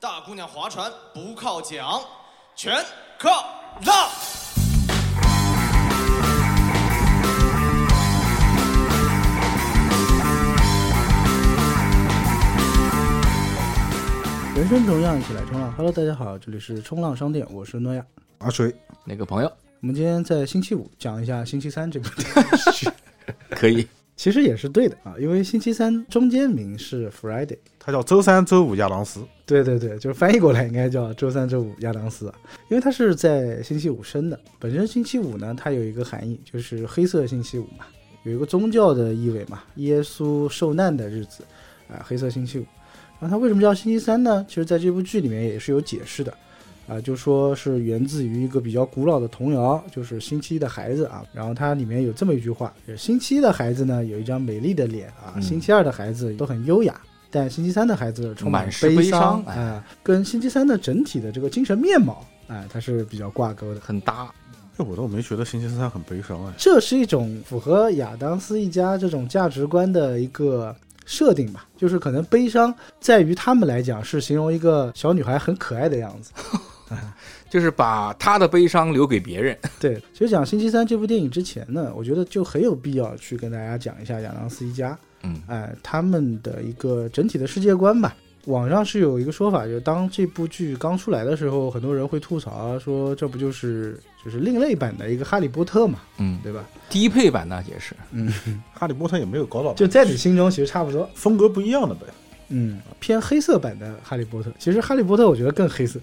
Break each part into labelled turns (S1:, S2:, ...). S1: 大姑娘划船不靠桨，全靠浪。
S2: 人生同样，一起来冲浪。Hello，大家好，这里是冲浪商店，我是诺亚。
S3: 阿水，
S4: 那个朋友
S2: 我们今天在星期五讲一下星期三这个点，
S4: 可以，
S2: 其实也是对的啊，因为星期三中间名是 Friday，
S3: 他叫周三、周五亚当斯，
S2: 对对对，就是翻译过来应该叫周三、周五亚当斯啊，因为它是在星期五生的。本身星期五呢，它有一个含义，就是黑色星期五嘛，有一个宗教的意味嘛，耶稣受难的日子啊、黑色星期五。然后它为什么叫星期三呢？其实在这部剧里面也是有解释的。啊，就说是源自于一个比较古老的童谣，就是《星期一的孩子》啊。然后它里面有这么一句话：就是星期一的孩子呢，有一张美丽的脸啊；
S4: 嗯
S2: 星期二的孩子都很优雅，但星期三的孩子充满
S4: 满是悲
S2: 伤
S4: 伤
S2: 啊、
S4: 哎
S2: 跟星期三的整体的这个精神面貌啊、它是比较挂钩的。
S4: 很搭，
S3: 哎，我倒没觉得星期三很悲伤哎。
S2: 这是一种符合亚当斯一家这种价值观的一个设定吧，就是可能悲伤在于他们来讲是形容一个小女孩很可爱的样子。
S4: 就是把他的悲伤留给别人。
S2: 对，其实讲《星期三》这部电影之前呢，我觉得就很有必要去跟大家讲一下亚当斯一家，
S4: 嗯
S2: 哎、他们的一个整体的世界观吧。网上是有一个说法，就是当这部剧刚出来的时候，很多人会吐槽啊说这不就是就是另类版的一个《哈利波特》嘛，
S4: 嗯，
S2: 对吧？
S4: 低配版呢也是，
S3: 哈利波特也没有搞到，
S2: 就在你心中其实差不多，
S3: 风格不一样的呗。
S2: 嗯，偏黑色版的《哈利波特》。其实《哈利波特》我觉得更黑色，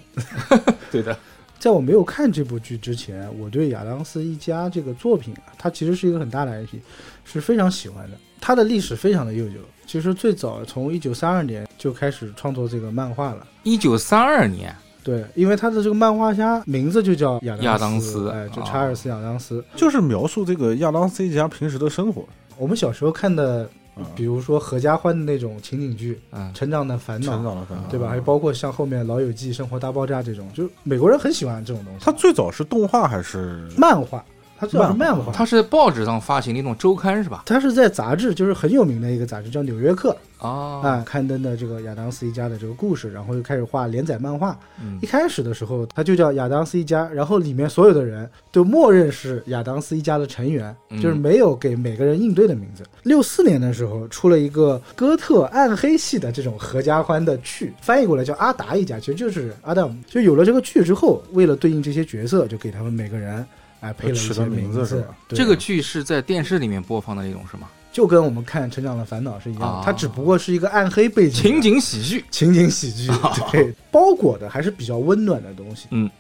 S4: 对的，
S2: 在我没有看这部剧之前，我对亚当斯一家这个作品啊，它其实是一个很大的 IP，是非常喜欢的。它的历史非常的悠久，其实最早从一九三二年就开始创作这个漫画了。
S4: 一九三二年，
S2: 对，因为他的这个漫画家名字就叫亚
S4: 亚
S2: 当
S4: 当斯
S2: 哎，就
S4: 哦
S2: 查尔斯·亚当斯。
S3: 就是描述这个亚当斯一家平时的生活
S2: 我们小时候看的，
S3: 啊，
S2: 比如说合家欢的那种情景剧，
S4: 嗯，
S2: 《成长的烦恼
S3: 成》，长的烦恼，
S2: 对吧？还有包括像后面《老友记》《生活大爆炸》这种，就是美国人很喜欢这种东西。
S3: 他最早是动画还是？
S2: 漫画，它主要是漫画，
S4: 他是报纸上发行的一种周刊是吧？
S2: 他是在杂志，就是很有名的一个杂志，叫《纽约客》
S4: 啊，
S2: 啊，刊登的这个亚当斯一家的这个故事，然后又开始画连载漫画。
S4: 嗯
S2: 一，开始的时候，他就叫亚当斯一家，然后里面所有的人都默认是亚当斯一家的成员，
S4: 嗯
S2: 就是没有给每个人应对的名字。六四年的时候，出了一个哥特暗黑系的这种合家欢的剧，翻译过来叫阿达一家，其实就是阿达姆。就有了这个剧之后，为了对应这些角色，就给他们每个人哎配了一
S3: 呃取
S2: 些
S3: 的名字
S2: 字
S3: 是吧
S2: 对啊
S4: 这个剧是在电视里面播放的那种是吗？
S2: 就跟我们看《成长的烦恼》是一样的，
S4: 啊
S2: 它只不过是一个暗黑背景的
S4: 情景喜剧，
S2: 情景喜 剧，对，包裹的还是比较温暖的东西。
S4: 哦嗯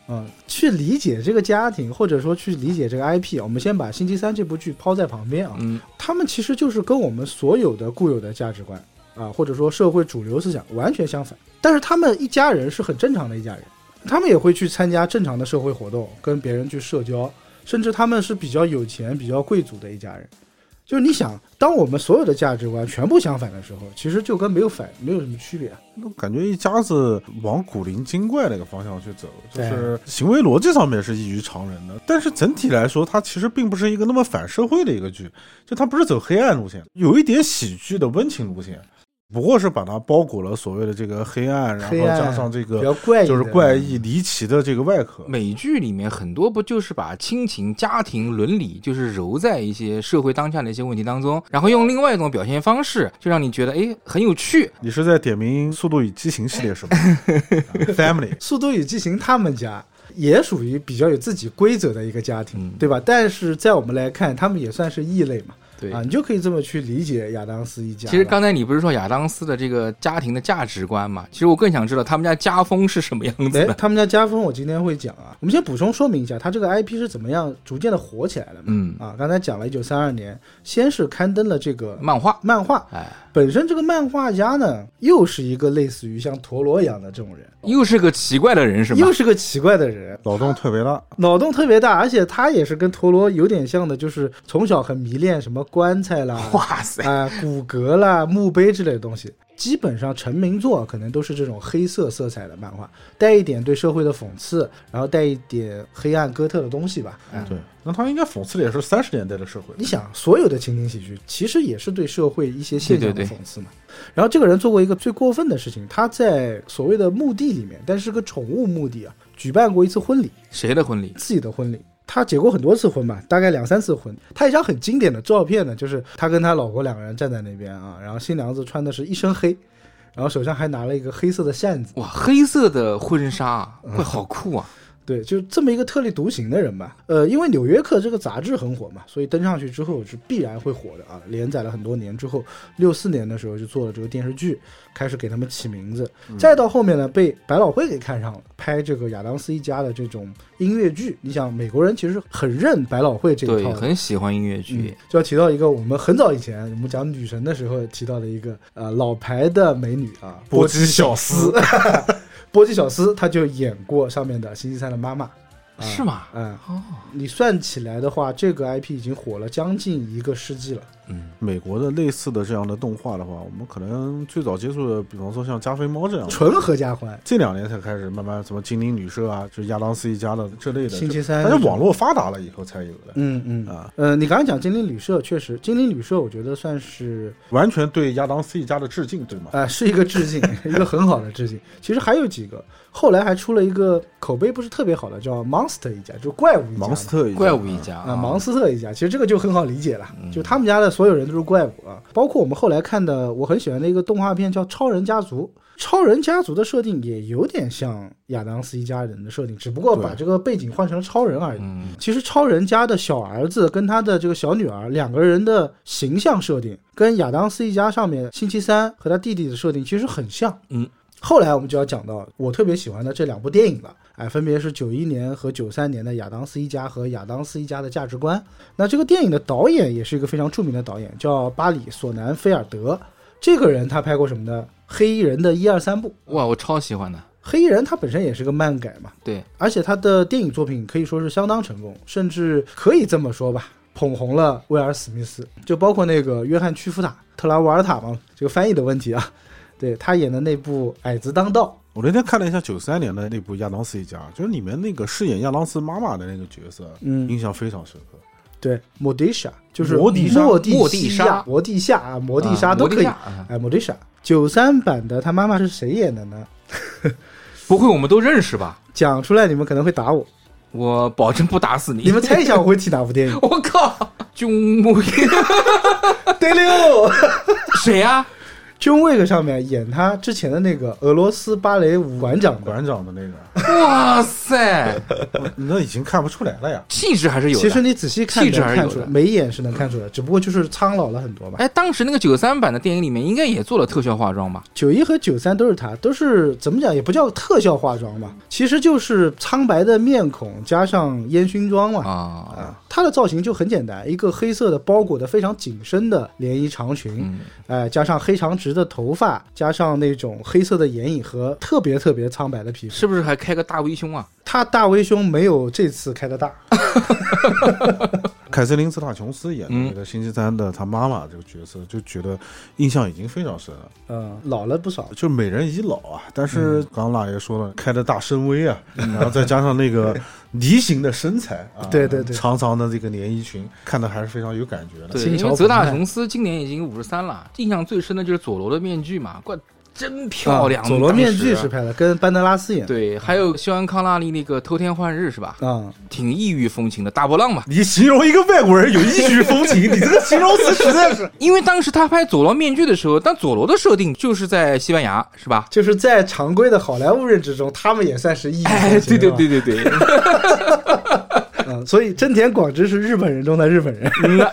S2: 去理解这个家庭，或者说去理解这个 IP，我们先把《星期三》这部剧抛在旁边啊，
S4: 嗯，
S2: 他们其实就是跟我们所有的固有的价值观啊，或者说社会主流思想完全相反。但是他们一家人是很正常的一家人，他们也会去参加正常的社会活动，跟别人去社交，甚至他们是比较有钱、比较贵族的一家人。就是你想，当我们所有的价值观全部相反的时候，其实就跟没有反没有什么区别。
S3: 那感觉一家子往古灵精怪那个方向去走，就是行为逻辑上面是异于常人的，但是整体来说，它其实并不是一个那么反社会的一个剧，就它不是走黑暗路线，有一点喜剧的温情路线，不过是把它包裹了所谓的这个黑暗， 然后
S2: 黑暗
S3: 加上这
S2: 比
S3: 个
S2: 较怪异，
S3: 就是怪。异离奇的这个外壳。
S4: 美剧里面很多不就是把亲情、家庭、伦理，就是揉在一些社会当下的一些问题当中，然后用另外一种表现方式，就让你觉得哎很有趣。
S3: 你是在点名《速度与激情》系列 是吗啊？Family，
S2: 《速度与激情》他们家也属于比较有自己规则的一个家庭，
S4: 嗯
S2: 对吧？但是在我们来看，他们也算是异类嘛，
S4: 对
S2: 啊，你就可以这么去理解亚当斯一家了。
S4: 其实刚才你不是说亚当斯的这个家庭的价值观嘛？其实我更想知道他们家家风是什么样子
S2: 哎
S4: 的。，
S2: 他们家家风我今天会讲啊。我们先补充说明一下，他这个 IP 是怎么样逐渐的火起来的嘛？
S4: 嗯
S2: 啊，刚才讲了，一九三二年，先是刊登了这个
S4: 漫画，
S2: 漫画，
S4: 哎，
S2: 本身这个漫画家呢，又是一个类似于像陀螺一样的这种人，
S4: 又是个奇怪的人是吧
S2: 又？是个奇怪的人，
S3: 脑洞特别大，
S2: 脑洞特别大，而且他也是跟陀螺有点像的，就是从小很迷恋什么棺材啦、哎
S4: 哇塞，
S2: 啊、骨骼啦、墓碑之类的东西。基本上成名作可能都是这种黑色色彩的漫画，带一点对社会的讽刺，然后带一点黑暗哥特的东西吧。
S3: 对，那他应该讽刺的也是三十年代的社会。
S2: 你想，所有的情景喜剧其实也是对社会一些现象的
S4: 对对对
S2: 讽刺嘛。然后这个人做过一个最过分的事情，他在所谓的墓地里面，但是个宠物墓地啊，举办过一次婚礼，
S4: 谁的婚礼？
S2: 自己的婚礼。他结过很多次婚吧，大概两三次婚。他一张很经典的照片呢，就是他跟他老婆两个人站在那边啊，然后新娘子穿的是一身黑，然后手上还拿了一个黑色的扇子。
S4: 哇，黑色的婚纱啊，
S2: 嗯
S4: 会好酷啊！
S2: 对，就这么一个特立独行的人吧。呃，因为《纽约客》这个杂志很火嘛，所以登上去之后是必然会火的啊。连载了很多年之后，六四年的时候就做了这个电视剧，开始给他们起名字。再到后面呢，被百老汇给看上了，拍这个亚当斯一家的这种音乐剧。你想，美国人其实很认百老汇这一
S4: 对
S2: 套，的。
S4: 很喜欢音乐
S2: 嗯
S4: 剧，，
S2: 就要提到一个我们很早以前我们讲女神的时候提到的一个呃老牌的美女啊，
S3: 波姬小斯，
S2: 波姬小斯，她就演过上面的星期三的妈妈，啊
S4: 是吗？
S2: 嗯，
S4: 哦，
S2: 你算起来的话，这个 IP 已经火了将近一个世纪了。
S4: 嗯，
S3: 美国的类似的这样的动画的话，我们可能最早接触的，比方说像加菲猫这样 的，
S2: 纯合家欢，
S3: 这两年才开始慢慢什么精灵旅社啊，就是亚当斯一家的这类的。
S2: 星期三
S3: 但是网络发达了以后才有的。
S2: 嗯嗯
S3: 啊，
S2: 呃，你刚刚讲《精灵旅社》，确实，《精灵旅社》我觉得算是
S3: 完全对亚当斯一家的致敬，对
S4: 啊
S3: 吗？
S2: 呃是一个致 敬，一个很好的致敬。其实还有几个，后来还出了一个口碑不是特别好的，叫《Monster 一家》，就是怪物一家嘛。
S3: 芒斯特一家
S4: 怪物一家
S2: 啊，芒斯特一家，其实这个就很好理解了，就他们家的所有人都是怪物啊，包括我们后来看的我很喜欢的一个动画片叫《超人家族》，超人家族的设定也有点像亚当斯一家人的设定，只不过把
S3: 对
S2: 这个背景换成了超人而已。
S4: 嗯，
S2: 其实超人家的小儿子跟他的这个小女儿两个人的形象设定，跟亚当斯一家上面星期三和他弟弟的设定其实很像。
S4: 嗯，
S2: 后来我们就要讲到我特别喜欢的这两部电影了，哎，分别是九一年和九三年的《亚当斯一家》和《亚当斯一家的价值观》。那这个电影的导演也是一个非常著名的导演，叫巴里·索南菲尔德。这个人他拍过什么呢？《黑衣人》的一二三部，《
S4: 哇，我超喜欢的。
S2: 黑衣人》他本身也是个漫改嘛，
S4: 对，
S2: 而且他的电影作品可以说是相当成功，甚至可以这么说吧，捧红了威尔史密斯，就包括那个约翰屈服塔、特拉瓦尔塔嘛，这个翻译的问题啊， 对他演的那部《矮子当道》，
S3: 我那天看了一下九三年的那部《亚当斯一家》，就是里面那个饰演亚当斯妈妈的那个角色，
S2: 嗯，
S3: 印象非常深刻。
S2: 对，莫迪莎就是
S3: 摩迪莎
S2: 莫蒂
S4: 莫蒂莎
S2: 摩蒂夏啊，摩蒂莎
S4: 啊
S2: 都可以，
S4: 摩地下啊
S2: 哎，莫迪莎，九三版的他妈妈是谁演的呢？
S4: 不会我们都认识吧？
S2: 讲出来你们可能会打我，
S4: 我保证不打死你。？
S2: 你们猜一下我会提哪部电影
S4: 我靠， 君莫
S2: 对溜。
S4: 谁啊？
S2: John Wick 上面演他之前的那个俄罗斯芭蕾舞馆长的，
S3: 馆长的那个，
S4: 哇塞，
S3: 那已经看不出来了呀。
S4: 气质还是有的。
S2: 其实你仔细看
S4: 气质
S2: 能
S4: 还是
S2: 看
S4: 有
S2: 出来，
S4: 的
S2: 眉眼是能看出来，只不过就是苍老了很多吧。
S4: 哎，当时那个九三版的电影里面，应该也做了特效化妆吧？
S2: 九一和九三都是他，都是怎么讲也不叫特效化妆吧，其实就是苍白的面孔加上烟熏妆嘛。
S4: 啊，
S2: 他的造型就很简单，一个黑色的包裹的非常紧身的连衣长裙，
S4: 嗯，
S2: 哎，加上黑长直的头发，加上那种黑色的眼影和特别特别苍白的皮肤。
S4: 是不是还开个大 V 胸啊？
S2: 他大威胸没有这次开的大，
S4: 嗯
S3: 凯瑟琳·斯塔琼斯演的那个星期三的她妈妈这个角色，就觉得印象已经非常深了。
S2: 嗯，老了不少。
S3: 就美人已老啊，但
S2: 嗯
S3: 是刚刚大爷说了，开的大深 V 啊，然后再加上 那个梨形的身材啊，
S2: 对对对
S3: 长长的这个连衣裙，看的还是非常有感觉的。
S4: 对，
S2: 新
S4: 因
S2: 潮
S4: 为泽
S2: 澎
S4: 塔
S2: 湃
S4: 琼斯今年已经五十三了，印象最深的就是佐罗的面具嘛，怪真漂亮。
S2: 啊佐罗面具
S4: 当时
S2: 是拍的，跟班德拉斯演。
S4: 对，还有肖恩康纳利那个偷天换日是吧？
S2: 啊、
S4: 挺异域风情的大波浪嘛。
S3: 你形容一个外国人有异域风 情，你这个形容词实在是……
S4: 因为当时他拍佐罗面具的时候，但佐罗的设定就是在西班牙是吧？
S2: 就是在常规的好莱坞认知中，他们也算是异域
S4: 哎，
S2: 风 情
S4: 对对，对
S2: 是吧
S4: 对对，
S2: 嗯，所以真田广之是日本人中的日本人，
S4: 嗯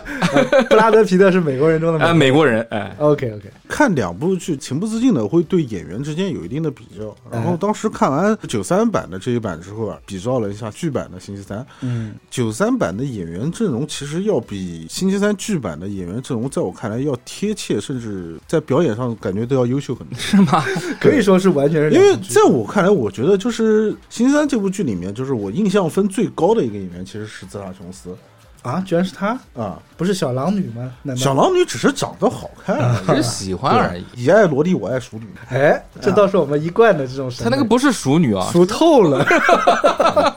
S2: 布拉德皮特是美国人中的美
S4: 啊，
S2: 国人。
S4: 美国人，哎，
S2: OK OK，
S3: 看两部剧，情不自禁的会对演员之间有一定的比较。
S4: 哎
S3: 然后当时看完九三版的这一版之后啊，比照了一下剧版的星期三，
S2: 嗯，
S3: 九三版的演员阵容其实要比星期三剧版的演员阵容，在我看来要贴切，甚至在表演上感觉都要优秀 很多。
S4: 是吗？
S2: 可以说是完全是
S3: 因
S2: 两
S3: 为
S2: 部剧
S3: 在我看来，我觉得就是《星期三》这部剧里面，就是我印象分最高的一个演员其实是泽塔琼斯。
S2: 啊，居然是她，
S3: 啊。
S2: 不是小狼女吗？难道
S3: 小狼女只是长得好看而 已，
S4: 只是喜欢而已。
S3: 你爱萝莉，我爱熟女。
S2: 哎，这倒是我们一贯的这种审
S4: 她
S2: 美。
S4: 那个不是熟女 啊，
S2: 熟透了，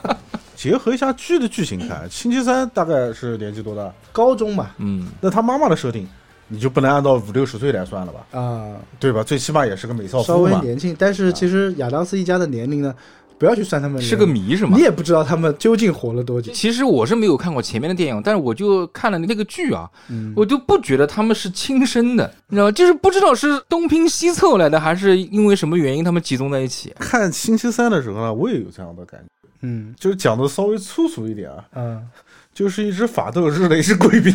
S3: 结合一下剧的剧情 看，星期三大概是年纪多大？
S2: 高中嘛，
S4: 嗯，
S3: 那她妈妈的设定，你就不能按照五六十岁来算了吧？
S2: 啊、
S3: 对吧？最起码也是个美少
S2: 稍
S3: 妇
S2: 微
S3: 嘛。
S2: 年轻。但是其实亚当斯一家的年龄呢，不要去算他们的
S4: 啊是个
S2: 年龄，
S4: 谜是吗
S2: 你？也不知道他们究竟活了多久。
S4: 其实我是没有看过前面的电影，但是我就看了那个剧啊，我就不觉得他们是亲生的，你知道吗？就是不知道是东拼西凑来的，还是因为什么原因他们集中在一 起。
S3: 看星期三的时候呢，我也有这样的感觉，
S2: 嗯
S3: 就是讲的稍微粗俗一点啊，
S2: 嗯，
S3: 就是一只法斗日了一只 贵宾，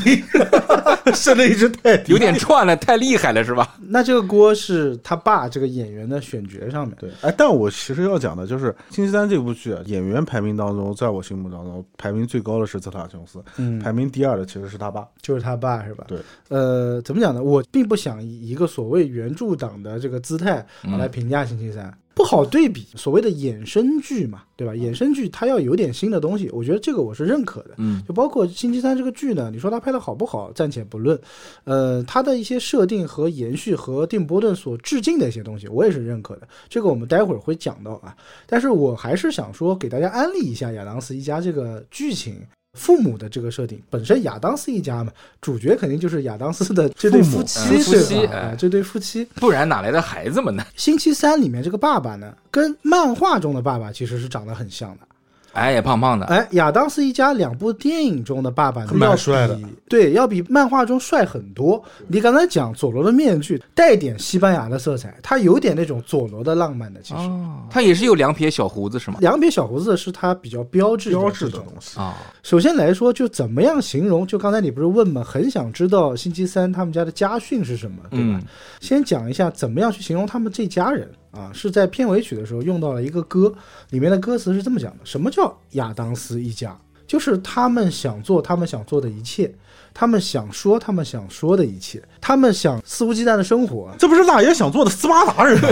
S3: 生了一只泰迪，
S4: 有点串了，太厉害了，是吧？
S2: 那这个锅是他爸这个演员的选角上面。
S3: 对，哎，但我其实要讲的就是《星期三》这部剧啊，演员排名当中，在我心目当中排名最高的是泽塔琼斯，
S2: 嗯，
S3: 排名第二的其实是他爸。
S2: 就是他爸是吧？
S3: 对，
S2: 呃，怎么讲呢？我并不想以一个所谓原著党的这个姿态来评价《星期三》不好对比所谓的衍生剧嘛，对吧？衍生剧它要有点新的东西，我觉得这个我是认可的。
S4: 嗯，
S2: 就包括《星期三》这个剧呢，你说它拍的好不好，暂且不论，呃，它的一些设定和延续和蒂姆·波顿所致敬的一些东西，我也是认可的。这个我们待会儿会讲到啊，但是我还是想说，给大家安利一下亚当斯一家这个剧情。父母的这个设定本身，亚当斯一家嘛，主角肯定就是亚当斯的这对
S3: 父母
S2: 夫妻，
S4: 嗯夫妻
S2: 对吧？
S4: 哎
S2: 啊，这对夫妻，
S4: 不然哪来的孩子们呢？
S2: 星期三里面这个爸爸呢，跟漫画中的爸爸其实是长得很像的。
S4: 哎，也胖胖的，
S2: 哎，亚当斯一家两部电影中的爸爸呢
S3: 蛮帅的
S2: 要比，对，要比漫画中帅很多。你刚才讲佐罗的面具带点西班牙的色彩，他有点那种佐罗的浪漫的，其实。
S4: 哦，他也是有两撇小胡子是吗？
S2: 两撇小胡子是他比较标志
S3: 标志
S2: 的
S3: 的
S2: 这种
S3: 东西，
S4: 啊、
S2: 首先来说，就怎么样形容？就刚才你不是问吗？很想知道星期三他们家的家训是什么，对吧？
S4: 嗯
S2: 先讲一下怎么样去形容他们这家人啊，是在片尾曲的时候用到了一个歌，里面的歌词是这么讲的：什么叫亚当斯一家？就是他们想做他们想做的一切，他们想说他们想说的一切，他们想肆无忌惮的生活，
S3: 这不是大爷想做的斯巴 达人吗？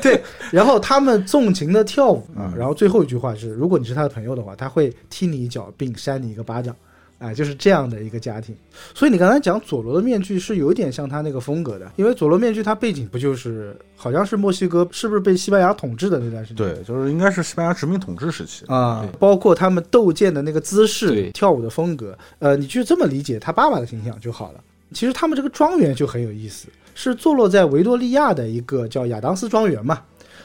S2: 对，然后他们纵情的跳舞啊，然后最后一句话是，如果你是他的朋友的话，他会踢你一脚并扇你一个巴掌，啊，就是这样的一个家庭。所以你刚才讲佐罗的面具是有一点像他那个风格的，因为佐罗面具它背景不就是好像是墨西哥是不是被西班牙统治的那段时间？
S3: 对，就是应该是西班牙殖民统治时期
S2: 啊，包括他们斗剑的那个姿势、
S4: 对
S2: 跳舞的风格，呃，你去这么理解他爸爸的形象就好了。其实他们这个庄园就很有意思，是坐落在维多利亚的一个叫亚当斯庄园嘛。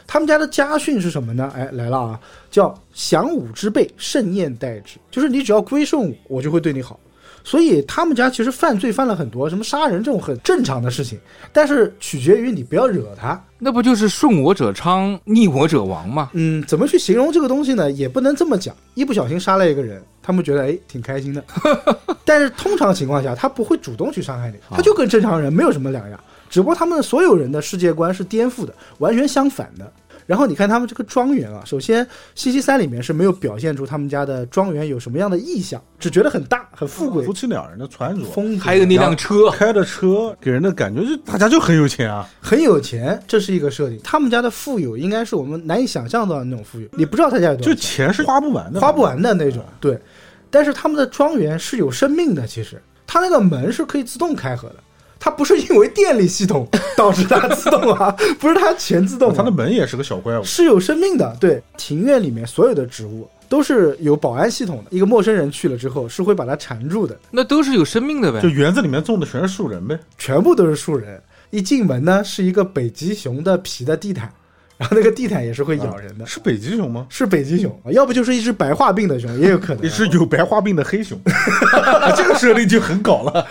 S2: 他们家的家训是什么呢？哎，来了啊，叫响舞之辈，盛宴待之，就是你只要归顺我，我就会对你好。所以他们家其实犯罪犯了很多，什么杀人这种很正常的事情，但是取决于你不要惹他。
S4: 那不就是顺我者昌，逆我者亡吗？
S2: 嗯，怎么去形容这个东西呢？也不能这么讲。一不小心杀了一个人，他们觉得哎挺开 心的，但是通常情况下他不会主动去伤害你，
S4: 啊
S2: 他就跟正常人没有什么两样。只不过他们所有人的世界观是颠覆的，完全相反的。然后你看他们这个庄园啊，首先《西西三》里面是没有表现出他们家的庄园有什么样的意象，只觉得很大、很富贵
S3: 夫、妻两人的穿着，
S2: 风格，
S4: 哦还有那辆车，
S3: 开着车给人的感觉就大家就很有钱啊，
S2: 很有钱，这是一个设定。他们家的富有应该是我们难以想象到的那种富有，你不知道他家有多少
S3: 就
S2: 钱。
S3: 钱是花不完的，
S2: 花不完的那种。对，但是他们的庄园是有生命的，其实它那个门是可以自动开合的，它不是因为电力系 统导致它自动啊，不是它全自动啊、
S3: 他的门也是个小怪物，
S2: 是有生命的。对，庭院里面所有的植物都是有保安系统的，一个陌生人去了之后是会把它缠住的，
S4: 那都是有生命的呗
S3: 就。园子里面种的全是树人呗。
S2: 全部都是树人。一进门呢，是一个北极熊的皮的地毯，然后那个地毯也是会咬人的。
S3: 啊是北极熊吗？
S2: 是北极熊，要不就是一只白化病的熊，也有 可能啊。
S3: 一只有白化病的 黑熊，啊这个设定就很搞了。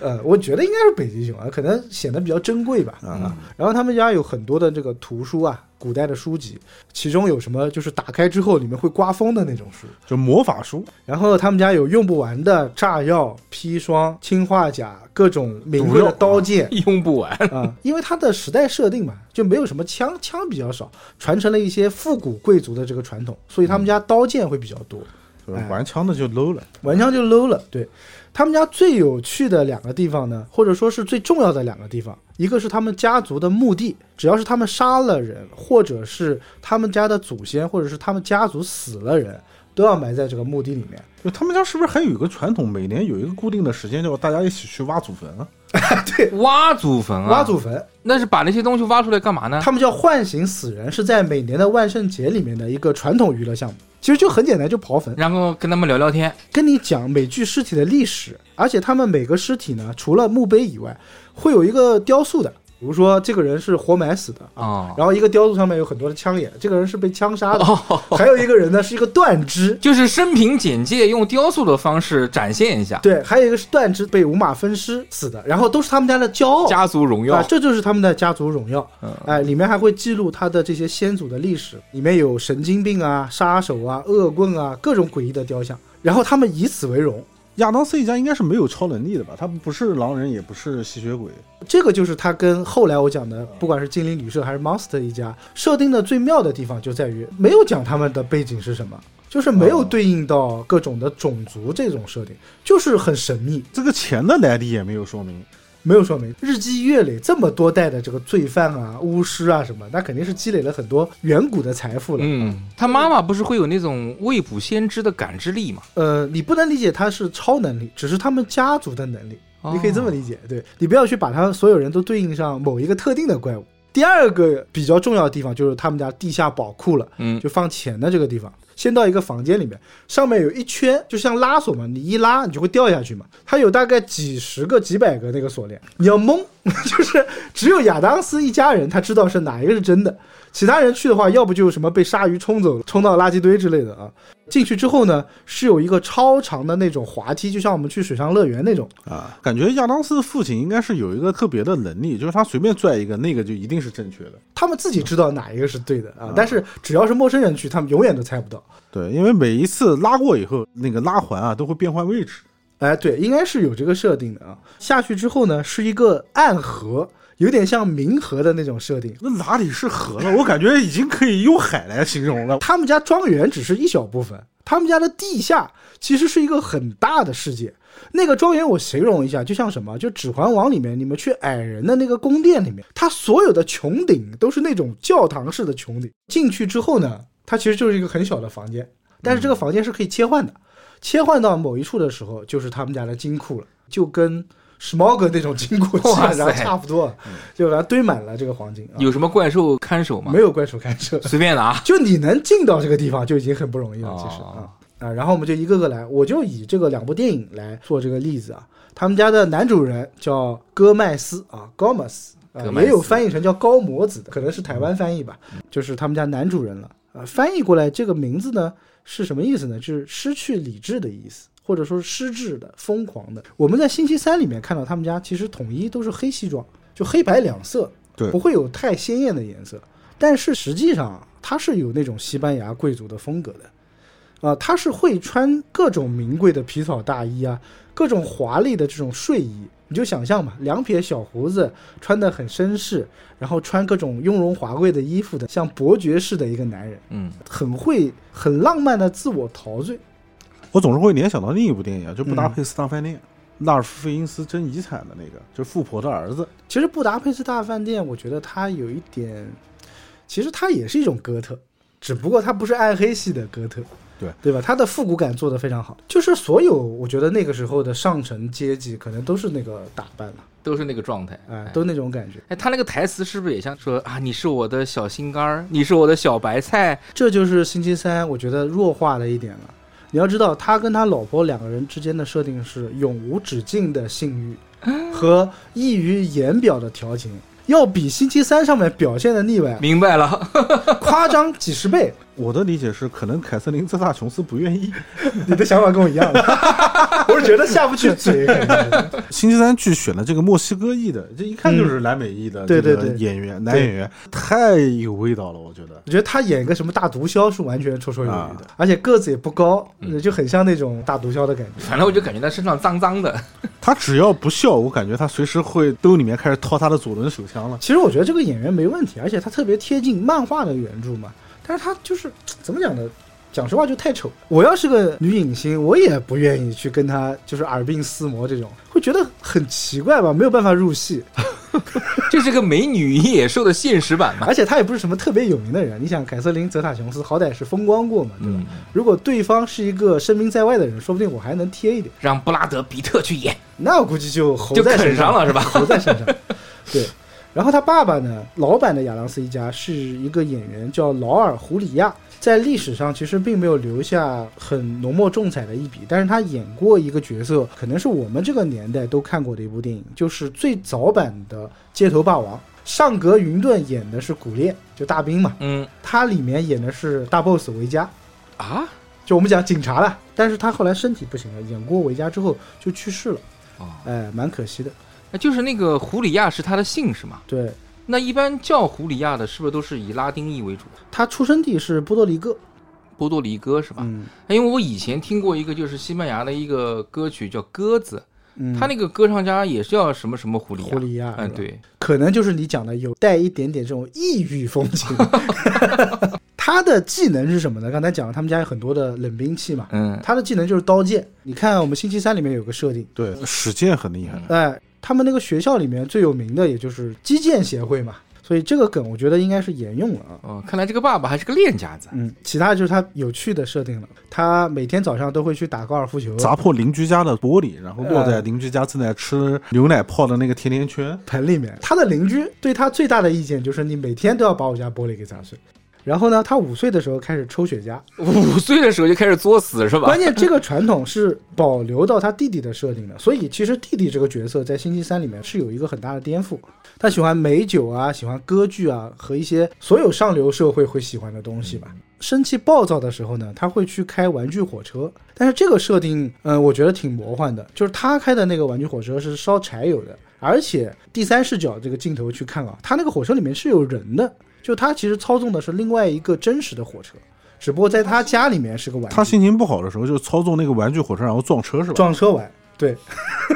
S2: 呃，我觉得应该是北极熊啊，可能显得比较珍贵吧。啊、然后他们家有很多的这个图书啊，古代的书籍，其中有什么就是打开之后里面会刮风的那种书。
S3: 就魔法书，
S2: 然后他们家有用不完的炸药、砒霜、氰化钾，各种名贵的刀剑。
S4: 用不完，
S2: 啊，因为它的时代设定嘛，就没有什么枪，枪比较少，传承了一些复古贵族的这个传统，所以他们家刀剑会比较多。
S3: 就是玩枪的就 low 了。
S2: 玩枪就 low 了。对，他们家最有趣的两个地方呢，或者说是最重要的两个地方，一个是他们家族的墓地，只要是他们杀了人，或者是他们家的祖先，或者是他们家族死了人，都要埋在这个墓地里面。
S3: 就他们家是不是还有一个传统，每年有一个固定的时间，叫大家一起去挖祖坟啊？
S2: 对，
S4: 挖祖坟啊，
S2: 挖祖坟，
S4: 那是把那些东西挖出来干嘛呢？
S2: 他们叫唤醒死人，是在每年的万圣节里面的一个传统娱乐项目。其实就很简单，就刨坟，
S4: 然后跟他们聊聊天，
S2: 跟你讲每具尸体的历史，而且他们每个尸体呢，除了墓碑以外，会有一个雕塑的。比如说，这个人是活埋死的啊
S4: 哦
S2: 然后一个雕塑上面有很多的枪眼，这个人是被枪杀的，还有一个人呢是一个断肢，
S4: 就是生平简介，用雕塑的方式展现一下
S2: 对，还有一个是断肢被五马分尸死的，然后都是他们家的骄傲，
S4: 家族荣
S2: 啊
S4: 耀，。
S2: 这就是他们的家族荣耀。
S4: 嗯
S2: 哎，里面还会记录他的这些先祖的历史，里面有神经病啊、杀手啊、恶棍啊，各种诡异的雕像。然后他们以此为荣，
S3: 亚当斯一家应该是没有超能力的吧？他们不是狼人，也不是吸血鬼，
S2: 这个就是他跟后来我讲的，不管是精灵旅社还是 Monster 一家设定的最妙的地方，就在于没有讲他们的背景是什么，就是没有对应到各种的种族这种设定，就是很神秘，
S3: 这个钱的来历也没有说明。
S2: 没有说明。日积月累，这么多代的这个罪犯啊、巫师啊什么，那肯定是积累了很多远古的财富了。
S4: 嗯，他妈妈不是会有那种未卜先知的感知力嘛？
S2: 呃，你不能理解他是超能力，只是他们家族的能力，
S4: 哦
S2: 你可以这么理解。对你不要去把他所有人都对应上某一个特定的怪物。第二个比较重要的地方就是他们家地下宝库了，
S4: 嗯
S2: 就放钱的这个地方。先到一个房间里面，上面有一圈，就像拉锁嘛，你一拉你就会掉下去嘛。它有大概几十个、几百个那个锁链，你要蒙， 就是只有亚当斯一家人他知道是哪一个是真的，其他人去的话，要不就什么被鲨鱼冲走了，冲到垃圾堆之类的啊。进去之后呢，是有一个超长的那种滑梯，就像我们去水上乐园那种。
S3: 啊，感觉亚当斯的父亲应该是有一个特别的能力，就是他随便拽一个，那个就一定是正确的。
S2: 他们自己知道哪一个是对的啊，但是只要是陌生人去，他们永远都猜不到。
S3: 对，因为每一次拉过以后，那个拉环啊都会变换位置。
S2: 哎，对，应该是有这个设定的啊。下去之后呢，是一个暗河，有点像冥河的那种设定。
S3: 那哪里是河了？我感觉已经可以用海来形容了。
S2: 他们家庄园只是一小部分，他们家的地下其实是一个很大的世界。那个庄园我形容一下，就像什么，就《指环王》里面你们去矮人的那个宫殿里面，它所有的穹顶都是那种教堂式的穹顶。进去之后呢，它其实就是一个很小的房间，但是这个房间是可以切换的，切换到某一处的时候，就是他们家的金库了，就跟。史矛革那种金库基
S4: 哇
S2: 本
S4: 塞
S2: 上
S4: 嗯
S2: 差不多，就把它堆满了这个黄金啊，
S4: 有什么怪兽看守吗
S2: 没？有怪兽干涉，
S4: 随便拿。
S2: 就你能进到这个地方就已经很不容易了，
S4: 哦
S2: 其实啊啊，然后我们就一个个来，我就以这个两部电影来做这个例子啊。他们家的男主人叫戈麦斯啊 g o m e z 啊
S4: 戈，麦斯嗯
S2: 也有翻译成叫高模子的，可能是台湾翻译吧，就是他们家男主人了啊。翻译过来这个名字呢是什么意思呢？就是失去理智的意思，或者说失智的、疯狂的。我们在星期三里面看到他们家其实统一都是黑西装，就黑白两色，
S3: 对
S2: 不会有太鲜艳的颜色。但是实际上啊，它是有那种西班牙贵族的风格的，啊、它是会穿各种名贵的皮草大衣啊，各种华丽的这种睡衣。你就想象吧，两撇小胡子，穿得很绅士，然后穿各种雍容华贵的衣服的，像伯爵式的一个男人，
S4: 嗯，
S2: 很会很浪漫的自我陶醉。
S3: 我总是会联想到另一部电影啊，就《布达佩斯大饭店》，纳尔福·费因斯争遗产的那个，就富婆的儿子。
S2: 其实布达佩斯大饭店，我觉得它有一点，其实它也是一种哥特，只不过它不是暗黑系的哥特，
S3: 对
S2: 对吧？它的复古感做得非常好，就是所有我觉得那个时候的上层阶级可能都是那个打扮了，
S4: 都是那个状态。
S2: 哎、都那种感觉。
S4: 哎，他那个台词是不是也像说啊，你是我的小心肝儿，你是我的小白菜？
S2: 这就是星期三，我觉得弱化了一点了。你要知道，他跟他老婆两个人之间的设定是永无止境的性欲和溢于言表的调情，要比星期三上面表现的腻歪
S4: 明白了，
S2: 夸张几十倍。
S3: 我的理解是，可能凯瑟琳·泽塔琼斯不愿 意。
S2: 你的想法跟我一 样，我是觉得下不去 嘴。
S3: 星期三剧选了这个墨西哥裔的，这一看就是南美裔的
S2: 对
S3: 这
S2: 对
S3: 个
S2: 对
S3: 演员，男演员太有味道了，我觉得。
S2: 我觉得他演个什么大毒枭是完全绰绰有余的，而且个子也不高，就很像那种大毒枭的感觉。
S4: 反正我就感觉他身上脏脏 的。
S3: 他只要不笑，我感觉他随时会兜里面开始掏他的左轮手枪了。
S2: 其实我觉得这个演员没问题，而且他特别贴近漫画的原著嘛。但是他就是怎么讲呢？讲实话就太丑。我要是个女影星，我也不愿意去跟他就是耳鬓厮磨这种，会觉得很奇怪吧？没有办法入戏。
S4: 这是个美女与野兽的现实版嘛？
S2: 而且他也不是什么特别有名的人。你想，凯瑟琳·泽塔琼斯好歹是风光过嘛，对吧？如果对方是一个声名在外的人，说不定我还能贴一点。
S4: 让布拉德·比特去演，
S2: 那我估计就猴
S4: 就
S2: 在身
S4: 啃上
S2: 上
S4: 了是吧
S2: 猴在身上。对，然后他爸爸呢，老板的亚当斯一家是一个演员，叫劳尔·胡里亚，在历史上其实并没有留下很浓墨重彩的一笔，但是他演过一个角色，可能是我们这个年代都看过的一部电影，就是最早版的《街头霸王》。上格云顿演的是古烈，就大兵嘛，
S4: 嗯
S2: 他里面演的是大 boss 维嘉，
S4: 啊
S2: 就我们讲警察了，但是他后来身体不行了，演过维嘉之后就去世了，
S4: 哦，
S2: 哎，蛮可惜的。
S4: 那就是那个胡里亚是他的姓是吗？
S2: 对
S4: 那一般叫胡里亚的，是不是都是以拉丁裔为主？
S2: 他出生地是波多黎各，
S4: 波多黎各是吧？
S2: 嗯，
S4: 哎因为我以前听过一个就是西班牙的一个歌曲叫《鸽子》，
S2: 嗯
S4: 他那个歌唱家也是叫什么什么狐狸、啊。
S2: 狐狸啊，
S4: 嗯，
S2: 是吧，
S4: 对，
S2: 可能就是你讲的有带一点点这种异域风 情。他的技能是什么呢？刚才讲了，他们家有很多的冷兵器嘛，
S4: 嗯，
S2: 他的技能就是刀剑。你看我们星期三里面有个设定，
S3: 对，史健很厉害，
S2: 哎，他们那个学校里面最有名的也就是击剑协会嘛，所以这个梗我觉得应该是沿用了啊。
S4: 哦，看来这个爸爸还是个练家子。
S2: 嗯，其他就是他有趣的设定了。他每天早上都会去打高尔夫球，
S3: 砸破邻居家的玻璃，然后落在邻居家正在吃牛奶泡的那个甜甜圈。
S2: 盆里面。他的邻居对他最大的意见就是你每天都要把我家玻璃给砸碎。然后呢，他五岁的时候开始抽雪茄，
S4: 五岁的时候就开始作死是吧
S2: 关？键这个传统是保留到他弟弟的设定的，所以其实弟弟这个角色在星期三里面是有一个很大的颠覆。他喜欢美酒啊，喜欢歌剧啊，和一些所有上流社会会喜欢的东西
S4: 嗯
S2: 吧。生气暴躁的时候呢，他会去开玩具火车，但是这个设定，嗯，我觉得挺魔幻的，就是他开的那个玩具火车是烧柴油的，而且第三视角这个镜头去看啊，他那个火车里面是有人的，就他其实操纵的是另外一个真实的火车，只不过在他家里面是个玩具。
S3: 他心情不好的时候就操纵那个玩具火车，然后撞车是吧？
S2: 撞车玩，对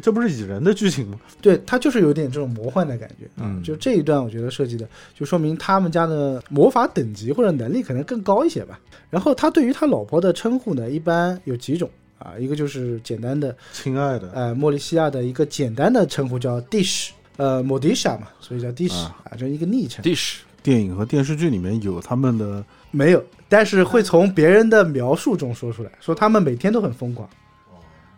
S3: 这不是蚁人的剧情吗？
S2: 对，它就是有点这种魔幻的感觉。啊
S4: 嗯，
S2: 就这一段，我觉得设计的就说明他们家的魔法等级或者能力可能更高一些吧。然后他对于他老婆的称呼呢，一般有几种啊，一个就是简单的，
S3: 亲爱的，
S2: 呃，莫里西亚的一个简单的称呼叫 Dish，呃，Modisha 嘛，所以叫 Dish
S3: 啊
S2: 啊，这一个昵称。
S4: dish
S3: 电影和电视剧里面有他们的
S2: 没有，但是会从别人的描述中说出来，说他们每天都很疯狂，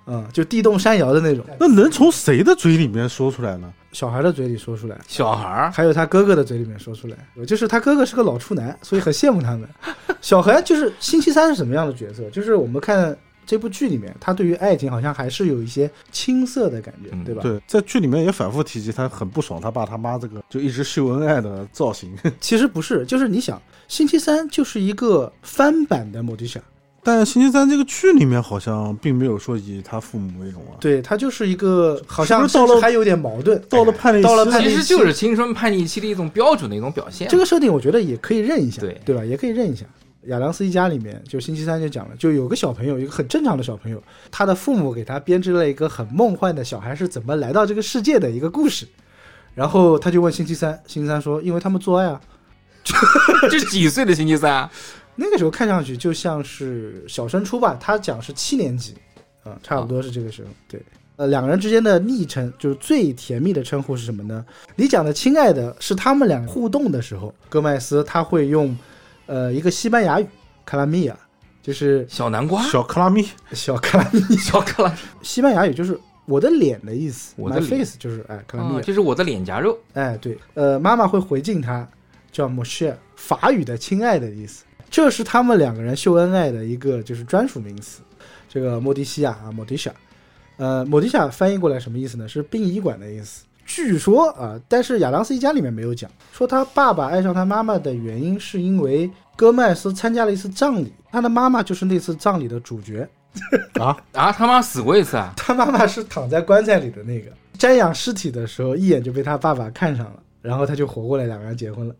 S2: 嗯，就地动山摇的那种，
S3: 那能从谁的嘴里面说出来呢？
S2: 小孩的嘴里说出来。
S4: 小孩儿，
S2: 还有他哥哥的嘴里面说出来，就是他哥哥是个老处男，所以很羡慕他们。 小韩就是星期三是什么样的角色？就是我们看这部剧里面，他对于爱情好像还是有一些青涩的感觉，
S4: 嗯
S2: 对吧？
S3: 对，在剧里面也反复提及，他很不爽他爸他妈这个就一直秀恩爱的造型，
S2: 其实不是，就是你想，星期三就是一个翻版的莫迪莎，
S3: 啊但星期三这个剧里面好像并没有说以他父母为荣啊。
S2: 对他就是一个好像
S3: 是不是到了
S2: 甚至还有点矛盾。
S3: 到了叛逆期，
S2: 到了叛逆
S4: 其
S2: 期
S4: 实就是青春叛逆期的一种标准的一种表现。
S2: 这个设定我觉得也可以认一下，
S4: 对
S2: 对吧？也可以认一下。亚当斯一家里面，就星期三就讲了，就有个小朋友，一个很正常的小朋友，他的父母给他编织了一个很梦幻的小孩是怎么来到这个世界的一个故事。然后他就问星期三，星期三说：“因为他们做爱啊。
S4: 这是几岁的星期三啊？”
S2: 那个时候看上去就像是小升初吧，他讲是七年级，啊、差不多是这个时
S4: 啊
S2: 候。对，呃，两个人之间的昵称就是最甜蜜的称呼是什么呢？你讲的“亲爱的”是他们俩互动的时候，戈麦斯他会用，呃，一个西班牙语卡拉米亚，就是
S4: 小南瓜，
S3: 小克拉米，
S2: 小卡拉米，
S4: 小克拉，
S2: 西班牙语就是我的脸的意思
S4: 我的
S2: ，my
S4: 脸
S2: face 就是哎卡拉米亚
S4: 哦，这是我的脸颊肉。
S2: 哎，对，呃，妈妈会回敬他，叫 m o s h e 法语的“亲爱的”意思。这是他们两个人秀恩爱的一个就是专属名词。这个莫迪西亚啊，莫迪夏，呃，莫迪夏翻译过来什么意思呢？是殡仪馆的意思。据说啊、但是亚当斯一家里面没有讲，说他爸爸爱上他妈妈的原因是因为戈麦斯参加了一次葬礼，他的妈妈就是那次葬礼的主角。
S4: 啊，他妈死过一次啊！
S2: 他妈妈是躺在棺材里的那个，瞻仰尸体的时候，一眼就被他爸爸看上了，然后他就活过来，两个人结婚了。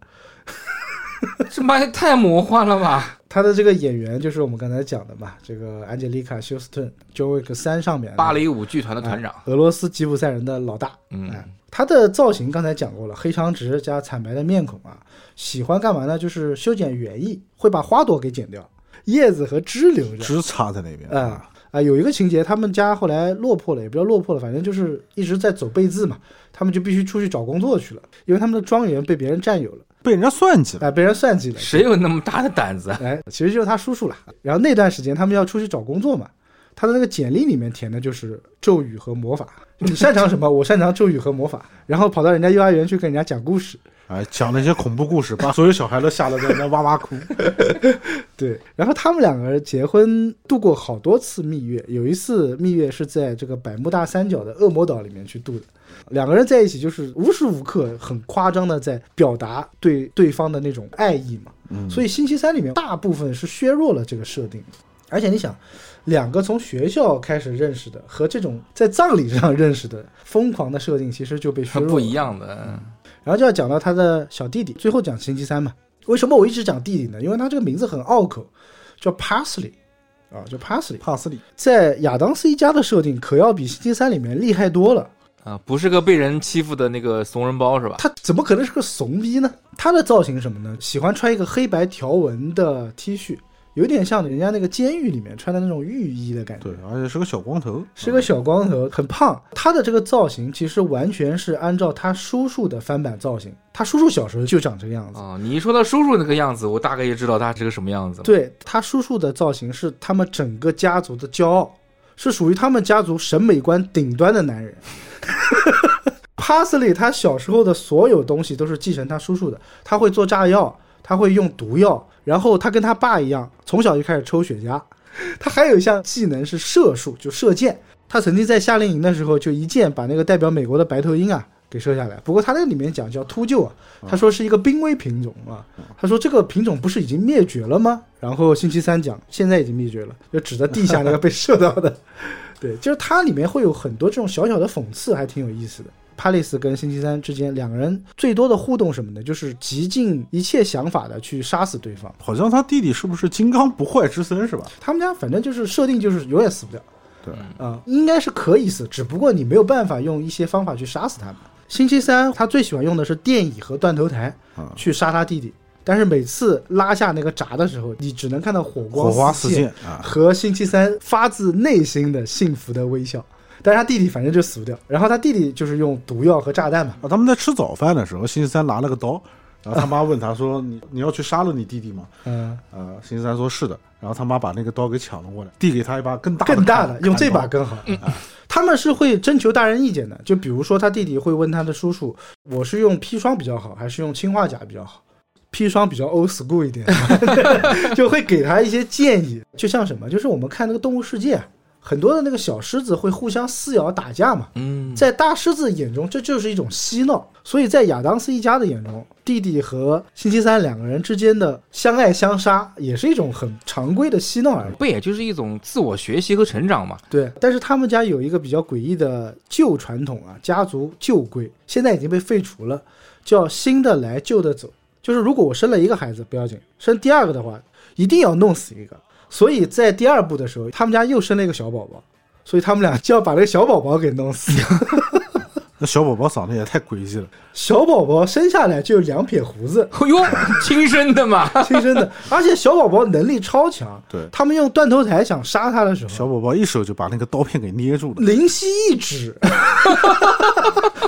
S4: 这妈也太魔幻了吧！
S2: 他的这个演员就是我们刚才讲的嘛，这个安吉丽卡·休斯顿，《John Wick 三》上面的啊
S4: 芭蕾舞剧团的团长，
S2: 俄罗斯吉普赛人的老大。
S4: 嗯
S2: 哎，他的造型刚才讲过了，黑长直加惨白的面孔啊，喜欢干嘛呢？就是修剪园艺，会把花朵给剪掉，叶子和枝留着。
S3: 只插在那边
S2: 啊、啊、有一个情节，他们家后来落魄了，也不叫落魄了，反正就是一直在走背字嘛，他们就必须出去找工作去了，因为他们的庄园被别人占有了，
S3: 被人家算计
S2: 啊、
S3: 了。
S2: 被人算计了。
S4: 谁有那么大的 胆子啊？
S2: 哎，其实就是他叔叔了。然后那段时间他们要出去找工作嘛，他的那个简历里面填的就是咒语和魔法，就你擅长什么，我擅长咒语和魔法，然后跑到人家幼儿园去跟人家讲故事。
S3: 哎，讲了一些恐怖故事，把所有小孩都吓得在那哇哇 哭。
S2: 对，然后他们两个人结婚度过好多次蜜月，有一次蜜月是在这个百慕大三角的恶魔岛里面去度的。两个人在一起就是无时无刻很夸张的在表达对对方的那种爱意嘛。
S3: 嗯
S2: 所以星期三里面大部分是削弱了这个设定。而且你想，两个从学校开始认识的和这种在葬礼上认识的疯狂的设定，其实就被削弱了。
S4: 不一样的，
S2: 然后就要讲到他的小弟弟，最后讲星期三嘛。为什么我一直讲弟弟呢？因为他这个名字很拗口，叫 Parsley，啊，叫 Parsley，
S3: 帕斯里
S2: 在亚当斯一家的设定可要比星期三里面厉害多了。
S4: 啊，不是个被人欺负的那个怂人包是吧？
S2: 他怎么可能是个怂逼呢？他的造型是什么呢？喜欢穿一个黑白条纹的 T 恤，有点像人家那个监狱里面穿的那种狱医的感觉
S3: 对。，而且是个小光头，
S2: 是个小光头，很胖。他的这个造型其实完全是按照他叔叔的翻版造型。他叔叔小时候就长这个样子。
S4: 啊，你一说到叔叔那个样子，我大概也知道他是个什么样子了。
S2: 对他叔叔的造型是他们整个家族的骄傲，是属于他们家族审美观顶端的男人。 帕斯里他小时候的所有东西都是继承他叔叔的，他会做炸药，他会用毒药，然后他跟他爸一样，从小就开始抽雪茄。 他还有一项技能是射术，就射箭。他曾经在夏令营的时候，就一箭把那个代表美国的白头鹰啊给射下来。不过他那里面讲叫秃鹫啊，他说是一个濒危品种啊。他说这个品种不是已经灭绝了吗？然后星期三讲现在已经灭绝了，就指着地下那个被射到的。 对，就是它里面会有很多这种小小的讽刺，还挺有意思的。帕丽斯跟星期三之间两个人最多的互动什么呢？就是极尽一切想法的去杀死对方。
S3: 好像他弟弟是不是金刚不坏之身是吧？
S2: 他们家反正就是设定就是永远死不掉。
S3: 对
S2: 啊、应该是可以死，只不过你没有办法用一些方法去杀死他们。星期三他最喜欢用的是电椅和断头台
S3: 啊
S2: 去杀他弟弟，但是每次拉下那个闸的时候，你只能看到火光
S3: 火花
S2: 四
S3: 四
S2: 溅
S3: 溅啊！
S2: 和星期三发自内心的幸福的微笑。但是他弟弟反正就死不掉，然后他弟弟就是用毒药和炸弹嘛，
S3: 啊，他们在吃早饭的时候，星期三拿了个刀，然后他妈问他说：“你你要去杀了你弟弟吗
S2: 嗯、？”
S3: 呃，星期三说：“是的。”然后他妈把那个刀给抢了过来，递给他一把更大的
S2: 更大的
S3: 砍，
S2: 用这把
S3: 砍
S2: 更好。他们是会征求大人意见的，就比如说他弟弟会问他的叔叔，我是用砒霜比较好，还是用氰化钾比较好？砒霜比较 old school 一点， 就会给他一些建议。就像什么，就是我们看那个《动物世界》，很多的那个小狮子会互相撕咬打架嘛，
S4: 嗯，
S2: 在大狮子眼中，这就是一种嬉闹。所以在亚当斯一家的眼中，弟弟和星期三两个人之间的相爱相杀，也是一种很常规的嬉闹而已。
S4: 不也就是一种自我学习和成长嘛？
S2: 对，但是他们家有一个比较诡异的旧传统啊，家族旧规，现在已经被废除了，叫新的来，旧的走。就是如果我生了一个孩子不要紧，生第二个的话，一定要弄死一个。所以在第二部的时候，他们家又生了一个小宝宝，所以他们俩就要把那个小宝宝给弄死。
S3: 那小宝宝嗓子也太诡异了，
S2: 小宝宝生下来就有两撇胡子，
S4: 哦哟，亲生 的嘛，
S2: 亲生的，而且小宝宝能力超强。
S3: 对
S2: 他们用断头台想杀他的时候，
S3: 小宝宝一手就把那个刀片给捏 住了，
S2: 灵犀一指，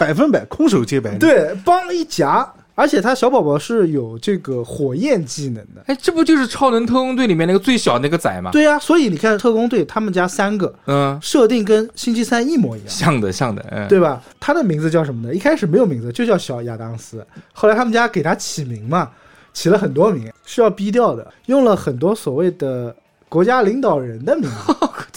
S3: 百分百空手接白刃。
S2: 对，梆一夹，而且他小宝宝是有这个火焰技能的。
S4: 哎，这不就是《超能特工队》里面那个最小那个仔吗？，
S2: 对啊，所以你看特工队他们家三个
S4: 嗯，
S2: 设定跟星期三一模一样。
S4: 像的像的，嗯，
S2: 对吧？他的名字叫什么呢？一开始没有名字，就叫小亚当斯。后来他们家给他起名嘛，起了很多名，是要逼掉的，用了很多所谓的国家领导人的名字，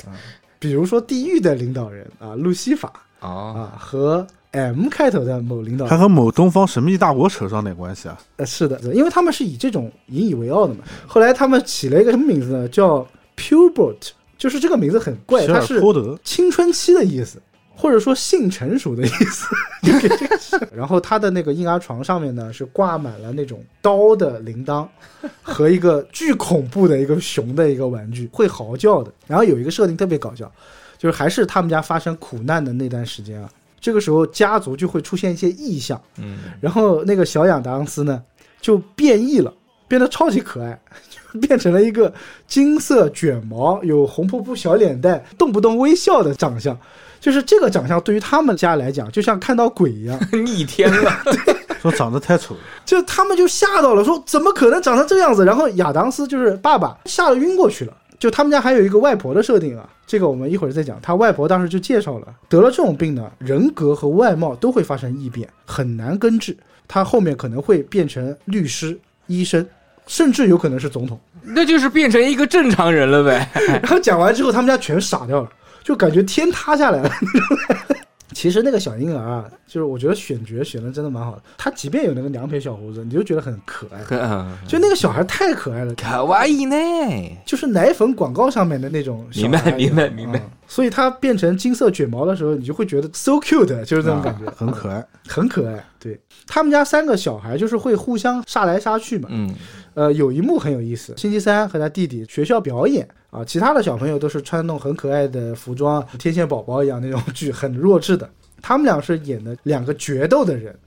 S2: 啊比如说地狱的领导人啊，路西法
S4: 哦，
S2: 啊和 M 开头的某领导人
S3: 还。和某东方神秘大国扯上点关系啊？
S2: 呃，是的，因为他们是以这种引以为傲的嘛。后来他们起了一个什么名字呢？叫 Pubert，就是这个名字很怪，
S3: 希
S2: 它
S3: 尔
S2: 是
S3: 托德
S2: 青春期的意思，或者说性成熟的意思。 就给这个事然后他的那个婴儿床上面呢是挂满了那种刀的铃铛，和一个巨恐怖的一个熊的一个玩具， 会嚎叫的。然后有一个设定特别搞笑，就是还是他们家发生苦难的那段时间啊，这个时候家族就会出现一些异象。
S4: 嗯，
S2: 然后那个小亚当斯呢就变异了，变得超级可爱，就 变成了一个金色卷毛、有红扑扑小脸蛋、动不动微笑的长相。就是这个长相对于他们家来讲，就像看到鬼一样，
S4: 逆天了，
S3: 说长得太丑了，
S2: 就他们就吓到了，说怎么可能长成这样子？然后亚当斯就是爸爸吓得晕过去了。就他们家还有一个外婆的设定啊，这个我们一会儿再讲。他外婆当时就介绍了，得了这种病呢，人格和外貌都会发生异变，很难根治。他后面可能会变成律师、医生，甚至有可能是总统。
S4: 那就是变成一个正常人了呗。
S2: 然后讲完之后，他们家全傻掉了，就感觉天塌下来了。 其实那个小婴儿啊，就是我觉得选角选的真的蛮好的。他即便有那个两撇小胡子，你就觉得很可爱。就那个小孩太可 爱了，
S4: 卡哇伊嗯呢？
S2: 就是奶粉广告上面的那种小
S4: 明白
S2: 孩一样
S4: 明白明白
S2: 嗯所以他变成金色卷毛的时候，你就会觉得 so cute，就是这种
S4: 啊
S2: 感觉，
S3: 啊很可爱。
S2: 很可爱。对他们家三个小孩就是会互相杀来杀去嘛。
S4: 嗯，
S2: 呃，有一幕很有意思，星期三和他弟弟学校表演啊，其他的小朋友都是穿那种很可爱的服装，天线宝宝一样那种剧，很弱智的。他们俩是演的两个决斗的人，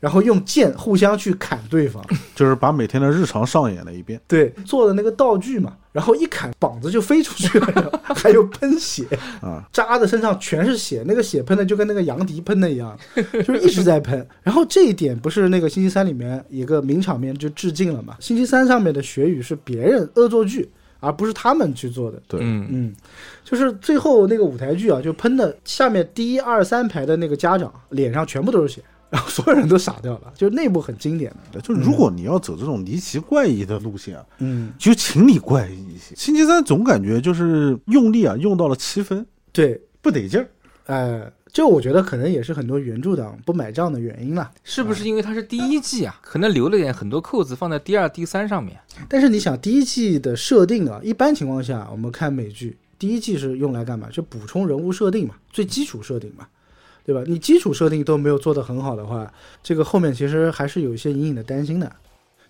S2: 然后用剑互相去砍对方。
S3: 就是把每天的日常上演了一遍。
S2: 对，做的那个道具嘛，然后一砍，膀子就飞出去了，然 后还有喷血
S3: 啊，
S2: 扎的身上全是血，那个血喷的就跟那个杨迪喷的一样，就是一直在喷。然后这一点不是那个星期三里面一个名场面就致敬了嘛？星期三上面的血雨是别人恶作剧，而不是他们去做的。
S3: 对，
S4: 嗯
S2: 嗯，就是最后那个舞台剧啊，就喷的下面第一二三排的那个家长脸上全部都是血，然后所有人都傻掉了，就是那部很经典的。
S3: 就如果你要走这种离奇怪异的路线啊，
S2: 嗯，
S3: 就请你怪异一些。星期三总感觉就是用力啊，用到了七分，
S2: 对，
S3: 不得劲儿。
S2: 呃，这我觉得可能也是很多原著党不买账的原因啦。
S4: 是不是因为它是第一季啊？可能留了点很多扣子放在第二、第三上面。
S2: 但是你想，第一季的设定啊，一般情况下我们看美剧，第一季是用来干嘛？就补充人物设定嘛，最基础设定嘛，对吧？你基础设定都没有做得很好的话，这个后面其实还是有一些隐隐的担心的。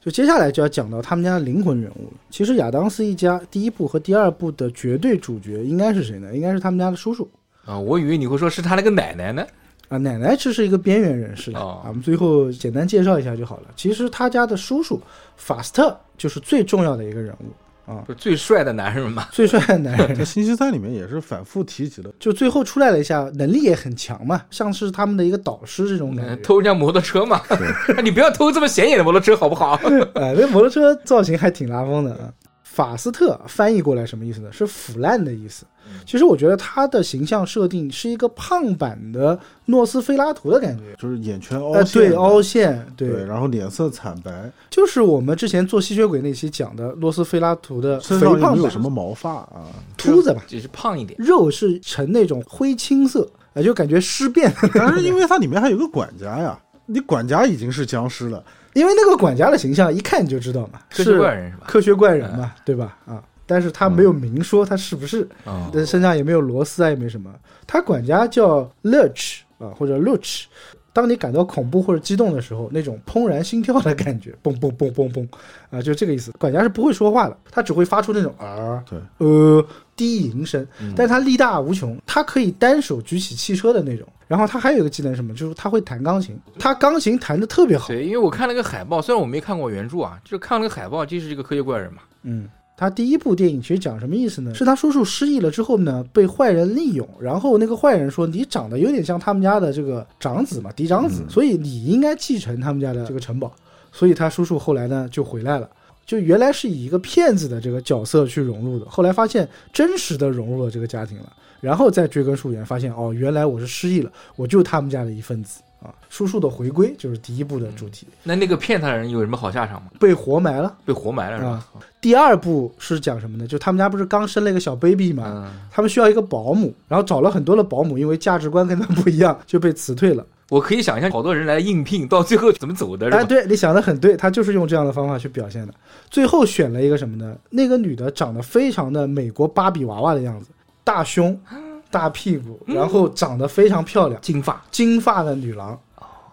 S2: 就接下来就要讲到他们家的灵魂人物了。其实亚当斯一家第一部和第二部的绝对主角应该是谁呢？应该是他们家的叔叔
S4: 啊，我以为你会说是他那个奶奶呢。
S2: 啊，奶奶只是一个边缘人士了。
S4: 哦
S2: 啊我们最后简单介绍一下就好了。其实他家的叔叔法斯特就是最重要的一个人物啊，
S4: 不是最帅的男人嘛？
S2: 最帅的男人。
S3: 在星期三里面也是反复提及的，
S2: 就最后出来了一下，能力也很强嘛，像是他们的一个导师这种感觉。
S4: 偷人家摩托车嘛？ 你不要偷这么显眼的摩托车好不好？
S2: 哎，那摩托车造型还挺拉风的啊。法斯特翻译过来什么意思呢？是腐烂的意思。
S3: 嗯
S2: 其实我觉得他的形象设定是一个胖版的诺斯菲拉图的感觉，
S3: 就是眼圈
S2: 呃
S3: 凹，陷的、
S2: 对，凹陷，
S3: 对然后脸色惨白，
S2: 就是我们之前做吸血鬼那期讲的诺斯菲拉图的肥
S3: 身上又
S2: 胖
S3: 没有
S2: 版，
S3: 什么毛发啊，
S2: 秃子吧，
S4: 只是胖一点。
S2: 肉是呈那种灰青色，哎，就感觉尸变
S3: 但是因为它里面还有个管家呀，你管家已经是僵尸了，
S2: 因为那个管家的形象一看你就知道嘛，
S4: 科
S2: 是
S4: 学怪人是吧嗯
S2: 科学怪人嘛，对吧？啊，但是他没有明说他是不是，
S4: 哦
S2: 呃身上也没有螺丝啊，也没什么。他管家叫 Lurch 啊，或者 Lurch。当你感到恐怖或者激动的时候，那种怦然心跳的感觉， 嘣嘣嘣嘣嘣，啊，就这个意思。管家是不会说话的，他只会发出那种啊，
S3: 对，
S2: 呃低吟声，
S4: 嗯
S2: 但他力大无穷，他可以单手举起汽车的那种。然后他还有一个技能是什么，就是他会弹钢琴，他钢琴弹得特别好。
S4: 对，因为我看那个海报，虽然我没看过原著啊，就是看那个海报，就是这个科学怪人嘛。
S2: 嗯，他第一部电影其实讲什么意思呢？是他叔叔失忆了之后呢，被坏人利用，然后那个坏人说你长得有点像他们家的这个长子嘛，嫡长子，所以你应该继承他们家的这个城堡。所以他叔叔后来呢就回来了。就原来是以一个骗子的这个角色去融入的，后来发现真实的融入了这个家庭了，然后再追根溯源，发现哦，原来我是失忆了，我就他们家的一份子啊。叔叔的回归就是第一部的主题，
S4: 那那个骗他的人有什么好下场吗？
S2: 被活埋了。
S4: 被啊活埋了是吧？
S2: 第二部是讲什么呢？就他们家不是刚生了一个小 baby 嘛，
S4: 嗯，
S2: 他们需要一个保姆，然后找了很多的保姆，因为价值观跟他们不一样，就被辞退了。
S4: 我可以想象好多人来应聘，到最后怎么走的是
S2: 哎，
S4: 吧？
S2: 对你想的很对，他就是用这样的方法去表现的。最后选了一个什么呢？那个女的长得非常的美国芭比娃娃的样子，大胸、
S4: 啊
S2: 大屁股，
S4: 嗯
S2: 然后长得非常漂亮，
S4: 金发，
S2: 金发的女郎，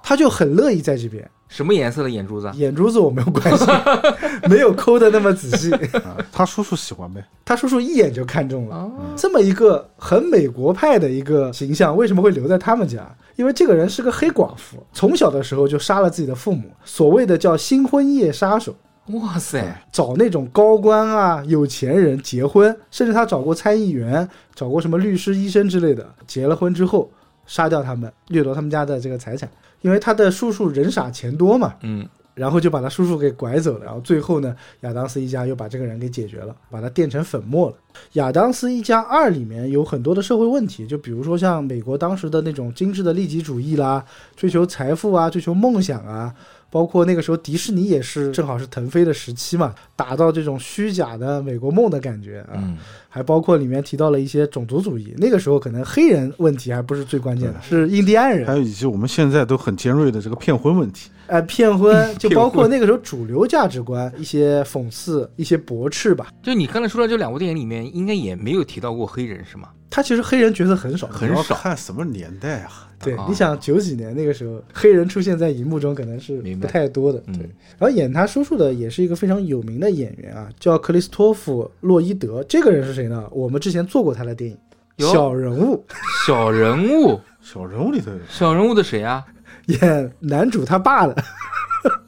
S2: 她就很乐意在这边。
S4: 什么颜色的眼珠子啊？
S2: 眼珠子我没有关系， 没有抠的那么仔细。
S3: 啊，他叔叔喜欢呗，
S2: 他叔叔一眼就看中了。
S4: 哦，
S2: 这么一个很美国派的一个形象，为什么会留在他们家？因为这个人是个黑寡妇，从小的时候就杀了自己的父母，所谓的叫新婚夜杀手。
S4: 哇塞，
S2: 找那种高官啊、有钱人结婚，甚至他找过参议员、找过什么律师、医生之类的，结了婚之后杀掉他们，掠夺他们家的这个财产，因为他的叔叔人傻钱多嘛，
S4: 嗯，
S2: 然后就把他叔叔给拐走了，然后最后呢，亚当斯一家又把这个人给解决了，把他电成粉末了。亚当斯一家二里面有很多的社会问题，就比如说像美国当时的那种精致的利己主义啦，追求财富啊，追求梦想啊，包括那个时候迪士尼也是正好是腾飞的时期嘛，打造这种虚假的美国梦的感觉啊，
S4: 嗯，
S2: 还包括里面提到了一些种族主义，那个时候可能黑人问题还不是最关键的，是印第安人
S3: 还。有以及我们现在都很尖锐的这个骗婚问题，
S2: 呃，骗婚就包括那个时候主流价值观一些讽刺、一些驳斥吧。
S4: 就你刚才说的这两部电影里面，应该也没有提到过黑人是吗？
S2: 他其实黑人角色很少，
S4: 很
S3: 你要
S4: 少
S3: 看什么年代啊？
S2: 对
S4: 啊，
S2: 你想九几年那个时候，黑人出现在荧幕中可能是
S4: 明白
S2: 不太多的。对
S4: 嗯，
S2: 然后演他叔叔的也是一个非常有名的演员啊，叫克里斯托弗·洛伊德。这个人是谁呢？我们之前做过他的电影
S4: 哟
S2: 《小人物
S4: 小人物，
S3: 小人物里头有，
S4: 小人物的谁啊？》，
S2: 演男主他爸的，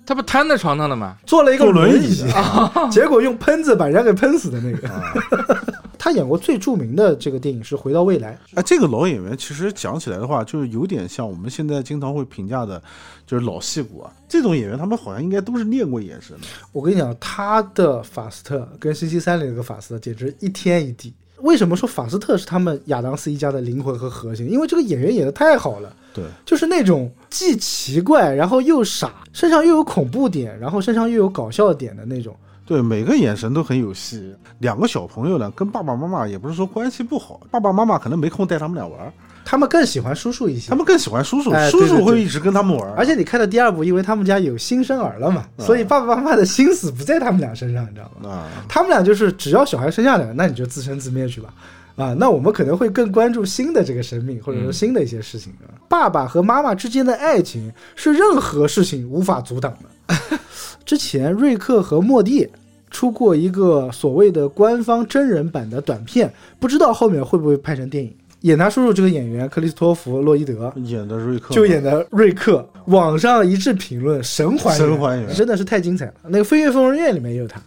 S4: 他不瘫在床上的吗？
S2: 坐了一个
S3: 坐轮
S2: 轮
S3: 椅
S2: 椅， 结果用喷子把人家给喷死的那个。 他演过最著名的这个电影是《回到未来》，
S3: 哎，这个老演员其实讲起来的话，就是有点像我们现在经常会评价的，就是老戏骨啊。这种演员他们好像应该都是练过眼神的。
S2: 我跟你讲，他的法斯特跟星期三里那个法斯特简直一天一地。为什么说法斯特是他们亚当斯一家的灵魂和核心？因为这个演员演得太好了，
S3: 对，
S2: 就是那种既奇怪，然后又傻，身上又有恐怖点，然后身上又有搞笑点的那种。
S3: 对，每个眼神都很有戏。两个小朋友呢，跟爸爸妈妈也不是说关系不好，爸爸妈妈可能没空带他们俩玩儿，
S2: 他们更喜欢叔叔一些
S3: 他。们更喜欢叔叔，
S2: 哎对
S3: 叔
S2: 对
S3: 叔
S2: 对
S3: 会一直跟他们玩儿。
S2: 而且你看到第二部，因为他们家有新生儿了嘛，所以爸爸妈妈的心思不在他们俩身上，你知道吗？
S3: 啊，
S2: 他们俩就是只要小孩生下来了，那你就自生自灭去吧。啊，那我们可能会更关注新的这个生命，或者说新的一些事情、啊爸爸和妈妈之间的爱情是任何事情无法阻挡的。 之前瑞克和莫蒂出过一个所谓的官方真人版的短片，不知道后面会不会拍成电影。演他叔叔这个演员克里斯托弗·洛伊德，
S3: 演的瑞克
S2: 就
S3: 嘛
S2: 演的瑞克，网上一致评论神还原，
S3: 神还原
S2: 真的是太精彩了。那个《飞越疯人院》里面也有他，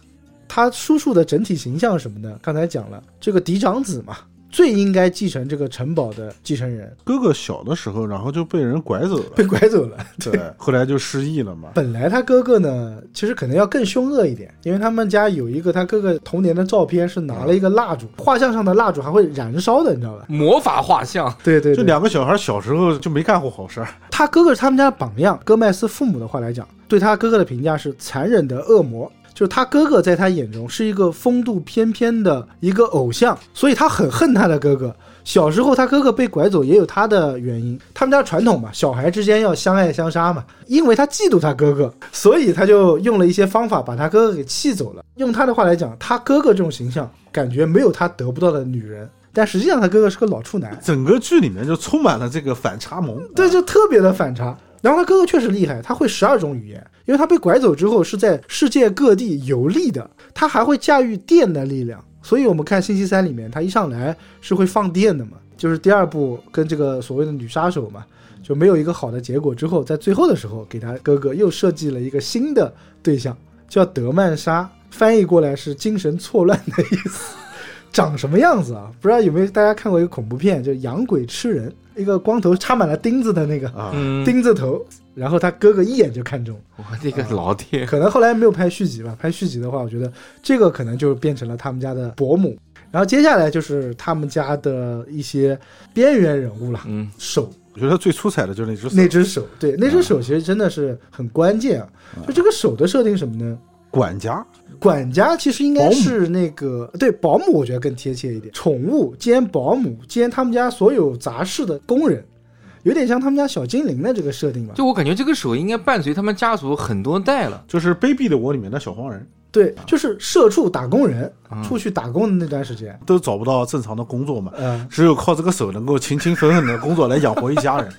S2: 他叔叔的整体形象是什么呢？刚才讲了，这个嫡长子嘛，最应该继承这个城堡的继承人
S3: 哥哥小的时候，然后就被人拐走了
S2: 被，拐走了。
S3: 对，后来就失忆了嘛。
S2: 本来他哥哥呢，其实可能要更凶恶一点，因为他们家有一个他哥哥童年的照片，是拿了一个蜡烛，画像上的蜡烛还会燃烧的，你知道吧？
S4: 魔法画像，
S2: 对对
S3: 这
S2: 对，
S3: 两个小孩小时候就没干过好事儿，
S2: 他哥哥是他们家的榜样。戈麦斯父母的话来讲，对他哥哥的评价是残忍的恶魔，就是他哥哥在他眼中是一个风度翩翩的一个偶像，所以他很恨他的哥哥。小时候他哥哥被拐走也有他的原因，他们家传统嘛，小孩之间要相爱相杀嘛。因为他嫉妒他哥哥，所以他就用了一些方法把他哥哥给气走了。用他的话来讲，他哥哥这种形象感觉没有他得不到的女人，但实际上他哥哥是个老处男。
S3: 整个剧里面就充满了这个反差萌。
S2: 对，就特别的反差。然后他哥哥确实厉害，他会十二种语言，因为他被拐走之后是在世界各地游历的，他还会驾驭电的力量。所以我们看《星期三》里面，他一上来是会放电的嘛，就是第二部跟这个所谓的女杀手嘛，就没有一个好的结果之后，在最后的时候给他哥哥又设计了一个新的对象，叫德曼莎，翻译过来是精神错乱的意思。长什么样子啊？不知道有没有大家看过一个恐怖片，就是养鬼吃人，一个光头插满了钉子的那个
S3: 啊，
S4: 嗯，
S2: 钉子头，然后他哥哥一眼就看中了。
S4: 我的个老天，
S2: 可能后来没有拍续集吧，拍续集的话，我觉得这个可能就变成了他们家的伯母。然后接下来就是他们家的一些边缘人物了，
S4: 嗯，
S2: 手
S3: 我觉得最出彩的就是那只
S2: 那只手，对，那只手其实真的是很关键啊。就这个手的设定什么呢？
S3: 管家，
S2: 管家其实应
S3: 保
S2: 该
S3: 姆
S2: 是那个对保姆，我觉得更贴切一点。宠物兼保姆兼他们家所有杂事的工人，有点像他们家小精灵的这个设定吧。
S4: 就我感觉这个手应该伴随他们家族很多代了，
S3: 就是《卑鄙的我》里面的小黄人，
S2: 对，就是社畜打工人
S4: 嗯
S2: 出去打工的那段时间，
S3: 都找不到正常的工作嘛，
S2: 嗯，
S3: 只有靠这个手能够勤勤奋奋的工作来养活一 家人。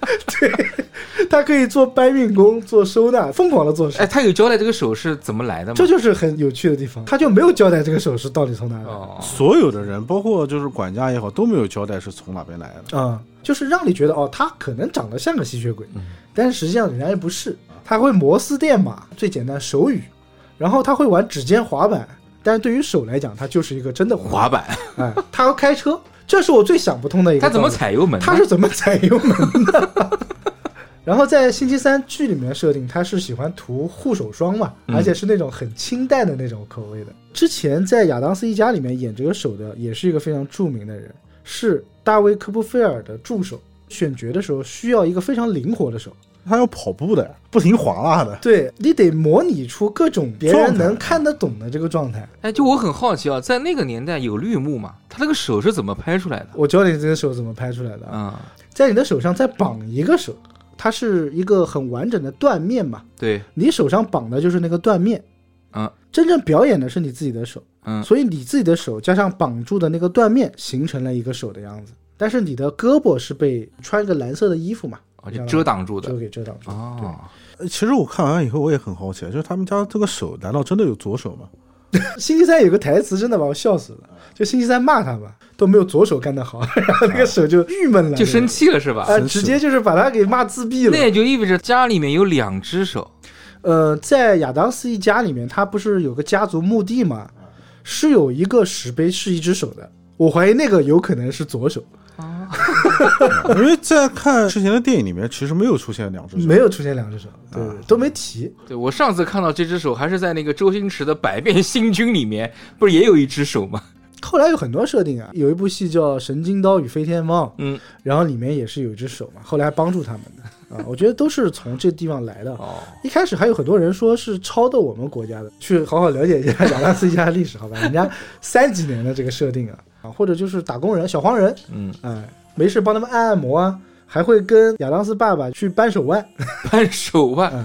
S2: 他可以做搬运工、做收纳，疯狂的做事
S4: 哎，，他有交代这个手是怎么来的吗？
S2: 这就是很有趣的地方。他就没有交代这个手是到底从哪来的啊、
S4: 哦，
S3: 所有的人，包括就是管家也好，都没有交代是从哪边来的。
S2: 啊就是让你觉得哦，他可能长得像
S4: 嗯
S2: 个吸血鬼，但是实际上人家又不是。他会摩斯电码，最简单手语，然后他会玩指尖滑板，但是对于手来讲，他就是一个真的
S4: 滑板，
S2: 哎，他要开车，这是我最想不通的一个。
S4: 他怎么？踩油门呢？
S2: 他是怎么踩油门的？ 然后在星期三剧里面设定，他是喜欢涂护手霜嘛，
S4: 嗯
S2: 而且是那种很清淡的那种口味的。之前在《亚当斯一家》里面演这个手的，也是一个非常著名的人，是大卫科波菲尔的助手。选角的时候需要一个非常灵活的手，
S3: 他要跑步的，不停滑啦的。
S2: 对你得模拟出各种别
S3: 状
S2: 人
S3: 态
S2: 能看得懂的这个状态。
S4: 哎，就我很好奇啊，在那个年代有绿幕嘛？他那个手是怎么拍出来的？
S2: 我教你这个手怎么拍出来的啊，
S4: 啊、
S2: 在你的手上再绑一个手，它是一个很完整的缎面嘛，
S4: 对，
S2: 你手上绑的就是那个缎面。
S4: 嗯，
S2: 真正表演的是你自己的手，
S4: 嗯
S2: 所以你自己的手加上绑住的那个缎面，形成了一个手的样子。但是你的胳膊是被穿一个蓝色的衣服嘛，
S4: 哦就遮挡住的
S2: 就给遮挡住。
S4: 哦，
S3: 呃其实我看完以后，我也很好奇，就是他们家这个手，难道真的有左手 吗？
S2: 星期三有个台词真的把我笑死了，就星期三骂他嘛，都没有左手干得 好，然后那个手就郁闷了，
S4: 就生气了是吧？
S2: 啊，
S3: 生气
S2: 直接就是把他给骂自闭了
S4: 那。也就意味着家里面有两只手，
S2: 呃，在亚当斯一家里面，他不是有个家族墓地吗？是有一个石碑是一只手的，我怀疑那个有可能是左手，
S3: 因为在看之前的电影里面，其实没有出现两只手。
S2: 没有出现两只手，对，对都没提。
S4: 对我上次看到这只手还是在那个周星驰的《百变星君》里面，不是也有一只手吗？
S2: 后来有很多设定啊，有一部戏叫《神经刀与飞天猫》，
S4: 嗯，
S2: 然后里面也是有一只手嘛，后来还帮助他们的啊，我 觉得都是从这地方来的。
S4: 哦，
S2: 一开始还有很多人说是抄的我们国家的，去好好了解一下亚当斯一家的历史，好吧？ 人家三几年的这个设定啊，啊，或者就是打工人、小黄人，
S4: 嗯，
S2: 哎，没事帮他们按按摩啊，还会跟亚当斯爸爸去扳手腕，
S4: 扳手腕，
S2: 嗯，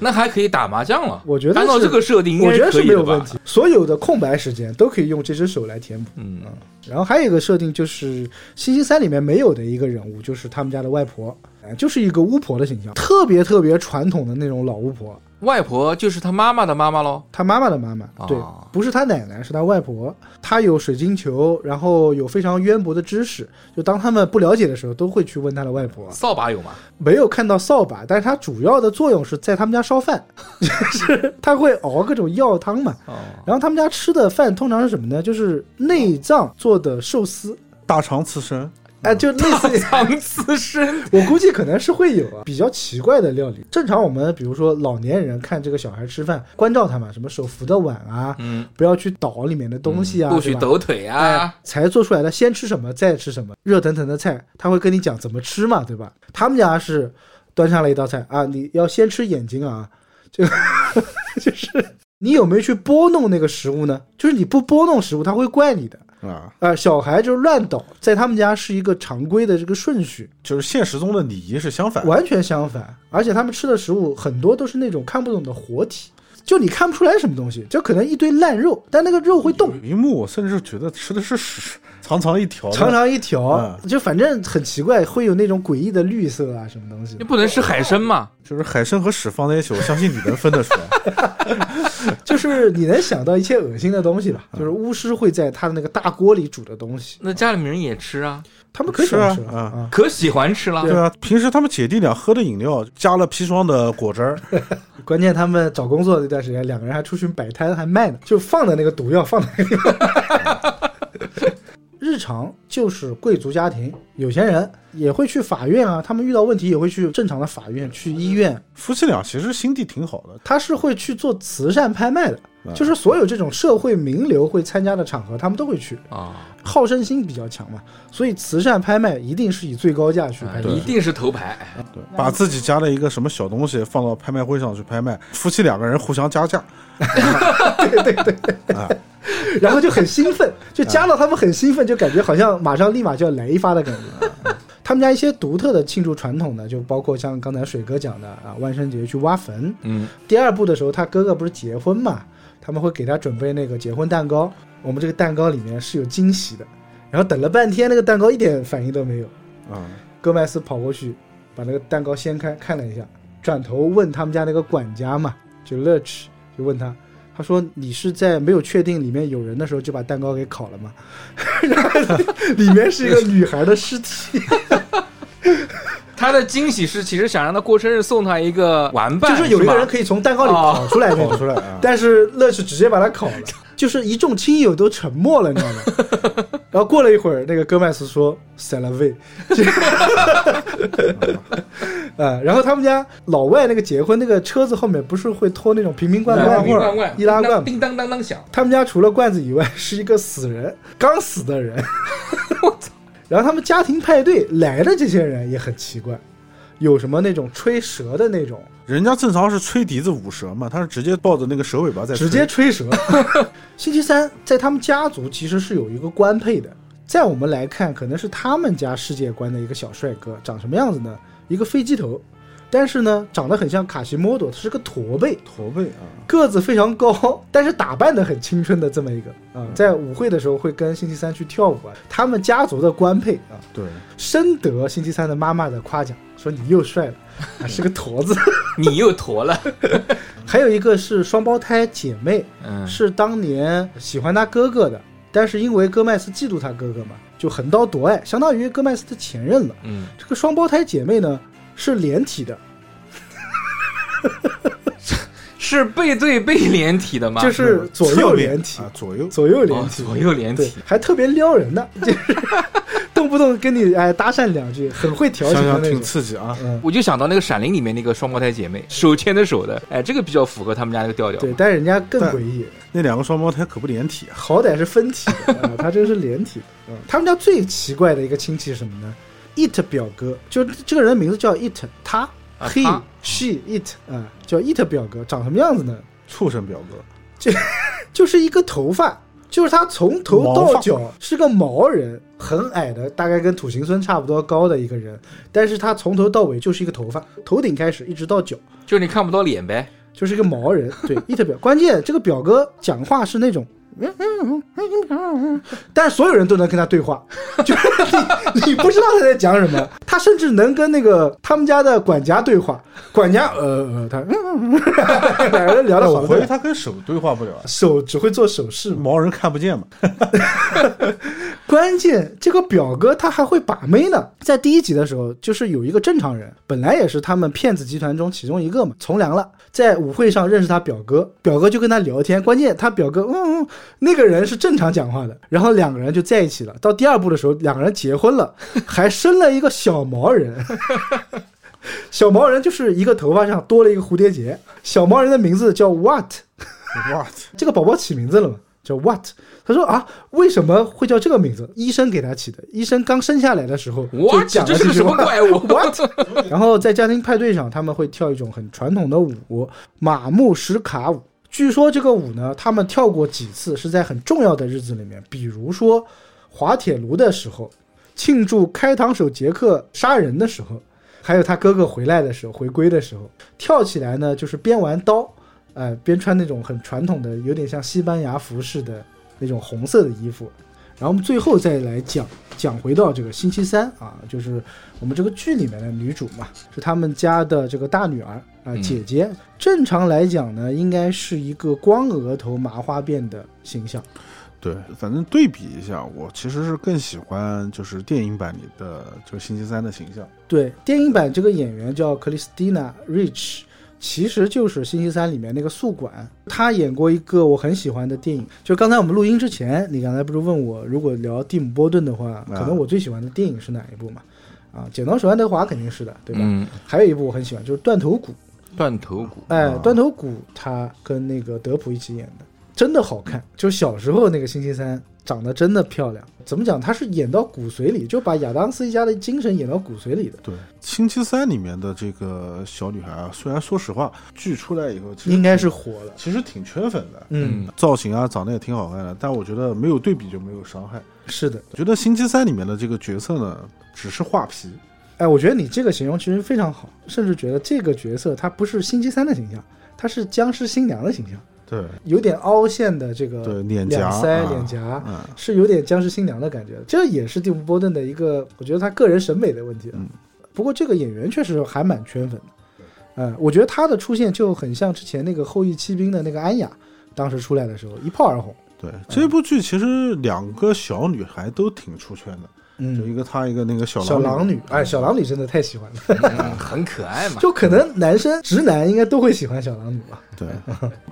S4: 那还可以打麻将了。
S2: 我觉得
S4: 按照
S2: 是
S4: 这个设定，应
S2: 我
S4: 该
S2: 觉得
S4: 可
S2: 是
S4: 以
S2: 没有
S4: 的
S2: 问
S4: 吧？
S2: 题。所有的空白时间都可以用这只手来填补。
S4: 嗯，
S2: 然后还有一个设定就是《星期三》里面没有的一个人物，就是他们家的外婆，哎就是一个巫婆的形象，特别特别传统的那种老巫婆，
S4: 外婆就是他妈妈的妈妈喽。
S2: 她妈妈的妈妈
S4: 哦，
S2: 对，不是她奶奶，是她外婆。她有水晶球，然后有非常渊博的知识，就当他们不了解的时候，都会去问她的外婆。
S4: 扫把有吗？
S2: 没有看到扫把，但是它主要的作用是在他们家烧饭， 就是他会熬各种药汤嘛。
S4: 哦，
S2: 然后他们家吃的饭通常是什么呢？就是内脏做的寿司，
S3: 大肠刺身，
S2: 哎、就类似于，
S4: 藏私身
S2: 我估计可能是会有啊，比较奇怪的料理。正常我们比如说老年人看这个小孩吃饭，关照他嘛，什么手扶的碗啊，
S4: 嗯，
S2: 不要去倒里面的东西啊，
S4: 不
S2: 对
S4: 许
S2: 吧哎
S4: 抖腿啊！
S2: 才做出来的，先吃什么，再吃什么，热腾腾的菜，他会跟你讲怎么吃嘛，对吧？他们家是端上了一道菜啊，你要先吃眼睛啊，这个 就是你有没有去拨弄那个食物呢？就是你不拨弄食物，他会怪你的。
S3: 啊，
S2: 啊、小孩就是乱倒，在他们家是一个常规的这个顺序，
S3: 就是现实中的礼仪是相反的。
S2: 完全相反。而且他们吃的食物很多都是那种看不懂的活体，就你看不出来什么东西，就可能一堆烂肉，但那个肉会动
S3: 有，一幕我甚至觉得吃的是屎，长长一条的。
S2: 长长一条，
S3: 嗯
S2: 就反正很奇怪，会有那种诡异的绿色啊，什么东西
S4: 你，不能吃海参嘛？
S3: 就是海参和屎放在一起，我相信你能分得出 来。
S2: 就是你能想到一切恶心的东西吧？
S3: 嗯
S2: 就是巫师会在他的那个大锅里煮的东西，
S4: 那家里面人也吃啊，
S2: 他们可喜欢吃
S3: 是
S2: 了
S3: 啊啊
S2: 啊。
S4: 可喜欢吃了。
S3: 对啊，平时他们姐弟俩喝的饮料加了砒霜的果 汁儿，
S2: 关键他们找工作那段时间，两个人还出去摆摊还卖呢，就放在那个毒药放在那个地方。 日常就是贵族家庭，有钱人也会去法院啊，他们遇到问题也会去正常的法院、去医院，
S3: 夫妻俩其实心地挺好的。
S2: 他是会去做慈善拍卖的，就是所有这种社会名流会参加的场合，他们都会去，
S4: 啊，
S2: 好胜心比较强嘛，所以慈善拍卖一定是以最高价去拍的。
S4: 一定是头牌。
S3: 对，把自己家的一个什么小东西放到拍卖会上去拍卖，夫妻两个人互相加价。
S2: 啊 然后就很兴奋，就加到他们很兴奋，就感觉好像马上立马就要来一发的感觉。他们家一些独特的庆祝传统呢，就包括像刚才水哥讲的啊，万圣节去挖坟。
S4: 嗯，
S2: 第二部的时候，他哥哥不是结婚嘛，他们会给他准备那个结婚蛋糕。我们这个蛋糕里面是有惊喜的，然后等了半天，那个蛋糕一点反应都没有。
S3: 啊、
S2: 戈麦斯跑过去，把那个蛋糕掀开看了一下，转头问他们家那个管家嘛，就 Lurch，就问他，他说你是在没有确定里面有人的时候就把蛋糕给烤了吗？ 然后里面是一个女孩的尸体。
S4: 他的惊喜是，其实想让他过生日送他一个玩 伴，
S2: 就是有一个人
S4: 吧
S2: 可以从蛋糕里
S4: 哦
S2: 烤出来那
S3: 烤
S2: 种
S3: 出。来啊！
S2: 但是乐趣直接把它烤了，就是一众亲友都沉默了，你知道吗？然后过了一会儿，那个戈麦斯说 s e l a v 啊，然后他们家老外那个结婚那个车子后面不是会拖那种瓶瓶罐罐或
S4: 瓶瓶
S2: 者
S4: 罐罐
S2: 易拉罐吗？
S4: 叮当当当响，
S2: 他们家除了罐子以外是一个死人，刚死的人。然后他们家庭派对来的这些人也很奇怪，有什么那种吹蛇的那种，
S3: 人家正常是吹笛子舞蛇嘛，他是直接抱着那个蛇尾巴在
S2: 直
S3: 吹
S2: 接吹蛇。 星期三在他们家族其实是有一个官配的，在我们来看，可能是他们家世界观的一个小帅哥，长什么样子呢？一个飞机头，但是呢，长得很像卡西莫多，是个驼背，
S3: 驼背啊，
S2: 个子非常高，但是打扮的很青春的这么一个啊、在舞会的时候会跟星期三去跳舞啊。他们家族的官配啊，
S3: 对，
S2: 深得星期三的妈妈的夸奖，说你又帅了，啊是个驼子。
S4: 你又驼了，
S2: 还有一个是双胞胎姐妹，
S4: 嗯，
S2: 是当年喜欢他哥哥的，但是因为戈麦斯嫉妒他哥哥嘛，就横刀夺爱，相当于戈麦斯的前任了。
S4: 嗯，
S2: 这个双胞胎姐妹呢是连体的，
S4: 是背对背连体的吗？
S2: 就是是左右连体
S3: 侧面，啊，左右
S2: 左右连体，
S4: 哦左右连体
S2: 对还特别撩人的， 就是动不动跟你哎搭讪两句，很会调
S3: 想
S2: 情的
S3: 想
S2: 那
S3: 挺
S2: 种。
S3: 刺激啊！
S2: 嗯，
S4: 我就想到那个《闪灵》里面那个双胞胎姐妹手牵着手的，哎，这个比较符合他们家那个调调。
S2: 对，但人家更
S3: 但
S2: 诡异，
S3: 那两个双胞胎可不连体啊，
S2: 好歹是分体的，啊他真是连体的。嗯，他们家最奇怪的一个亲戚是什么呢？It 表哥，就这个人名字叫 It，他
S4: 啊
S2: he
S4: 他
S2: she it 啊，叫 It 表哥，长什么样子呢？
S3: 畜生表哥，
S2: 就是一个头发，就是他从头
S3: 毛
S2: 到
S3: 发
S2: 脚是个毛人，很矮的，大概跟土行孙差不多高的一个人，但是他从头到尾就是一个头发，头顶开始一直到脚。
S4: 就是你看不到脸呗，
S2: 就是一个毛人， 对，it 表。关键这个表哥讲话是那种， 但是所有人都能跟他对话， 就是你你不知道他在讲什么，他甚至能跟那个他们家的管家对话，管家呃呃，他嗯 嗯嗯两个人聊得好
S3: 我怀疑
S2: 的，
S3: 他跟手对话不了啊，
S2: 手只会做手势
S3: 是。毛人看不见嘛？
S2: 关键这个表哥他还会把妹呢，在第一集的时候，就是有一个正常人，本来也是他们骗子集团中其中一个嘛，从良了，在舞会上认识他表哥，表哥就跟他聊天，关键他表哥嗯嗯，那个人是正常讲话的，然后两个人就在一起了。到第二部的时候，两个人结婚了，还生了一个小毛人。 小毛人就是一个头发上多了一个蝴蝶结，小毛人的名字叫 What，
S3: 哇，
S2: 这个宝宝起名字了嘛，叫 What？他说啊，为什么会叫这个名字？医生给他起的。医生刚生下来的时候就
S4: 我去，
S2: 讲
S4: 这
S2: 了
S4: 是
S2: 这
S4: 个
S2: 句
S4: 什么
S2: 话。
S4: 怪物
S2: What？然后在家庭派对上，他们会跳一种很传统的舞——马木什卡舞。据说这个舞呢，他们跳过几次，是在很重要的日子里面，比如说滑铁卢的时候，庆祝开膛手杰克杀人的时候，还有他哥哥回来的时候、回归的时候，跳起来呢，就是边玩刀，呃，边穿那种很传统的，有点像西班牙服饰的那种红色的衣服。然后我们最后再来讲讲回到这个星期三啊，就是我们这个剧里面的女主嘛，是他们家的这个大女儿啊、
S4: 嗯
S2: 姐姐。正常来讲呢，应该是一个光额头麻花辫的形象。
S3: 对，反正对比一下，我其实是更喜欢就是电影版里的就是星期三的形象。
S2: 对，电影版这个演员叫克里斯蒂娜· Rich，其实就是《星期三》里面那个宿管，她演过一个我很喜欢的电影，就刚才我们录音之前，你刚才不是问我，如果聊蒂姆·波顿的话，可能我最喜欢的电影是哪一部嘛？啊，《剪刀手爱德华》肯定是的，对吧？
S4: 嗯，
S2: 还有一部我很喜欢，就是《断头谷》。
S4: 断头骨，
S2: 哎，
S3: 啊
S2: 断头谷他跟那个德普一起演的，真的好看。就小时候那个星期三长得真的漂亮，怎么讲？他是演到骨髓里，就把亚当斯一家的精神演到骨髓里的。
S3: 对，星期三里面的这个小女孩啊，虽然说实话，剧出来以后其实
S2: 应该是火了。
S3: 其实挺圈粉的，
S2: 嗯，
S3: 造型啊长得也挺好看的，但我觉得没有对比就没有伤害。
S2: 是的。
S3: 我觉得星期三里面的这个角色呢，只是画皮，
S2: 哎，我觉得你这个形容其实非常好，甚至觉得这个角色他不是星期三的形象，他是僵尸新娘的形象，
S3: 对
S2: 有点凹陷的这个
S3: 对，脸颊、
S2: 两腮、
S3: 啊
S2: 脸颊。
S3: 嗯，
S2: 是有点僵尸新娘的感觉，这也是蒂姆·波顿的一个，我觉得他个人审美的问题。啊
S3: 嗯
S2: 不过这个演员确实还蛮圈粉的，嗯，我觉得他的出现就很像之前那个《后羿弃兵》的那个安雅，当时出来的时候一炮而红。
S3: 对，这部剧其实两个小女孩都挺出圈的，就一
S2: 嗯，
S3: 个他一个那个小
S2: 小
S3: 狼
S2: 狼女，哎，小狼女真的太喜欢了，
S4: 嗯很可爱嘛。
S2: 就可能男生直男应该都会喜欢小狼女吧。
S3: 对，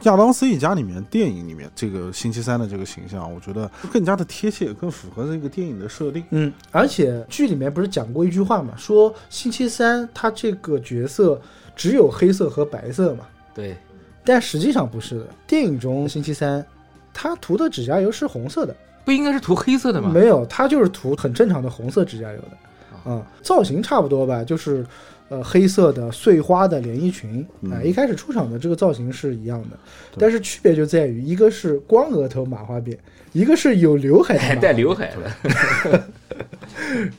S3: 亚当斯一家里面电影里面这个星期三的这个形象，我觉得更加的贴切，更符合这个电影的设定。
S2: 嗯，而且剧里面不是讲过一句话嘛，说星期三他这个角色只有黑色和白色嘛，
S4: 对，
S2: 但实际上不是的。电影中星期三，他涂的指甲油是红色的，
S4: 不应该是涂黑色的吗？
S2: 没有，他就是涂很正常的红色指甲油的。啊、造型差不多吧，就是呃黑色的碎花的连衣裙
S3: 嗯
S2: 啊、一开始出场的这个造型是一样的，
S3: 对
S2: 但是区别就在于一个是光额头麻花辫，一个是有刘海的麻
S4: 还
S2: 花辫
S4: 哎带刘海的，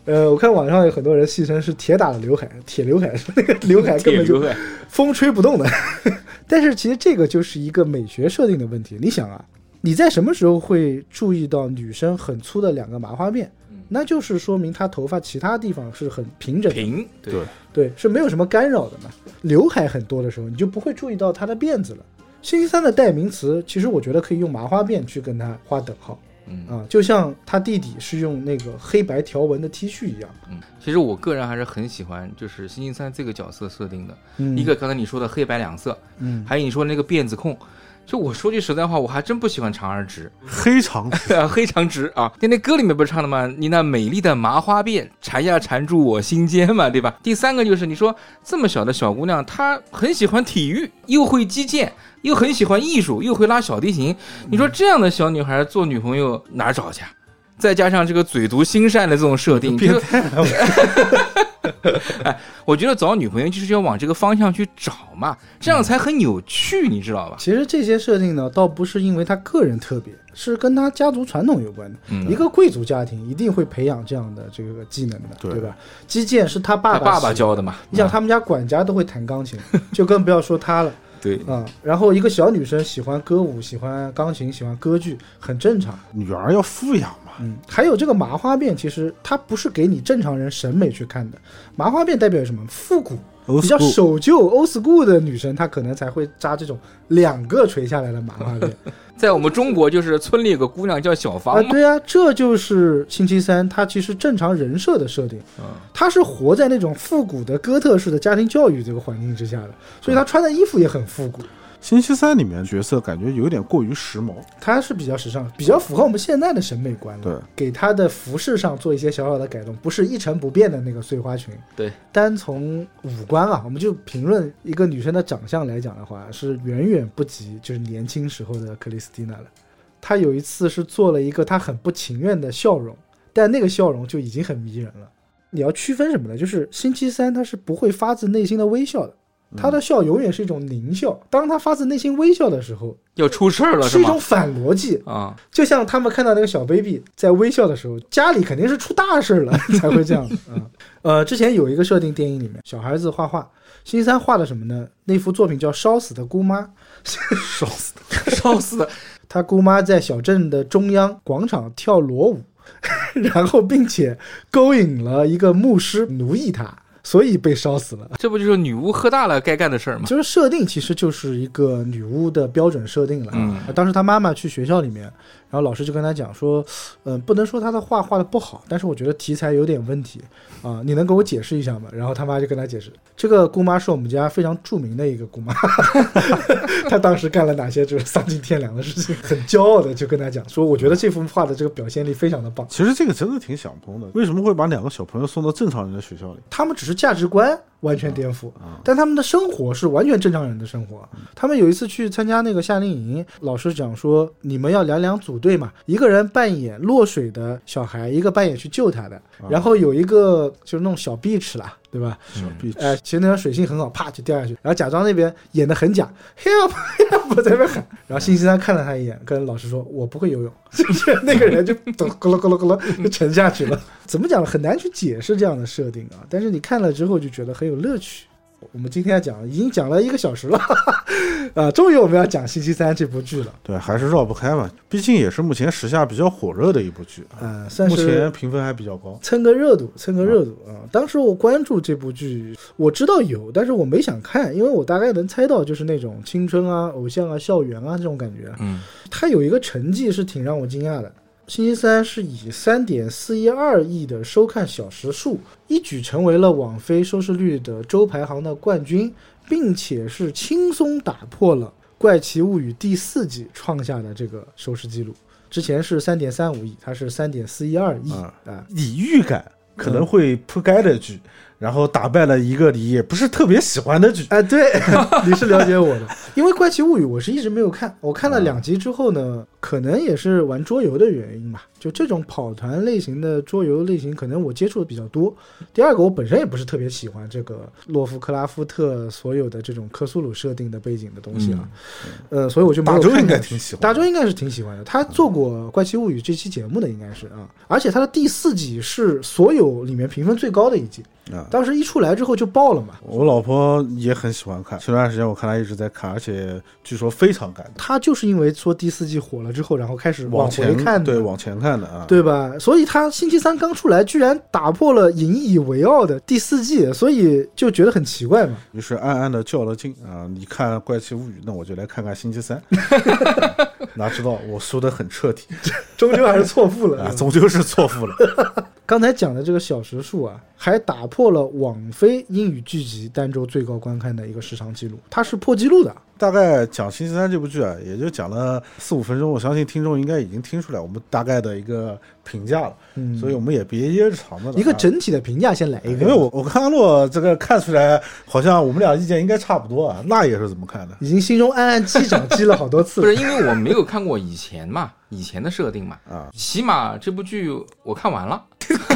S2: 呃，我看网上有很多人戏称是铁打的刘海，铁刘海，那个刘海根
S4: 铁
S2: 本就
S4: 刘海，
S2: 风吹不动的。 但是其实这个就是一个美学设定的问题。你想啊，你在什么时候会注意到女生很粗的两个麻花辫
S4: 嗯？
S2: 那就是说明她头发其他地方是很平整的，
S4: 平
S3: 对
S4: 对
S2: 对，是没有什么干扰的嘛。刘海很多的时候，你就不会注意到她的辫子了。星期三的代名词，其实我觉得可以用麻花辫去跟它划等号
S4: 嗯
S2: 啊，就像他弟弟是用那个黑白条纹的 T 恤一样。
S4: 嗯，其实我个人还是很喜欢，就是星期三这个角色设定的。
S2: 嗯
S4: 一个刚才你说的黑白两色，
S2: 嗯，
S4: 还有你说的那个辫子控。就我说句实在话，我还真不喜欢长而直，
S3: 黑长直，
S4: 黑长直 啊。那那歌里面不是唱的吗？你那美丽的麻花辫缠呀缠住我心间嘛，对吧？第三个就是你说这么小的小姑娘，她很喜欢体育，又会击剑，又很喜欢艺术，又会拉小提琴。你说这样的小女孩做女朋友哪儿找去啊？再加上这个嘴毒心善的这种 设定，就是 哎我觉得找女朋友就是要往这个方向去找嘛，这样才很有趣，你知道吧？
S2: 其实这些设定呢，倒不是因为他个人特别，是跟他家族传统有关的。
S4: 嗯
S2: 一个贵族家庭一定会培养这样的这个技能的，
S3: 对
S2: 对吧？击剑是他爸
S4: 他爸
S2: 爸
S4: 爸
S2: 教，
S4: 教的嗯嘛，嗯
S2: 你想他们家管家都会弹钢琴，就更不要说他了
S4: 对，
S2: 啊、然后一个小女生喜欢歌舞，喜欢钢琴，喜欢歌剧，很正常。
S3: 女儿要富养嘛，
S2: 嗯，还有这个麻花辫，其实它不是给你正常人审美去看的。麻花辫代表什么？复古，
S3: Old
S2: 比较
S3: school
S2: 守旧、old school 的女生，她可能才会扎这种两个垂下来的麻花辫
S4: 在我们中国就是村里有个姑娘叫小
S2: 啊
S4: 芳。嘛，
S2: 对啊，这就是星期三，它其实正常人设的设定，
S4: 嗯
S2: 她是活在那种复古的哥特式的家庭教育这个环境之下的，所以她穿的衣服也很复古，
S3: 星期三里面角色感觉有点过于时髦，
S2: 她是比较时尚，比较符合我们现在的审美观的。
S3: 对，
S2: 给她的服饰上做一些小小的改动，不是一成不变的那个碎花裙。
S4: 对，
S2: 单从五官啊，我们就评论一个女生的长相来讲的话，是远远不及就是年轻时候的克里斯蒂娜了。她有一次是做了一个她很不情愿的笑容，但那个笑容就已经很迷人了。你要区分什么呢？就是星期三她是不会发自内心的微笑的，她的笑永远是一种狞笑。当她发自内心微笑的时候，
S4: 要出事儿了
S2: 是
S4: 是
S2: 一
S4: 吗
S2: 种？反逻辑。
S4: 啊，
S2: 就像他们看到那个小 baby 在微笑的时候，家里肯定是出大事了才会这样啊、嗯呃，之前有一个设定电影里面，小孩子画画，星期三画的什么呢？那幅作品叫《烧死的姑妈》，
S4: 烧死的，烧死 的，
S2: 他姑妈在小镇的中央广场跳裸舞， 然后并且勾引了一个牧师奴役她，所以被烧死了。
S4: 这不就是女巫喝大了该干的事儿吗？
S2: 就是设定其实就是一个女巫的标准设定了。啊
S4: 嗯
S2: 当时她妈妈去学校里面，然后老师就跟她讲说，嗯、不能说她的画画的不好，但是我觉得题材有点问题啊、你能给我解释一下吗？然后她妈就跟她解释，这个姑妈是我们家非常著名的一个姑妈， 她当时干了哪些就是丧尽天良的事情， 很骄傲的就跟她讲说，我觉得这幅画的这个表现力非常的棒。
S3: 其实这个真的挺想不通的，为什么会把两个小朋友送到正常人的学校里？
S2: 他们只是价值观完全颠覆，但他们的生活是完全正常人的生活。他们有一次去参加那个夏令营，老师讲说你们要两两组队嘛，一个人扮演落水的小孩，一个扮演去救他的，然后有一个就是那种小 beach 啦，对吧？
S3: 小壁纸
S2: 呃，其实那个水性很好，啪就掉下去，然后假装那边演的很假，help help 在那边喊，然后星期三看了他一眼，跟老师说我不会游泳， 就是那个人就咚咕噜咕噜咕噜就沉下去了。 怎么讲呢？很难去解释这样的设定啊，但是你看了之后就觉得很有乐趣。我们今天要讲，已经讲了一个小时了， 啊，终于我们要讲星期三这部剧了，
S3: 对，还是绕不开嘛，毕竟也是目前时下比较火热的一部剧啊，
S2: 啊，算
S3: 目
S2: 是
S3: 前评分还比较高。
S2: 蹭个热度，蹭个热度啊！当时我关注这部剧，我知道有，但是我没想看，因为我大概能猜到，就是那种青春啊、偶像啊、校园啊这种感觉。
S4: 嗯，
S2: 它有一个成绩是挺让我惊讶的，星期三是以三点四一二亿的收看小时数，一举成为了网飞收视率的周排行的冠军，并且是轻松打破了《怪奇物语》第四季创下的这个收视记录。之前是三点三五亿，它是三点四一二亿
S3: 啊
S2: 啊、
S3: 以预感可
S2: 嗯
S3: 能会铺盖的剧，然后打败了一个你也不是特别喜欢的剧。
S2: 哎，对，你是了解我的， 啊因为《怪奇物语》我是一直没有看，我看了两集之后呢，可能也是玩桌游的原因吧，就这种跑团类型的桌游类型，可能我接触的比较多。第二个，我本身也不是特别喜欢这个洛夫克拉夫特所有的这种科苏鲁设定的背景的东西啊，呃，所以我就没
S3: 大
S2: 有
S3: 周
S2: 看
S3: 应该
S2: 下去
S3: 挺喜欢，
S2: 大周应该是挺喜欢的，他做过《怪奇物语》这期节目的应该是啊，而且他的第四季是所有里面评分最高的一季，
S3: 啊。
S2: 当时一出来之后就爆了嘛，
S3: 我老婆也很喜欢看，前段时间我看她一直在看，而且据说非常感动。
S2: 他就是因为说第四季火了之后，然后开始往回
S3: 前
S2: 看的
S3: 对，往前看的啊。
S2: 对吧？所以他星期三刚出来，居然打破了引以为傲的第四季，所以就觉得很奇怪嘛。
S3: 于是暗暗的较了劲啊！你看《怪奇物语》，那我就来看看《星 期三》嗯哪知道我输得很彻底
S2: 终究还是错付了。
S3: 啊，终究是错付了。
S2: 刚才讲的这个小时数啊，还打破了网飞英语剧集单周最高观看的一个时长记录，它是破纪录的。
S3: 大概讲《星期三》这部剧啊，也就讲了四五分钟，我相信听众应该已经听出来我们大概的一个评价了，
S2: 嗯，
S3: 所以我们也别掖着肠子了啊。
S2: 一个整体的评价先来一个，
S3: 因为我我跟阿洛这个看出来，好像我们俩意见应该差不多啊。那也是怎么看的
S2: 已经心中暗暗击掌击了好多次
S4: 不
S2: 了。
S4: 是因为我没有看过以前嘛， 以前的设定嘛，
S3: 啊？
S4: 起码这部剧我看完了。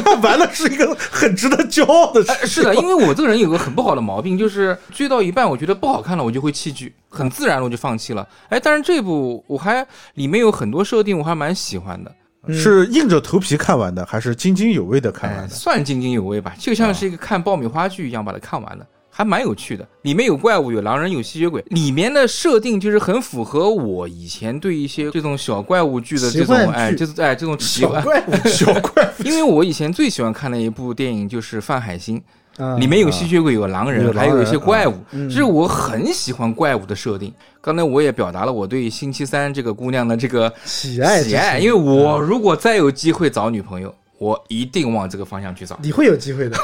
S3: 看完了是一个很值得骄傲的事
S4: 哎，是的，因为我这个人有个很不好的毛病，就是追到一半我觉得不好看了，我就会弃剧，很自然了我就放弃了。哎，但是这部我还里面有很多设定我还蛮喜欢的，
S2: 嗯
S3: 是硬着头皮看完的，还是津津有味的看
S4: 哎，
S3: 完的？
S4: 算津津有味吧，就像是一个看爆米花剧一样把它看完了。还蛮有趣的，里面有怪物，有狼人，有吸血鬼，里面的设定就是很符合我以前对一些这种小怪物剧的这
S2: 奇
S4: 种
S2: 幻剧
S4: 哎，这种哎这种奇
S2: 小
S4: 幻，
S2: 怪物
S3: 小 怪
S4: 因为我以前最喜欢看的一部电影就是《范海辛》，
S2: 啊，
S4: 里面有吸血鬼，有狼人，
S3: 有狼人
S4: 还有一些怪物，
S2: 嗯
S4: 这是我很喜欢怪物的设定。刚才我也表达了我对星期三这个姑娘的这个
S2: 喜爱
S4: 喜爱，因为我如果再有机会找女朋友，我一定往这个方
S2: 。
S4: 向去找
S2: 你会有机会的。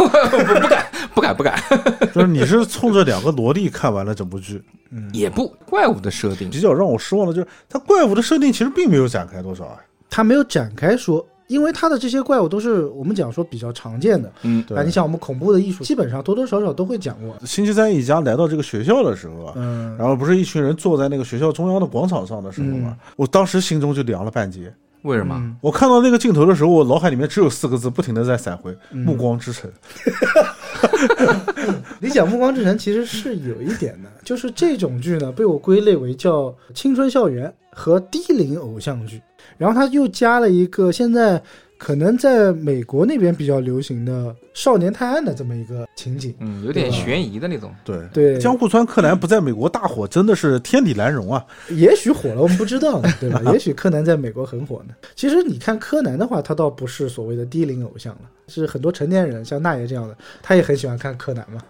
S4: 不敢不敢，
S3: 就是你是冲着两个萝莉看完了整部剧，
S4: 也不怪物的设定
S3: 比较让我失望的就是它怪物的设定其实并没有展开多少啊。
S2: 他没有展开说，因为他的这些怪物都是我们讲说比较常见的。
S4: 嗯
S3: 对
S2: 啊，你想我们恐怖的艺术，基本上多多少少都会讲过。
S3: 星期三一家来到这个学校的时候啊，
S2: 嗯，
S3: 然后不是一群人坐在那个学校中央的广场上的时候嘛，我当时心中就凉了半截。
S4: 为什么？
S3: 我看到那个镜头的时候，我脑海里面只有四个字，不停的在闪回“暮光之城
S2: 你讲《暮光之城》其实是有一点的，就是这种剧呢，被我归类为叫青春校园和低龄偶像剧。然后他又加了一个现在可能在美国那边比较流行的少年探案的这么一个情景。
S4: 嗯，有点
S2: 对吧
S4: 悬疑的那种。”。
S3: 对
S2: 对
S3: 江户川柯南不在美国大火，真的是天理难容啊！
S2: 也许火了，我们不知道呢，对吧？也许柯南在美国很火呢。其实你看柯南的话，他倒不是所谓的低龄偶像了，是很多成年人像大爷这样的，他也很喜欢看柯南嘛。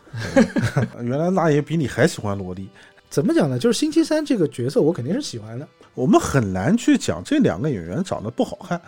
S3: 原来那也比你还喜欢萝莉。
S2: 怎么讲呢？就是星期三这个角色，我肯定是喜欢的。
S3: 我们很难去讲这两个演员长得不好看，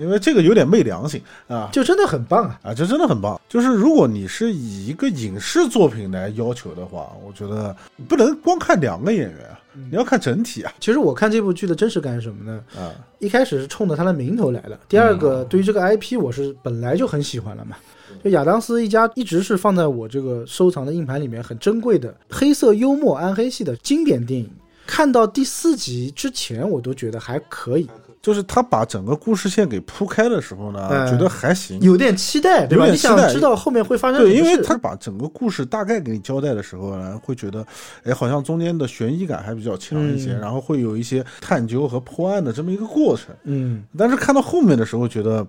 S3: 因为这个有点昧良心啊
S2: 就真的很棒啊！
S3: 啊，这真的很棒。就是如果你是以一个影视作品来要求的话，我觉得你不能光看两个演员啊，你要看整体啊
S2: 其实我看这部剧的真实感是什么呢？
S3: 啊。
S2: 一开始是冲着他的名头来的，第二个
S3: 嗯
S2: 对于这个 IP 我是本来就很喜欢了嘛。就亚当斯一家一直是放在我这个收藏的硬盘里面很珍贵的黑色幽默暗黑系的经典电影。看到第四集之前，我都觉得还可以，
S3: 就是他把整个故事线给铺开的时候呢，
S2: 嗯
S3: 觉得还行。
S2: 有点期待，对吧？
S3: 有点
S2: 你
S3: 期待
S2: 想知道后面会发生什么
S3: 对，
S2: 事？
S3: 因为他把整个故事大概给你交代的时候呢，会觉得，哎，好像中间的悬疑感还比较强一些，
S2: 嗯
S3: 然后会有一些探究和破案的这么一个过程。
S2: 嗯，
S3: 但是看到后面的时候，觉得，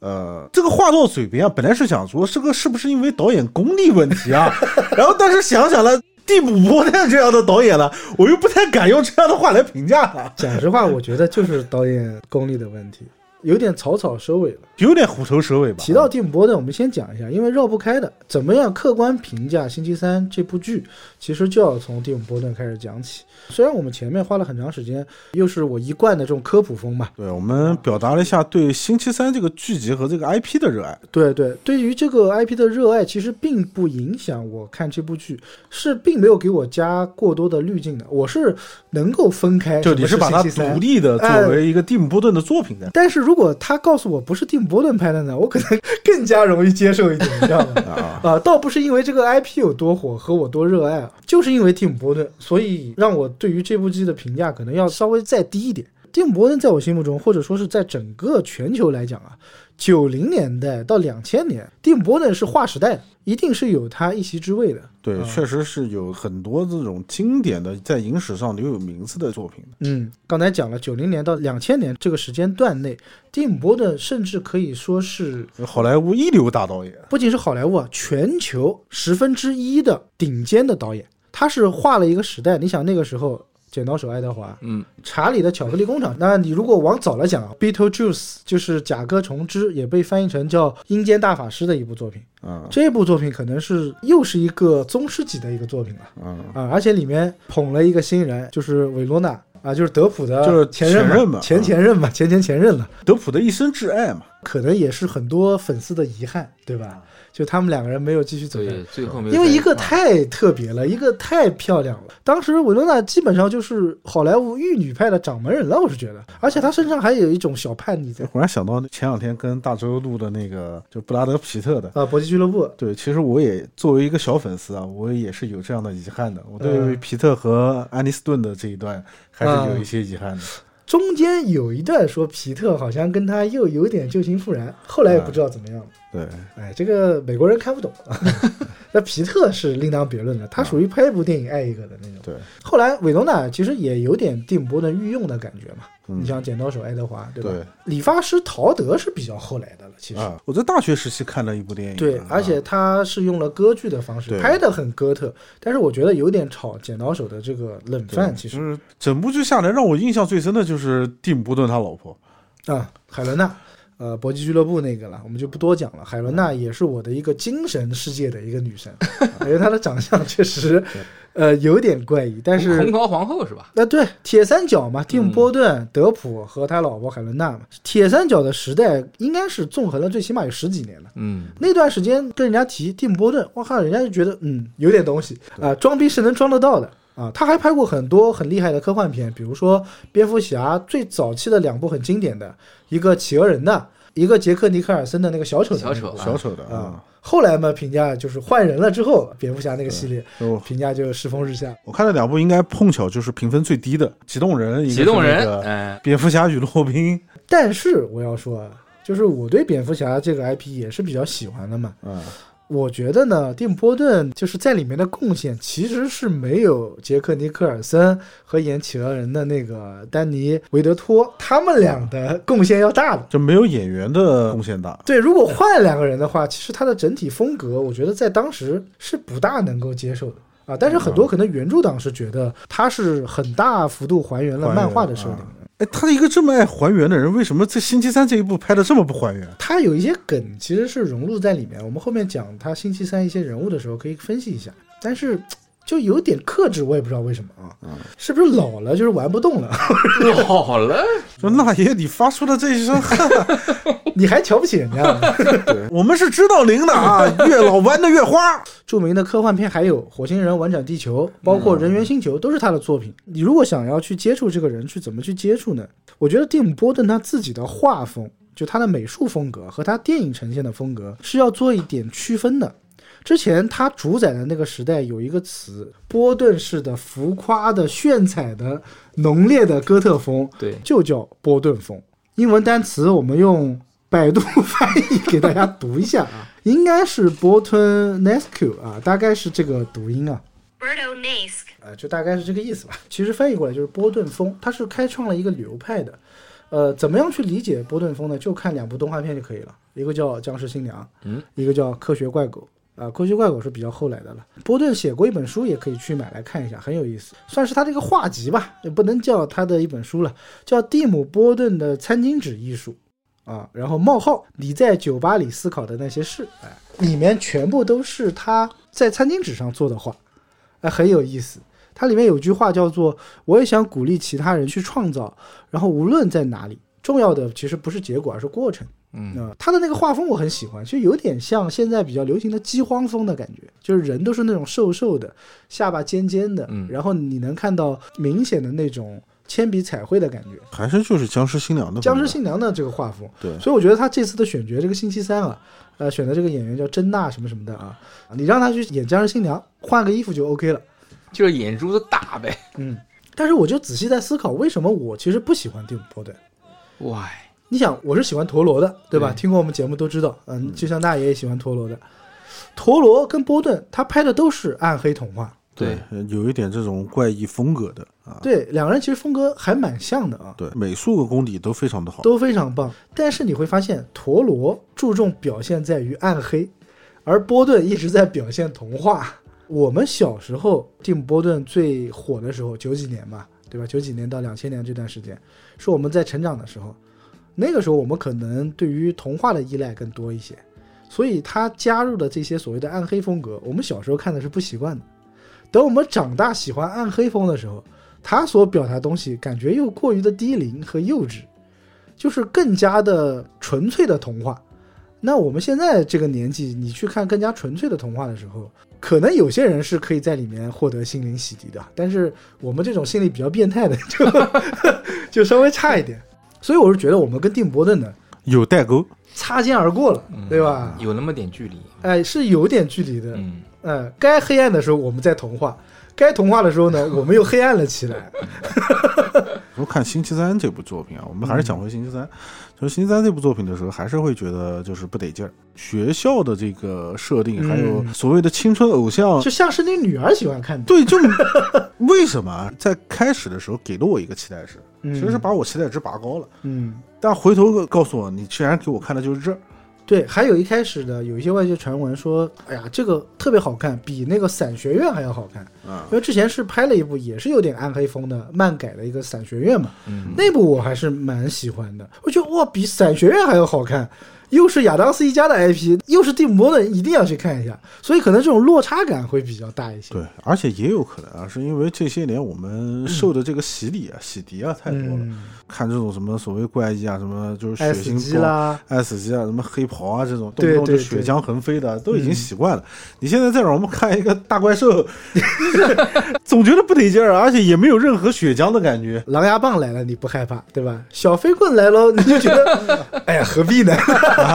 S3: 呃，这个话到嘴边啊，本来是想说这个是不是因为导演功力问题啊， 然后但是想想了。蒂姆·波特这样的导演了，我又不太敢用这样的话来评价他。
S2: 讲实话，我觉得就是导演功力的问题。有点草草收尾了。
S3: 有点虎头蛇尾吧。
S2: 提到电波呢，我们先讲一下，因为绕不开的。怎么样客观评价《星期三》这部剧，其实就要从蒂姆·波顿开始讲起。虽然我们前面花了很长时间，又是我一贯的这种科普风嘛，
S3: 对我们表达了一下对《星期三》这个剧集和这个 IP 的热爱。
S2: 对对，对于这个 IP 的热爱，其实并不影响我看这部剧，是并没有给我加过多的滤镜的。我是能够分开什
S3: 就
S2: 么
S3: 你
S2: 是
S3: 是把
S2: 星
S3: 它
S2: 期三
S3: 独立的
S2: 哎
S3: 作为一个蒂姆·波顿的作品的
S2: 但是如果他告诉我不是蒂姆·波顿拍的呢，我可能更加容易接受一点，你知道吗？
S3: 啊，
S2: 啊、倒不是因为这个 IP 有多火和我多热爱啊，就是因为蒂姆·波顿，所以让我对于这部剧的评价可能要稍微再低一点。蒂姆·波顿在我心目中，或者说是在整个全球来讲啊，九零年代到两千年，蒂姆·波顿是划时代的，一定是有他一席之位的。
S3: 对，确实是有很多这种经典的在影史上留有名字的作品的。
S2: 嗯，刚才讲了九零年到两千年这个时间段内，蒂姆·波顿甚至可以说是
S3: 有好莱坞一流大导演，
S2: 不仅是好莱坞啊，全球十分之一的顶尖的导演，他是画了一个时代。你想那个时候，《剪刀手爱德华》、
S4: 嗯，
S2: 查理的巧克力工厂。那你如果往早了讲啊，Beetlejuice 就是甲壳虫之，也被翻译成叫《阴间大法师》的一部作品。
S3: 嗯
S2: 这部作品可能是又是一个宗师级的一个作品了
S3: 嗯，
S2: 啊，而且里面捧了一个新人，就是维罗娜。啊，就是德普的，
S3: 就是
S2: 前任
S3: 前任嘛
S2: 前前任嘛，前前前任了，
S3: 德普的一生挚爱嘛，
S2: 可能也是很多粉丝的遗憾，对吧？就他们两个人没有继续走下去
S4: 对，。最后没有
S2: 因
S4: 在
S2: 为
S4: 块儿，
S2: 一个太特别了，一个太漂亮了。当时维罗娜基本上就是好莱坞玉女派的掌门人了，我是觉得，而且她身上还有一种小叛逆在
S3: 哎忽然想到前两天跟大周录的那个，就布拉德皮特的。
S2: 啊。搏击俱乐部，
S3: 对，其实我也作为一个小粉丝啊，我也是有这样的遗憾的。我对
S2: 嗯
S3: 皮特和安妮斯顿的这一段还是有一些遗憾的。
S2: 中间有一段说皮特好像跟他又有点旧情复燃，后来也不知道怎么样了。
S3: 对，
S2: 哎，这个美国人看不 懂。那皮特是另当别论的，他属于拍一部电影爱一个的那种。
S3: 对，
S2: 后来韦罗娜其实也有点蒂姆·波顿御用的感觉嘛。
S3: 嗯
S2: 你像《剪刀手爱德华》，对吧？
S3: 对
S2: 理发师陶德是比较后来的了，其实。
S3: 啊，我在大学时期看了一部电影，
S2: 对
S3: 啊，
S2: 而且他是用了歌剧的方式
S3: 对
S2: 拍的，很哥特，但是我觉得有点炒剪刀手的这个冷饭，其
S3: 就
S2: 实
S3: 是整部剧下来，让我印象最深的就是蒂姆·波顿他老婆。
S2: 啊，海伦娜，呃，搏击俱乐部那个了，我们就不多讲了。海伦娜也是我的一个精神世界的一个 女神，啊因为她的长相确实，呃，有点怪异，但
S4: 啊红
S2: 是。
S4: 袍皇后是吧？
S2: 那对铁三角嘛，蒂姆·波顿、德普和他老婆海伦娜嘛，铁三角的时代应该是纵横了最起码有十几年了。
S4: 嗯，
S2: 那段时间跟人家提蒂姆·波顿，我靠，人家就觉得嗯有点东西啊、装逼是能装得到的啊。他还拍过很多很厉害的科幻片，比如说蝙蝠侠最早期的两部很经典的，一个企鹅人的，一个杰克尼克尔森的那个小丑的那
S4: 小
S2: 部
S4: 丑啊
S3: 小丑的
S2: 啊。，后来嘛，评价就是换人了之后，蝙蝠侠那个系列
S3: 嗯我
S2: 评价就世风日下。
S3: 我看了两部，应该碰巧就是评分最低的《极冻人》，
S4: 启动
S3: 一
S4: 人
S3: 个是那，个
S4: 哎，
S3: 蝙蝠侠与洛宾，
S2: 但是我要说啊，就是我对蝙蝠侠这个 IP 也是比较喜欢的嘛。
S3: 嗯，
S2: 我觉得呢，蒂姆·波顿就是在里面的贡献其实是没有杰克·尼克尔森和演企鹅人的那个丹尼·维德托他们俩的贡献要大的。
S3: 就没有演员的贡献大。
S2: 对，如果换两个人的话，其实他的整体风格，我觉得在当时是不大能够接受的啊。但是很多可能原著党是觉得他是很大幅度还原了啊漫画的设定
S3: 还原，哎，他一个这么爱还原的人，为什么在《星期三》这一部拍的这么不还原？
S2: 它有一些梗其实是融入在里面。我们后面讲他星期三一些人物的时候可以分析一下，但是就有点克制，我也不知道为什么啊，是不是老了就是玩不动了？
S4: 老哎了，
S3: 就那爷，你发出的这一 身汗，啊
S2: 你还瞧不起人家呢？
S3: 我们是知道您的 啊，越老弯的越花。
S2: 著名的科幻片还有《火星人玩转地球》，包括《人猿星球》，都是他的作品。你如果想要去接触这个人，去怎么去接触呢？我觉得蒂姆·波顿他自己的画风，就他的美术风格和他电影呈现的风格是要做一点区分的。之前他主宰的那个时代有一个词，波顿式的浮夸的、炫彩的、浓烈的哥特风，
S4: 对，
S2: 就叫波顿风。英文单词我们用百度翻译给大家读一下啊，应该是 Botanesque 啊，大概是这个读音啊。
S5: Berto Nask.
S2: 呃，就大概是这个意思吧。其实翻译过来就是波顿风，它是开创了一个流派的。呃，怎么样去理解波顿风呢？就看两部动画片就可以了，一个叫《僵尸新娘》，
S4: 嗯，
S2: 一个叫《科学怪狗》。啊，《科学怪狗》是比较后来的了。波顿写过一本书，也可以去买来看一下，很有意思，算是他这个画集吧，也不能叫他的一本书了，叫《蒂姆·波顿的餐巾纸艺术》。啊，然后冒号，你在酒吧里思考的那些事，哎，里面全部都是他在餐巾纸上做的话，哎，很有意思。它里面有句话叫做“我也想鼓励其他人去创造”，然后无论在哪里，重要的其实不是结果，而是过程。
S4: 嗯
S2: 啊、他的那个画风我很喜欢，其实有点像现在比较流行的饥荒风的感觉，就是人都是那种瘦瘦的，下巴尖尖的，
S4: 嗯
S2: 然后你能看到明显的那种铅笔彩绘的感
S4: 嗯
S2: 觉。
S3: 还是就是僵尸新娘的
S2: 僵尸
S3: 风格
S2: 新娘的这个画风，
S3: 对
S2: 所以我觉得他这次的选角，这个星期三啊，呃，选的这个演员叫珍娜什么什么的啊，你让他去演僵尸新娘，换个衣服就 OK 了。
S4: 就是眼珠子大呗。
S2: 嗯，但是我就仔细在思考，为什么我其实不喜欢蒂姆·波顿？
S4: 哇，
S2: 你想，我是喜欢陀螺的，对吧？
S4: 对
S2: 听过我们节目都知道，嗯，就像大爷也喜欢陀螺的。陀螺跟波顿他拍的都是暗黑童话，
S4: 对，
S3: 呃有一点这种怪异风格的啊，
S2: 对，两个人其实风格还蛮像的啊，
S3: 对，美术功底都非常的好，
S2: 都非常棒。但是你会发现，陀螺注重表现在于暗黑，而波顿一直在表现童话。我们小时候，蒂姆·波顿最火的时候，九几年吧，对吧？九几年到两千年这段时间，是我们在成长的时候。那个时候，我们可能对于童话的依赖更多一些，所以他加入的这些所谓的暗黑风格，我们小时候看的是不习惯的。等我们长大喜欢暗黑风的时候，他所表达的东西感觉又过于的低龄和幼稚，就是更加的纯粹的童话。那我们现在这个年纪，你去看更加纯粹的童话的时候，可能有些人是可以在里面获得心灵洗涤的，但是我们这种心理比较变态的 就就稍微差一点。所以我是觉得我们跟定伯顿呢
S3: 有代沟。
S2: 擦肩而过了，对吧？
S4: 嗯有那么点距离。
S2: 哎，是有点距离的。
S4: 嗯，
S2: 呃，该黑暗的时候我们在童话，该童话的时候呢，我们又黑暗了起来。
S3: 我看《星期三》这部作品啊，我们还是讲回《星期
S2: 嗯
S3: 三》就是《星期三》这部作品的时候，还是会觉得就是不得劲儿。学校的这个设定，
S2: 嗯
S3: 还有所谓的青春偶像，
S2: 就像是你女儿喜欢看的，
S3: 对，就 为什么啊在开始的时候给了我一个期待值，
S2: 嗯
S3: 其实是把我期待值拔高了。
S2: 嗯，
S3: 但回头告诉我，你居然给我看的就是这儿。
S2: 对，还有一开始的有一些外界传闻说，哎呀，这个特别好看，比那个《伞学院》还要好看。
S3: 啊
S2: 因为之前是拍了一部也是有点暗黑风的漫改的一个《伞学院》嘛，
S4: 嗯
S2: 那部我还是蛮喜欢的，我觉得哇，比《伞学院》还要好看，又是亚当斯一家的 IP，又是蒂姆·摩顿，一定要去看一下。所以可能这种落差感会比较大一些。
S3: 对，而且也有可能啊，是因为这些年我们受的这个洗礼啊、洗涤啊太多了，
S2: 嗯，
S3: 看这种什么所谓怪异啊，什么就是
S2: 爱
S3: 血
S2: 死
S3: 腥
S2: 机
S3: 多
S2: 啦，
S3: 爱死机啊，什么黑袍啊，这种动
S2: 对
S3: 不动就
S2: 对
S3: 血
S2: 对嗯
S3: 浆横飞的，都已经习惯了。你现在再让我们看一个大怪兽， 总觉得不得劲儿，而且也没有任何血浆的感觉。
S2: 狼牙棒来了你不害怕对吧？小飞棍来喽你就觉得，哎呀何必呢？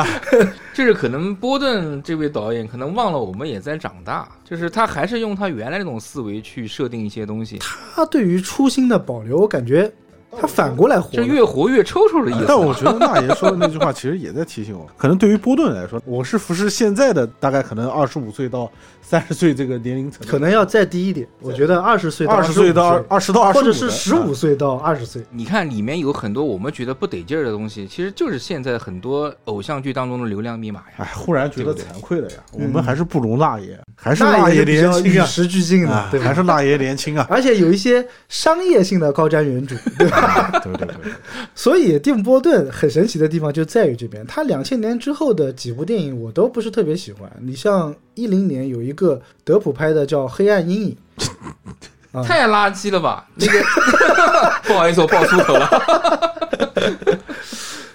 S4: 就是可能波顿这位导演可能忘了我们也在长大，就是他还是用他原来那种思维去设定一些东西，
S2: 他对于初心的保留，我感觉他反过来活
S4: 就
S2: 了。
S4: 越活越抽抽的意思。
S3: 但我觉得大爷说的那句话，其实也在提醒我，可能对于波顿来说，我是服侍现在的大概可能二十五岁到三十岁这个年龄层，
S2: 可能要再低一点，我觉得二十岁到
S3: 二十岁到
S2: 25
S3: 二十到二十啊
S2: 或者是十五岁到二十岁，
S4: 你看里面有很多我们觉得不得劲儿的东西，其实就是现在很多偶像剧当中的流量密码呀。
S3: 哎，忽然觉得惭愧了呀！我们还是不容辣爷，还是
S2: 那
S3: 辣
S2: 也
S3: 爷
S2: 是比
S3: 年
S2: 较
S3: 轻
S2: 与
S3: 啊，
S2: 时俱进
S3: 啊
S2: 的，对吧？！
S3: 还是辣爷年轻啊
S2: 而且有一些商业性的高瞻远瞩，对吧？
S3: 对对对，
S2: 所以蒂姆·波顿很神奇的地方就在于这边，他两千年之后的几部电影我都不是特别喜欢。你像一零年有一个德普拍的叫《黑暗阴影》，嗯
S4: 太垃圾了吧！那个 不好意思，我爆粗口了。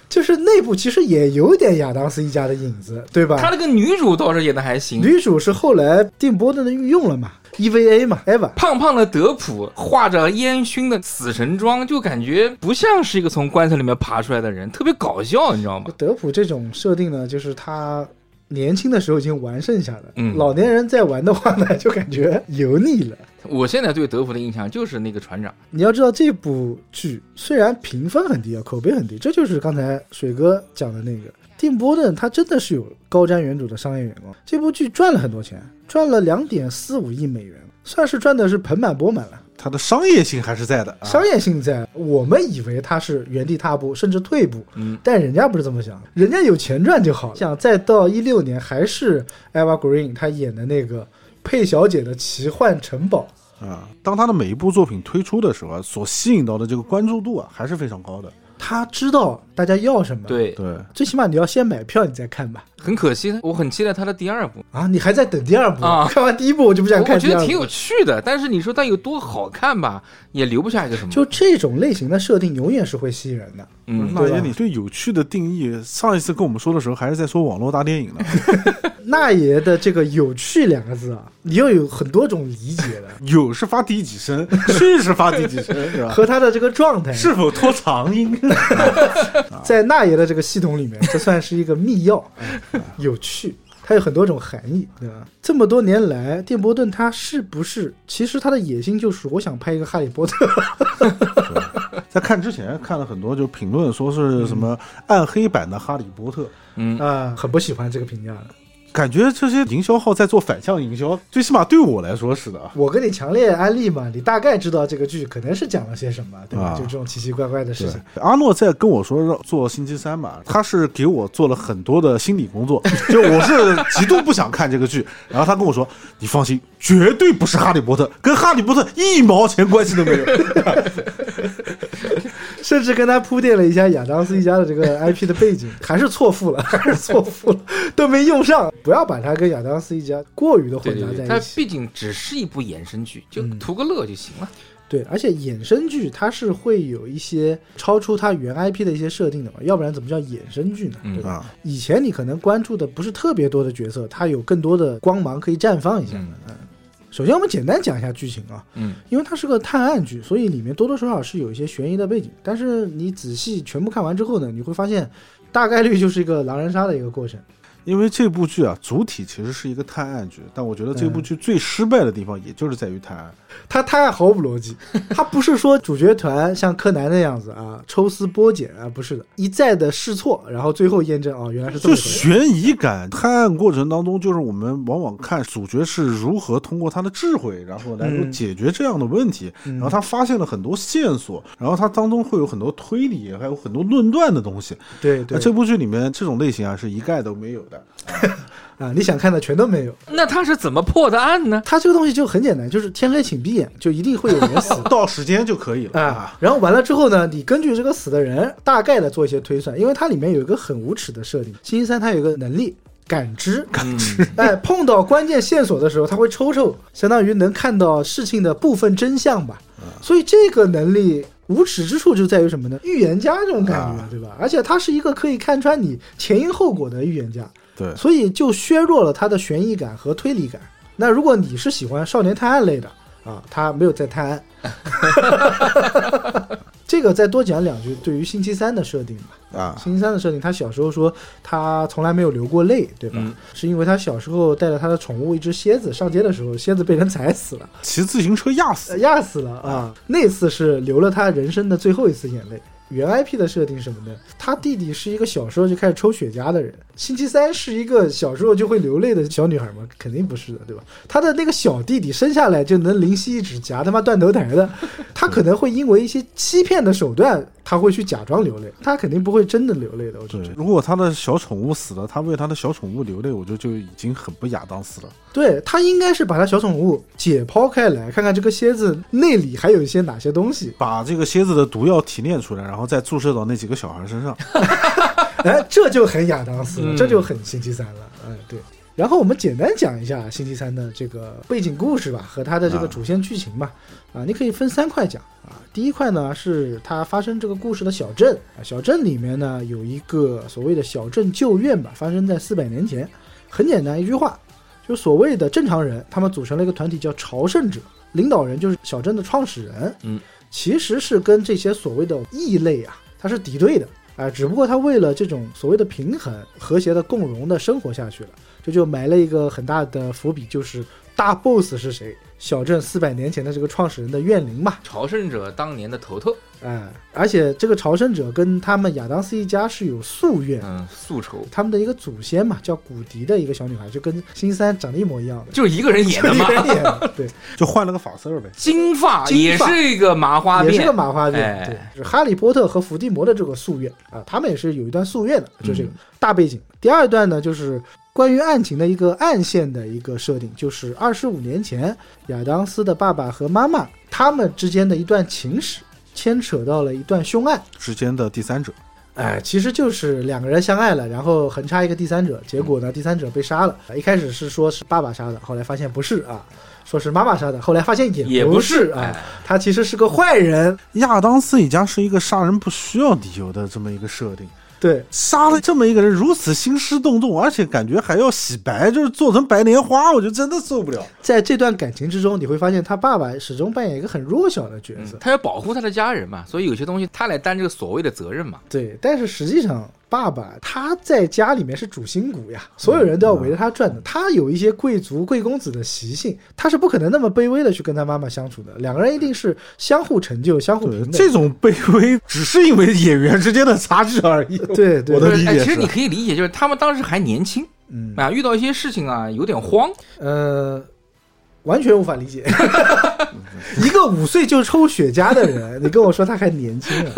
S2: 就是内部其实也有点亚当斯一家的影子，对吧？
S4: 他那个女主倒是演的还行，
S2: 嗯女主是后来蒂姆·波顿的御用了嘛，EVA 嘛，Eva。
S4: 胖胖的德普化着烟熏的死神妆，就感觉不像是一个从棺材里面爬出来的人，特别搞笑，你知道吗？
S2: 德普这种设定呢，就是他年轻的时候已经玩剩下了，
S4: 嗯
S2: 老年人再玩的话呢，就感觉油腻了。
S4: 我现在对德普的印象就是那个船长，
S2: 你要知道，这部剧虽然评分很低啊，口碑很低，这就是刚才水哥讲的那个蒂姆·波顿，他真的是有高瞻远瞩的商业眼光。这部剧赚了很多钱，赚了两点四五亿美元，算是赚的是盆满钵满了。
S3: 它的商业性还是在的啊。
S2: 商业性在，我们以为他是原地踏步，甚至退步，
S4: 嗯，
S2: 但人家不是这么想，人家有钱赚就好了。想再到一六年，还是 Eva Green 她演的那个佩小姐的奇幻城堡，
S3: 啊，当他的每一部作品推出的时候啊，所吸引到的这个关注度啊，还是非常高的。
S2: 他知道大家要什么。，
S4: 对，
S3: 对，
S2: 最起码你要先买票，你再看吧。
S4: 很可惜，我很期待他的第二部。
S2: 啊，你还在等第二部？
S4: 啊
S2: 看完第一部我就不想
S4: 我
S2: 看
S4: 我
S2: 第
S4: 觉
S2: 二部。
S4: 得挺有趣的，但是你说它有多好看吧，也留不下一个什么。
S2: 就这种类型的设定永远是会吸引人的。
S3: 不
S4: 嗯
S3: 是，那
S2: 对
S3: 爷，
S2: 吧
S3: 你对啊有趣的定义，上一次跟我们说的时候还是在说网络大电影呢。
S2: 那爷的这个“有趣”两个字啊，你要有很多种理解的，
S3: 有是发第几声，去是发第几声，是吧？
S2: 和他的这个状态，
S3: 是否拖长音？
S2: 啊在那爷的这个系统里面，这算是一个密 钥。有趣，它有很多种含义，对吧？这么多年来，电波顿他是不是其实他的野心就是我想拍一个《哈利波特》
S3: 在看之前看了很多就评论，说是什么暗黑版的《哈利波特》，
S4: 嗯，
S2: 啊，很不喜欢这个评价的。
S3: 感觉这些营销号在做反向营销，最起码对我来说是的啊。
S2: 我跟你强烈安利嘛，你大概知道这个剧可能是讲了些什么，对吧？
S3: 啊
S2: 就这种奇奇怪怪的事
S3: 对
S2: 情。，
S3: 阿诺在跟我说要做星期三嘛，他是给我做了很多的心理工作， 就我是极度不想看这个剧，然后他跟我说：“你放心，绝对不是哈利波特，跟哈利波特一毛钱关系都没有。
S2: 甚至跟他铺垫了一下亚当斯一家的这个 IP 的背景， 还是错付了，还是错付了，都没用上。不要把它跟亚当斯一家过于的
S4: 对
S2: 混杂
S4: 对对，
S2: 在
S4: 它
S2: 一起。
S4: 毕竟只是一部衍生剧，就
S2: 嗯
S4: 图个乐就行了。
S2: 对而且衍生剧它是会有一些超出它原 IP 的一些设定的嘛，要不然怎么叫衍生剧呢？
S4: 嗯
S2: 对”吧？
S3: 啊，
S2: 以前你可能关注的不是特别多的角色，它有更多的光芒可以绽放一下。
S4: 嗯
S2: 首先，我们简单讲一下剧情啊，
S4: 嗯，
S2: 因为它是个探案剧，所以里面多多少少是有一些悬疑的背景。但是你仔细全部看完之后呢，你会发现，大概率就是一个狼人杀的一个过程。
S3: 因为这部剧啊，主体其实是一个探案剧，但我觉得这部剧最失败的地方，也就是在于探案。
S2: 它探案毫无逻辑，它不是说主角团像柯南那样子啊，抽丝剥茧啊，不是的，一再的试错，然后最后验证哦，原来是这
S3: 就
S2: 么回事。
S3: 悬疑感，探案过程当中，就是我们往往看主角是如何通过他的智慧，然后来够
S2: 嗯
S3: 解决这样的问题。
S2: 嗯
S3: 然后他发现了很多线索，然后他当中会有很多推理，还有很多论断的东西。
S2: 对
S3: 那
S2: 对，
S3: 这部剧里面这种类型啊，是一概都没有的。
S2: 啊，你想看的全都没有。
S4: 那他是怎么破的案 呢？
S2: 它这个东西就很简单，就是天黑请闭眼，就一定会有人死
S3: 到时间就可以了
S2: 啊。然后完了之后呢，你根据这个死的人大概的做一些推算，因为它里面有一个很无耻的设定，星期三它有一个能力感知，
S4: 嗯，
S2: 哎，碰到关键线索的时候，他会抽抽，相当于能看到事情的部分真相吧。
S3: 啊
S2: 所以这个能力无耻之处就在于什么呢？预言家这种感觉，
S3: 啊
S2: 对吧？而且他是一个可以看穿你前因后果的预言家，
S3: 对，
S2: 所以就削弱了他的悬疑感和推理感。那如果你是喜欢少年探案类的啊，他没有在探 案。这个再多讲两句，对于星期三的设定吧。
S3: 啊，
S2: 星期三的设定，他小时候说他从来没有流过泪，对吧？
S4: 嗯
S2: 是因为他小时候带着他的宠物一只蝎子上街的时候，蝎子被人踩死 了，
S3: 骑自行车压
S2: 呃
S3: 死。
S2: 压死了啊！那次是流了他人生的最后一次眼泪。原 IP 的设定是什么呢？他弟弟是一个小时候就开始抽雪茄的人，星期三是一个小时候就会流泪的小女孩吗？肯定不是的，对吧？他的那个小弟弟生下来就能灵犀一指夹他妈断头台的，他可能会因为一些欺骗的手段，他会去假装流泪，他肯定不会真的流泪的。我觉
S3: 对
S2: 得，
S3: 如果他的小宠物死了，他为他的小宠物流泪，我觉得就已经很不亚当斯了。
S2: 对他应该是把他小宠物解剖开来，看看这个蝎子内里还有一些哪些东西。
S3: 把这个蝎子的毒药提炼出来，然后再注射到那几个小孩身上。
S2: 哎，这就很亚当斯了，
S4: 嗯
S2: 这就很星期三了。哎，对。然后我们简单讲一下星期三的这个背景故事吧，和它的这个
S3: 啊
S2: 主线剧情吧。啊，你可以分三块讲啊。第一块呢是它发生这个故事的小镇，啊小镇里面呢有一个所谓的小镇旧院吧，发生在四百年前。很简单一句话，就所谓的正常人，他们组成了一个团体叫朝圣者，领导人就是小镇的创始人。
S4: 嗯，
S2: 其实是跟这些所谓的异类啊，它是敌对的。啊，只不过他为了这种所谓的平衡、和谐的共荣的生活下去了，这就埋了一个很大的伏笔，就是大 boss 是谁？小镇四百年前的这个创始人的怨灵嘛，
S4: 朝圣者当年的头头，
S2: 哎、而且这个朝圣者跟他们亚当斯一家是有夙愿，
S4: 嗯，宿仇，
S2: 他们的一个祖先嘛，叫古迪的一个小女孩，就跟星期三长得一模一样的，
S4: 就是一个人演的嘛。
S2: 一样对，
S3: 就换了个发色儿呗。
S4: 金发
S2: 金
S4: 也
S2: 发
S4: 是一个麻花
S2: 也是
S4: 辫
S2: 个，马花辫，
S4: 哎
S2: 对，就是哈利波特和伏地魔的这个夙愿啊，他们也是有一段夙愿的，就这个
S4: 嗯
S2: 大背景。第二段呢，就是关于案情的一个暗线的一个设定，就是二十五年前亚当斯的爸爸和妈妈他们之间的一段情史。牵扯到了一段凶案，
S3: 之间的第三者，
S2: 哎，其实就是两个人相爱了，然后横插一个第三者，结果呢，第三者被杀了。一开始是说是爸爸杀的，后来发现不是啊，说是妈妈杀的，后来发现
S4: 也
S2: 不
S4: 不是
S2: 啊
S4: 哎，
S2: 他其实是个坏 人。
S3: 亚当斯里加是一个杀人不需要理由的这么一个设定，
S2: 对，
S3: 杀了这么一个人如此兴师动众，而且感觉还要洗白，就是做成白莲花，我就真的受不了。
S2: 在这段感情之中，你会发现他爸爸始终扮演一个很弱小的角
S3: 嗯
S2: 色。
S4: 他要保护他的家人嘛，所以有些东西他来担这个所谓的责任嘛。
S2: 对，但是实际上，爸爸他在家里面是主心骨呀，所有人都要围着他
S3: 嗯
S2: 转的。他有一些贵族、贵公子的习性，他是不可能那么卑微的去跟他妈妈相处的。两个人一定是相互成就、相互平
S3: 对，
S2: 等。
S3: 这种卑微只是因为演员之间的差距而已。
S2: 对对
S3: 我的
S4: 就是
S3: 理
S4: 哎，
S3: 解
S4: 其实
S3: 是
S4: 你，可以理解，就是他们当时还年轻
S2: 嗯
S4: 啊，遇到一些事情啊，有点慌。
S2: 呃，完全无法理解。 一个五岁就抽雪茄的人，你跟我说他还年轻啊，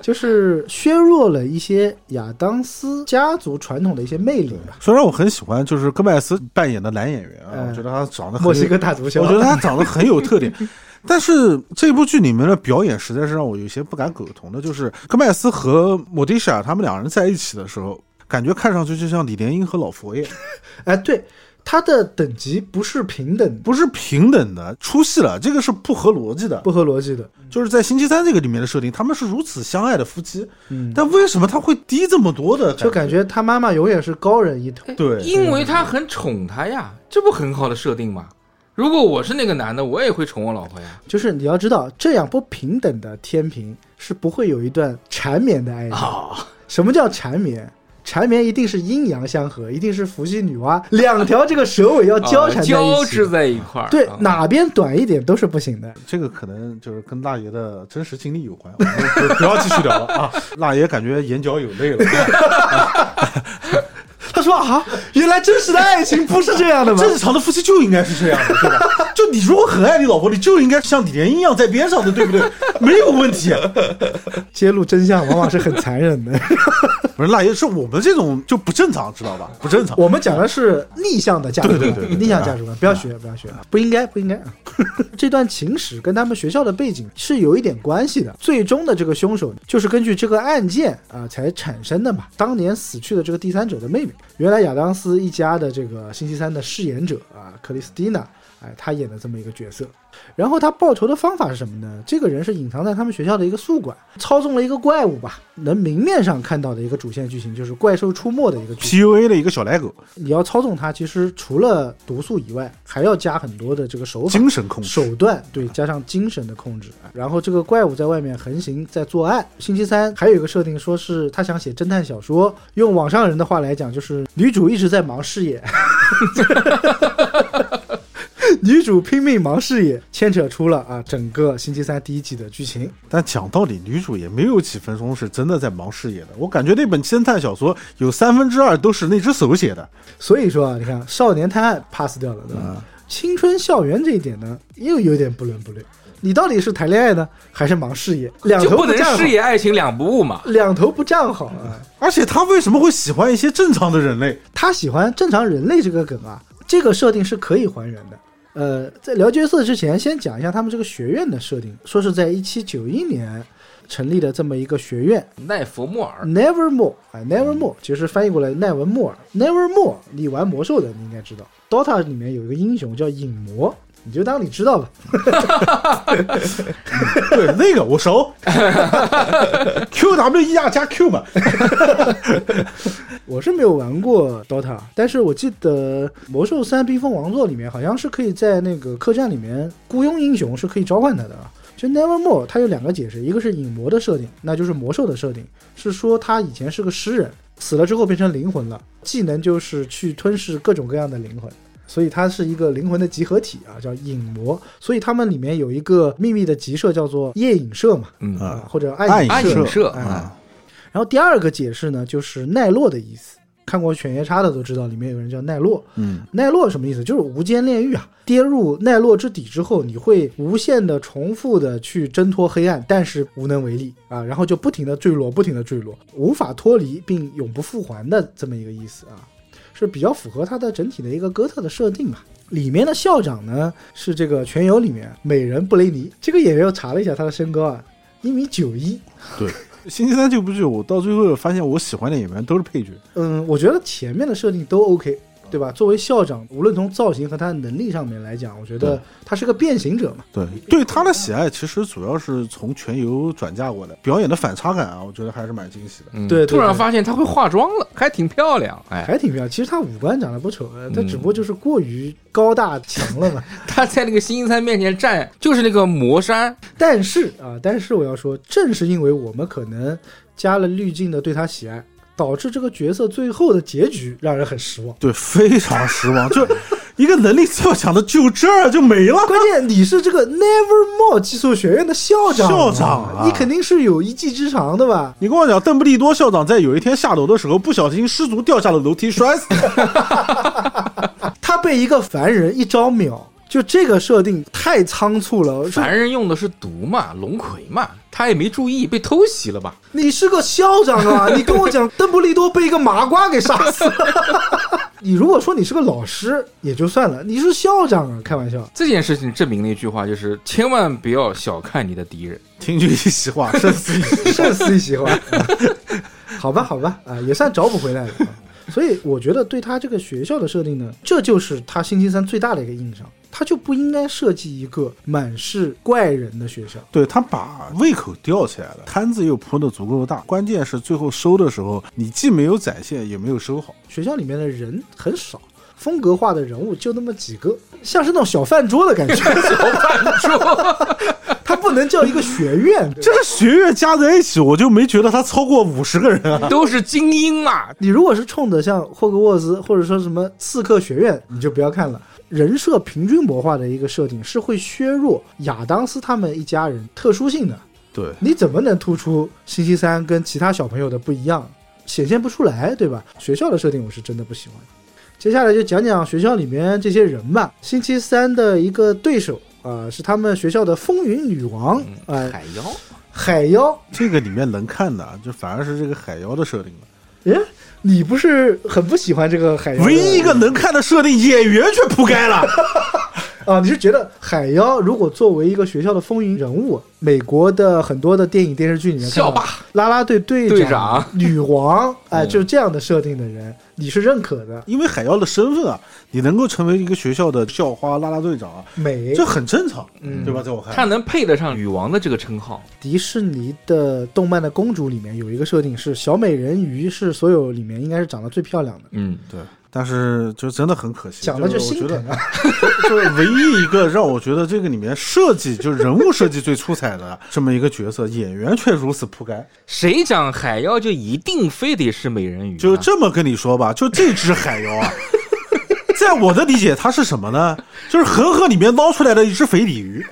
S2: 就是削弱了一些亚当斯家族传统的一些魅力吧。
S3: 虽然我很喜欢就是戈麦斯扮演的男演员啊，
S2: 嗯
S3: 我觉得他长得很有
S2: 墨西哥大毒枭，
S3: 我觉得他长得很有特点。 但是这部剧里面的表演实在是让我有些不敢苟同的，就是戈麦斯和莫迪莎他们两人在一起的时候，感觉看上去就像李莲英和老佛爷，
S2: 哎，对，他的等级不是平等，
S3: 不是平等的，出戏了，这个是不合逻辑的。
S2: 不合逻辑的。
S3: 就是在星期三这个里面的设定，他们是如此相爱的夫妻，
S2: 嗯，
S3: 但为什么他会低这么多的？
S2: 就感
S3: 觉
S2: 觉他妈妈永远是高人一头。
S3: 对
S4: 哎因为他很宠他呀，这不很好的设定吗？如果我是那个男的，我也会宠我老婆呀。
S2: 就是你要知道，这样不平等的天平是不会有一段缠绵的爱情。
S4: 啊，
S2: 什么叫缠绵？缠绵一定是阴阳相合，一定是伏羲女娲两条这个蛇尾要哦交缠在一起的、
S4: 啊交织在一块儿。
S2: 对
S4: 啊，
S2: 哪边短一点都是不行的。
S3: 这个可能就是跟辣爷的真实经历有关，我们 不不要继续聊了啊！辣爷感觉眼角有泪了。
S2: 他说啊，原来真实的爱情不是这样的吗？
S3: 正常的夫妻就应该是这样的，对 吧？就你如果很爱你老婆，你就应该像李莲英一样在边上的，对不 对？没有问题。
S2: 揭露真相往往是很残忍的。
S3: 不是，那也是我们这种就不正常，知道吧？不正常。
S2: 我们讲的是逆向的价值观，
S3: 对对对对对啊
S2: 逆向价值观，不要学，不要学，不应该，不应该。 这段情史跟他们学校的背景是有一点关系的。最终的这个凶手就是根据这个案件啊、才产生的嘛。当年死去的这个第三者的妹妹，原来亚当斯一家的这个星期三的饰演者啊，克里斯蒂娜，哎，她演的这么一个角色。然后他报仇的方法是什么呢？这个人是隐藏在他们学校的一个宿管，操纵了一个怪物吧。能明面上看到的一个主线剧情就是怪兽出没的一个剧情。
S3: PUA 的一个小奶狗，
S2: 你要操纵它，其实除了毒素以外，还要加很多的这个手法、
S3: 精神控制。
S2: 手段，对，加上精神的控制。然后这个怪物在外面横行，在作案。星期三还有一个设定，说是他想写侦探小说，用网上人的话来讲，就是女主一直在忙事业。 女主拼命忙事业，牵扯出了啊整个星期三第一季的剧情。
S3: 但讲道理，女主也没有几分钟是真的在忙事业的。我感觉那本侦探小说有三分之二都是那只手写的。
S2: 所以说啊，你看少年探案 pass 掉了，对吧？
S4: 啊
S2: 青春校园这一点呢，又有点不伦不类。你到底是谈恋爱呢，还是忙事业？两
S4: 就
S2: 头
S4: 不能
S2: 站好
S4: 事，业爱情两不误嘛。
S2: 两头不站好啊。
S3: 而且他为什么会喜欢一些正常的人类？
S2: 他喜欢正常人类这个梗啊，这个设定是可以还原的。呃，在聊角色之前，先讲一下他们这个学院的设定，说是在一七九一年成立的这么一个学院，
S4: 奈佛莫尔
S2: Nevermore 啊，Nevermore 其实翻译过来奈文莫尔，Nevermore 你玩魔兽的你应该知道，Dota 里面有一个英雄叫影魔，你就当你知道吧。
S3: 对，那个我熟。QWER 加 Q 嘛，
S2: 我是没有玩过 Dota，但是我记得魔兽三冰封王座里面好像是可以在那个客栈里面雇佣英雄是可以召唤他的啊。就 Nevermore 它有两个解释，一个是影魔的设定，那就是魔兽的设定，是说他以前是个诗人，死了之后变成灵魂了，技能就是去吞噬各种各样的灵魂。所以它是一个灵魂的集合体啊，叫影魔。所以他们里面有一个秘密的集社叫做夜影社嘛，
S4: 嗯
S2: 啊，或者
S3: 暗
S2: 暗
S4: 暗
S2: 社哎
S4: 影社
S3: 啊，
S2: 然后第二个解释呢，就是奈落的意思。看过《犬夜叉》的都知道，里面有个人叫奈落。
S3: 嗯。
S2: 奈落什么意思？就是无间炼狱啊！跌入奈落之底之后，你会无限的重复的去挣脱黑暗，但是无能为力啊，然后就不停的坠落，不停的坠落，无法脱离并永不复还的这么一个意思啊，是比较符合它的整体的一个哥特的设定吧。里面的校长呢是这个《全游》里面美人布雷尼，这个演员我查了一下他的身高啊，一米九一。
S3: 对，星期三这部剧，我到最后发现我喜欢的演员都是配角，
S2: 嗯，我觉得前面的设定都 OK，对吧？作为校长，无论从造型和他的能力上面来讲，我觉得
S3: 对
S2: 他是个变形者嘛。
S3: 对，对他的喜爱其实主要是从全游转嫁过来，表演的反差感啊，我觉得还是蛮惊喜的。
S4: 嗯
S2: 对对
S4: 突然
S2: 对
S4: 发现她会化妆了，还挺漂亮。哎，
S2: 还挺漂亮，其实他五官长得不丑，呃他
S4: 嗯
S2: 只不过就是过于高大强了嘛。
S4: 她在那个星期三面前站，就是那个魔山，
S2: 但是啊，但是我要说，正是因为我们可能加了滤镜的对他喜爱，导致这个角色最后的结局让人很失望。
S3: 对，非常失望，就一个能力这么强的，就这儿就没 了。
S2: 关键你是这个 Nevermore 技术学院的校长啊，
S3: 校长啊
S2: 你肯定是有一技之长的吧？
S3: 你跟我讲，邓布利多校长在有一天下楼的时候，不小心失足掉下了楼梯，摔死了。
S2: 他被一个凡人一招秒，就这个设定太仓促了。是
S4: 凡人用的是毒嘛，龙葵嘛，她也没注意，被偷袭了吧？
S2: 你是个校长 啊！你跟我讲，邓布利多被一个麻瓜给杀死 了。你如果说你是个老师也就算了，你是校长啊，开玩笑。
S4: 这件事情证明了一句话，就是千万不要小看你的 敌人。
S3: 听君一席话，胜似一席。
S2: 胜似一席话。 好吧，好吧，啊，也算找补回来了。啊所以我觉得对他这个学校的设定呢，这就是他星期三最大的一个硬伤，他就不应该设计一个满是怪人的学校。
S3: 对他把胃口吊起来了，摊子又铺的足够大，关键是最后收的时候，你既没有展现，也没有收好。
S2: 学校里面的人很少，风格化的人物就那么几个，像是那种小饭桌的感觉。
S4: 小饭桌，
S2: 他不能叫一个学 院，
S3: 这个学院加在一起，我就没觉得他超过五十个人啊。
S4: 都是精英嘛，
S2: 你如果是冲着像霍格沃兹或者说什么刺客学院，
S3: 嗯
S2: 你就不要看了。人设平均魔化的一个设定是会削弱亚当斯他们一家人特殊性的。
S3: 对，
S2: 你怎么能突出星期三跟其他小朋友的不一样？显现不出来，对吧？学校的设定我是真的不喜欢。接下来就讲讲学校里面这些人吧。星期三的一个对手啊、是他们学校的风云女王啊、
S4: 嗯，海妖。
S2: 海妖。
S3: 这个里面能看的，啊就反而是这个海妖的设定了。
S2: 诶，你不是很不喜欢这个海妖的？
S3: 唯一一个能看的设定，演员却铺盖了。
S2: 啊，你是觉得海妖如果作为一个学校的风云人物，美国的很多的电影电视剧里面看到
S4: 校霸
S2: 啦啦队队
S4: 队长、嗯
S2: 女 王，哎，就是这样的设定的人，你是认可的，
S3: 因为海妖的身份啊，你能够成为一个学校的校花、啦啦队长啊，
S2: 美
S3: 这很正常，
S2: 嗯
S3: 对吧？在我看来，
S4: 她能配得上女王的这个称号，
S2: 迪士尼的动漫的公主里面有一个设定是小美人鱼是所有里面应该是长得最漂亮的，
S4: 嗯，
S3: 对，但是就真的很可惜，
S2: 讲的
S3: 就
S2: 就是
S3: 我
S2: 心
S3: 觉得
S2: 疼啊。
S3: 就是唯一一个让我觉得这个里面设计就是人物设计最出彩的这么一个角色，演员却如此 铺盖。
S4: 谁讲海妖就一定非得是美人鱼呢？
S3: 就这么跟你说吧，就这只海妖啊， 在我的理解它是什么呢？就是恒河里面捞出来的一只肥鲤鱼。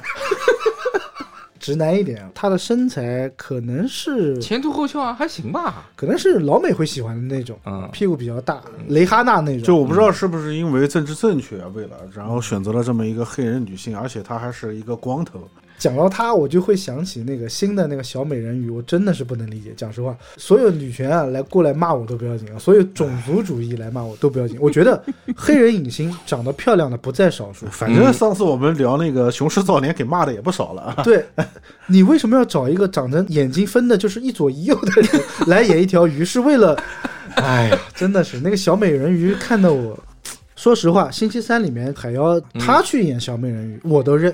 S2: 直男一点啊，她的身材可能是
S4: 前凸后翘啊，还行吧。
S2: 可能是老美会喜欢的那种，
S4: 嗯
S2: 屁股比较大，蕾哈娜那种，
S3: 就我不知道是不是因为政治正确，啊为了然后选择了这么一个黑人女性，而且她还是一个光头。
S2: 讲到她，我就会想起那个新的那个小美人鱼，我真的是不能理解。讲实话，所有女权啊来过来骂我都不要紧啊，所有种族主义来骂我都不要紧。我觉得黑人影星长得漂亮的不在少 数。
S3: 反正上次我们聊那个《雄狮早年》，给骂的也不少了 啊。
S2: 对，你为什么要找一个长得眼睛分的就是一左一右的人来演一条鱼？是为了， 哎呀，真的是那个小美人鱼看得我，说实话，星期三里面海妖她去演小美人鱼，我都认，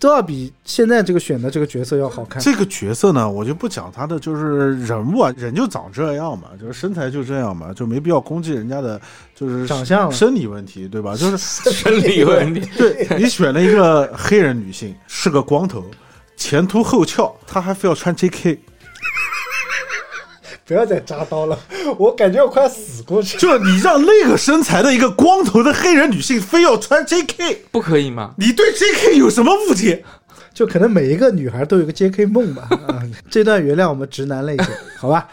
S2: 都要比现在这个选的这个角色要好看。
S3: 这个角色呢，我就不讲他的就是人物啊，人就长这样嘛，就是身材就这样嘛，就没必要攻击人家的，就是
S2: 长相了
S3: 生理问题，对吧？就是
S4: 生理问题，
S3: 对你选了一个黑人女性，是个光头，前凸后翘，她还非要穿 J.K.，
S2: 不要再扎刀了，我感觉我快要死过去。
S3: 就你让那个身材的一个光头的黑人女性非要穿 J.K.，
S4: 不可以吗？
S3: 你对 J.K. 有什么误 解？
S2: 就可能每一个女孩都有个 JK 梦 吧。啊，这段原谅我们直男类型，好吧，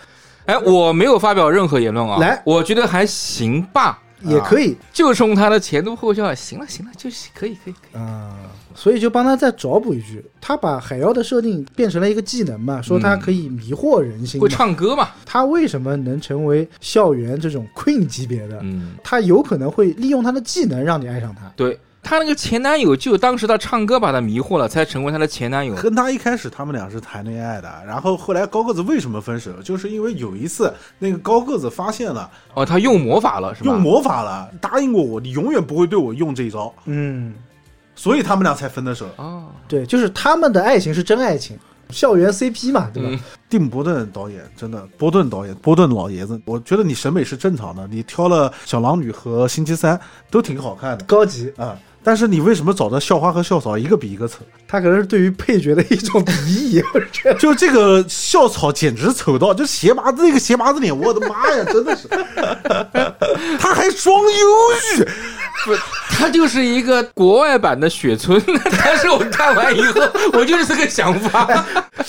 S4: 哎，我没有发表任何言论啊。
S2: 来
S4: 我觉得还行吧，
S2: 也可以
S4: 就冲他的前凸后翘，啊行了行了，就是可以可以可以。
S2: 啊。所以就帮他再找补一句，他把海妖的设定变成了一个技能嘛，说他可以迷惑人
S3: 嗯
S2: 心嘛。
S4: 会唱歌嘛？
S2: 他为什么能成为校园这种 queen 级别的？
S4: 嗯，
S2: 他有可能会利用他的技能让你爱上他。
S4: 对，她那个前男友就当时她唱歌把她迷惑了，才成为她的前男友。
S3: 跟他一开始他们俩是谈恋爱的，然后后来高个子为什么分手？就是因为有一次那个高个子发现了
S4: 哦，她用魔法了是吧？
S3: 用魔法了，答应过我，你永远不会对我用这一招，
S2: 嗯，
S3: 所以他们俩才分的手。
S4: 哦，
S2: 对，就是他们的爱情是真爱情，校园 CP 嘛，对吧？
S4: 嗯
S3: 蒂姆·伯顿导演真的，伯顿导演，伯顿老爷子，我觉得你审美是正常的，你挑了《小狼女》和《星期三》都挺好看的
S2: 高级，
S3: 啊、但是你为什么找的校花和校草一个比一个丑？
S2: 他可能是对于配角的一种鄙夷，我觉得。
S3: 就这个校草简直丑到，就斜拔子那个斜拔子脸，我的妈呀，真的是，他还装忧郁，
S4: 不，她就是一个国外版的雪村。 但是我看完以 后，我就是这个想法。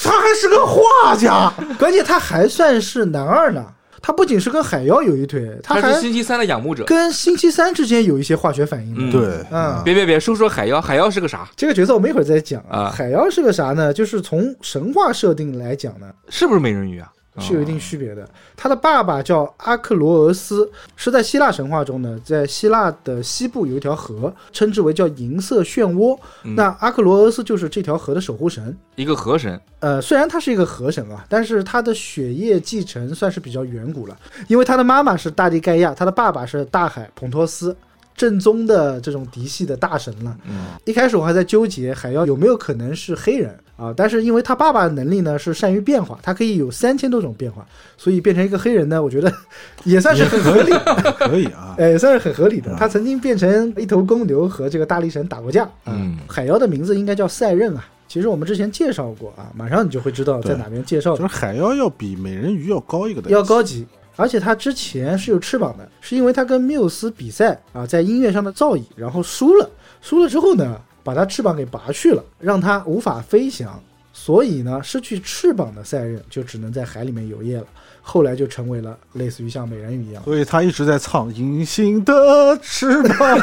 S3: 他还是个画家，
S2: 关键他还算是男二呢，他不仅是跟海妖有一腿，他
S4: 她
S2: 还
S4: 是星期三的仰慕者。
S2: 跟星期三之间有一些化学反应的。
S4: 嗯
S3: 对，
S2: 嗯，
S4: 别别别，说说海妖，海妖是个啥？
S2: 这个角色我们一会儿再讲
S4: 啊
S2: 海妖是个啥呢？就是从神话设定来讲呢，
S4: 是不是美人鱼啊？
S2: 是有一定区别的。他的爸爸叫阿克罗俄斯，是在希腊神话中呢，在希腊的西部有一条河，称之为叫银色漩涡。
S4: 嗯
S2: 那阿克罗俄斯就是这条河的守护神。
S4: 一个河神。
S2: 呃，虽然他是一个河神啊，但是他的血液继承算是比较远古了，因为他的妈妈是大地盖亚，他的爸爸是大海彭托斯，正宗的这种嫡系的大神了。
S4: 嗯
S2: 一开始我还在纠结海妖有没有可能是黑人啊，但是因为他爸爸的能力呢是善于变化，他可以有三千多种变化，所以变成一个黑人呢，我觉得 也算是很合理，
S3: 可以啊，
S2: 哎，也算是很合理的
S3: 嗯。
S2: 他曾经变成一头公牛和这个大力神打过架。啊
S4: 嗯
S2: 海妖的名字应该叫赛壬啊，其实我们之前介绍过啊，马上你就会知道在
S3: 对
S2: 哪边介绍
S3: 就
S2: 的
S3: 是海妖要比美人鱼要高一个等级，
S2: 要高级。而且他之前是有翅膀的，是因为他跟缪斯比赛啊，在音乐上的造诣，然后输了，输了之后呢，把他翅膀给拔去了，让他无法飞翔。所以呢，失去翅膀的赛壬就只能在海里面游曳了。后来就成为了类似于像美人鱼一样，
S3: 所以他一直在唱《隐形的翅膀》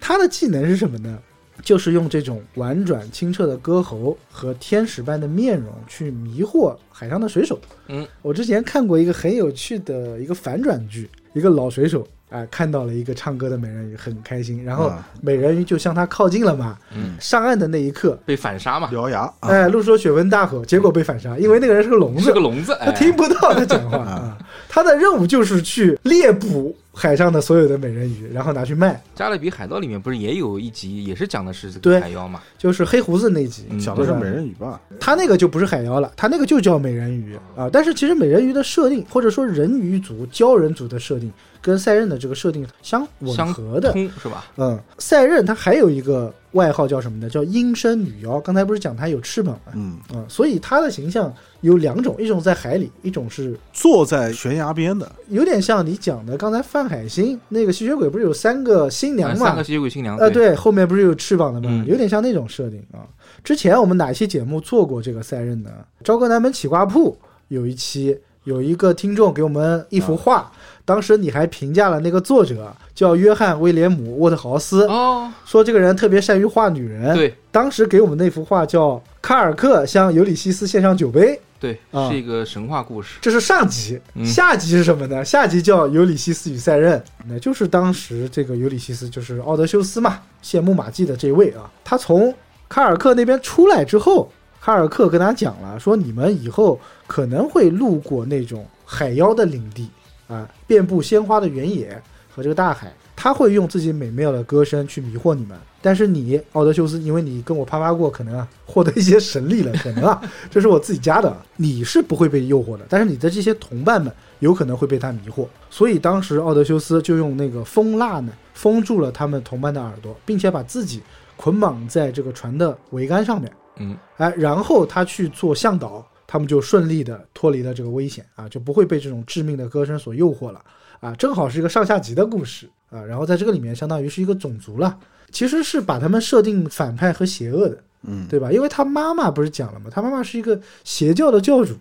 S2: 他的技能是什么呢？就是用这种婉转清澈的歌喉和天使般的面容去迷惑海上的水手。
S4: 嗯，
S2: 我之前看过一个很有趣的一个反转剧，一个老水手啊、看到了一个唱歌的美人鱼，很开心，然后
S3: 啊
S2: 美人鱼就向他靠近了嘛。
S4: 嗯，
S2: 上岸的那一刻，
S4: 被反杀嘛，
S3: 獠牙啊，嗯
S2: 哎、陆说雪文大吼，结果被反杀，因为那个人是个聋子
S4: 是个，聋子。
S2: 他
S4: 哎，
S2: 听不到他讲话啊。他的任务就是去猎捕海上的所有的美人鱼，然后拿去卖。
S4: 《加勒比海盗》里面不是也有一集，也是讲的是这
S2: 对
S4: 个海妖嘛？
S2: 就是黑胡子那集，
S4: 嗯
S3: 讲的是
S2: 对吧
S3: 美人鱼吧？
S2: 它那个就不是海妖了，它那个就叫美人鱼啊。但是其实美人鱼的设定，或者说人鱼族、鲛人族的设定，跟赛壬的这个设定相吻
S4: 相
S2: 合的。
S4: 通是吧？
S2: 嗯，赛壬它还有一个外号叫什么呢？叫阴身女妖。刚才不是讲它有翅膀吗？
S3: 嗯，
S2: 嗯，所以它的形象有两种，一种在海里，一种是
S3: 坐在悬崖边的，
S2: 有点像你讲的刚才范海辛那个吸血鬼，不是有三个新娘
S4: 嗯
S2: 嘛？
S4: 三个吸血鬼新娘。
S2: 呃，，对，后面不是有翅膀的吗？
S4: 嗯
S2: 有点像那种设定啊。之前我们哪一期节目做过这个赛壬呢？朝歌南门起挂铺有一期，有一个听众给我们一幅画，
S4: 啊
S2: 当时你还评价了那个作者叫约翰·威廉姆·沃特豪斯，
S4: 哦，
S2: 说这个人特别善于画女人。，
S4: 对
S2: 当时给我们那幅画叫《卡尔克向尤里西斯献上酒杯》，
S4: 对，
S2: 啊
S4: 是一个神话故事。
S2: 这是上集，
S4: 嗯
S2: 下集是什么呢？下集叫《尤里西斯与赛壬》，那就是当时这个尤里西斯就是奥德修斯嘛，献木马计的这位啊，他从卡尔克那边出来之后，卡尔克跟他讲了，说你们以后可能会路过那种海妖的领地啊，遍布鲜花的原野和这个大海，他会用自己美妙的歌声去迷惑你们。但是你，奥德修斯，因为你跟我啪啪过，可能啊获得一些神力了，可能啊，这是我自己家的，啊你是不会被诱惑的，但是你的这些同伴们有可能会被他迷惑。所以当时奥德修斯就用那个蜂蜡呢封住了他们同伴的耳朵，并且把自己捆绑在这个船的桅杆上面。
S4: 嗯，
S2: 哎，然后他去做向导，他们就顺利的脱离了这个危险啊，就不会被这种致命的歌声所诱惑了啊。正好是一个上下级的故事啊，然后在这个里面相当于是一个种族了，其实是把他们设定反派和邪恶的，
S3: 嗯，
S2: 对吧？因为他妈妈不是讲了吗？他妈妈是一个邪教的教主，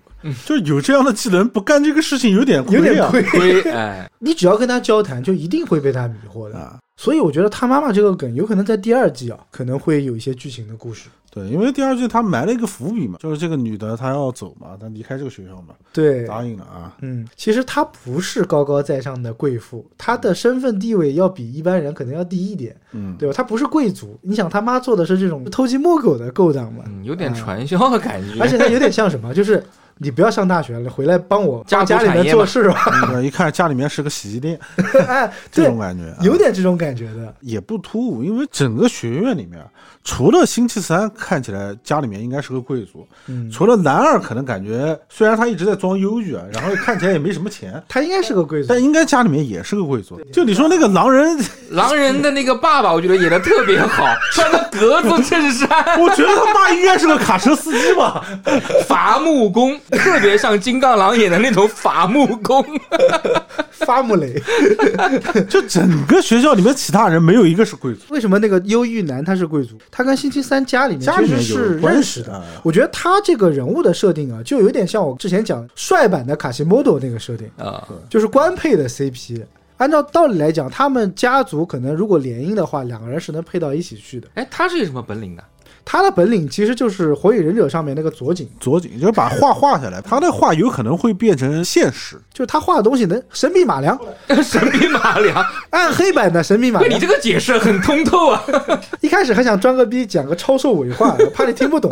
S3: 就是有这样的技能，不干这个事情有点亏
S2: 有点
S3: 啊
S2: 亏。
S4: 龟，哎，
S2: 你只要跟他交谈，就一定会被他迷惑的。
S3: 啊！
S2: 所以我觉得他妈妈这个梗有可能在第二季啊，可能会有一些剧情的故事。
S3: 对，因为第二季他埋了一个伏笔嘛，就是这个女的她要走嘛，她离开这个学校嘛，
S2: 对，
S3: 答应了啊。
S2: 嗯，其实她不是高高在上的贵妇，她的身份地位要比一般人可能要低一点，
S3: 嗯，
S2: 对吧？她不是贵族，你想他妈做的是这种偷鸡摸狗的勾当嘛，
S4: 嗯，有点
S2: 啊
S4: 传销的感觉。
S2: 而且她有点像什么，就是你不要上大学了，回来帮 我
S4: 家
S2: 帮
S4: 族
S2: 家里
S4: 产
S2: 面
S4: 业
S2: 做
S4: 嘛
S2: 事 吧，
S3: 那个一看家里面是个洗衣店，
S2: 哎，
S3: 这
S2: 对
S3: 种，感觉啊
S2: 有点这种感觉的，
S3: 也不突兀，因为整个学院里面，除了星期三看起来家里面应该是个贵族，
S2: 嗯。
S3: 除了男二可能感觉虽然他一直在装忧郁啊，然后看起来也没什
S2: ，
S3: 么钱
S2: 她应该是个贵族，
S3: 但应该家里面也是个贵族。就你说那个狼人，
S4: 狼人的那个爸爸，我觉得演的特别 好，穿的格子衬衫，
S3: 我觉得他爸应该是个卡车司机 吧？
S4: 伐木工， 特别像金刚狼演的那种伐木 工。
S2: 发木雷。
S3: 就整个学校里面其他人没有一个是贵族，
S2: 为什么那个忧郁男他是贵族？他跟星期三家里面
S3: 家里
S2: 其
S3: 面
S2: 实
S3: 有
S2: 是
S3: 关
S2: 认
S3: 系
S2: 识
S3: 的
S2: 的。我觉得他这个人物的设定啊，就有点像我之前讲帅版的卡西莫多那个设定，
S4: 啊，
S2: 就是官配的 CP。按照道理来讲，他们家族可能如果联姻的话，两个人是能配到一起去的。
S4: 哎，他是有什么本领的？
S2: 他的本领其实就是《火影忍者》上面那个佐井，
S3: 佐井就是把画画下来，他的画有可能会变成现实。
S2: 就是他画的东西能神笔马良，
S4: 神笔马良，
S2: 暗黑版的神笔马
S4: 那你
S2: 良。
S4: 这个解释很通透啊。
S2: 一开始还想装个逼讲个超兽伪话，怕你听不懂。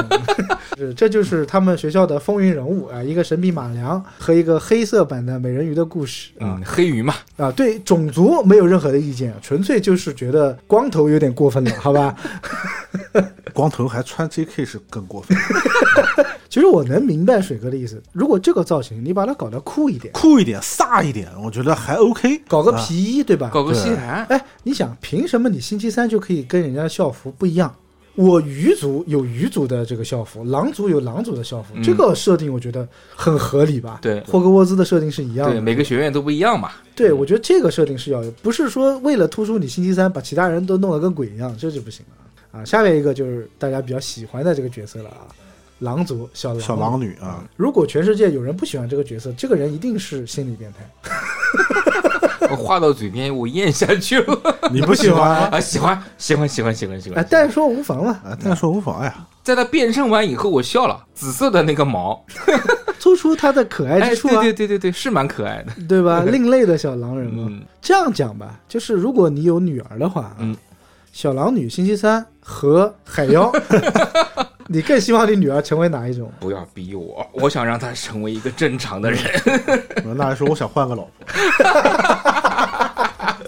S2: 是，这就是他们学校的风云人物啊，一个神笔马良和一个黑色版的美人鱼的故事啊
S4: 嗯，黑鱼嘛，
S2: 啊，对种族没有任何的意见，纯粹就是觉得光头有点过分了，好吧？
S3: 光头还穿 JK 是更过分，
S2: 其实我能明白水哥的意思，如果这个造型你把它搞得酷一点，
S3: 酷一点、飒一点，我觉得还 OK。
S2: 搞个
S3: 啊
S2: 皮衣对吧？
S4: 搞个
S3: 对
S4: 西兰，
S2: 哎，你想，凭什么你星期三就可以跟人家校服不一样？我鱼族有鱼族的这个校服，狼族有狼族的校服，
S4: 嗯
S2: 这个设定我觉得很合理吧？
S4: 对
S2: 霍格沃兹的设定是一样的。
S4: 对，每个学院都不一样嘛。
S2: 对我觉得这个设定是要有，不是说为了突出你星期三把其他人都弄得跟鬼一样，这就不行了啊。下面一个就是大家比较喜欢的这个角色了啊，狼族小狼。
S3: 小狼女啊，
S2: 如果全世界有人不喜欢这个角色，这个人一定是心理变态。
S4: 我话到嘴边，我咽下去 了。
S3: 你嗯不喜欢
S4: 啊，喜欢，喜欢，喜欢，喜欢，喜
S2: 哎
S4: 欢，。
S2: 但说无妨 嘛，
S3: 啊？但说无妨呀，
S4: 在他变身完以后，我笑了，紫色的那个毛，
S2: 突出他的可爱
S4: 哎，
S2: 之处啊，
S4: 对对对对对，是蛮可爱的。
S2: 对吧？另类的小狼人嘛。
S4: 嗯，
S2: 这样讲吧，就是如果你有女儿的话，啊
S4: 嗯，
S2: 小狼女星期三和海 妖，你更希望你女儿成为哪一种？
S4: 不要逼我，我想让他成为一个正常的人。
S3: 那还说我想换个老 婆，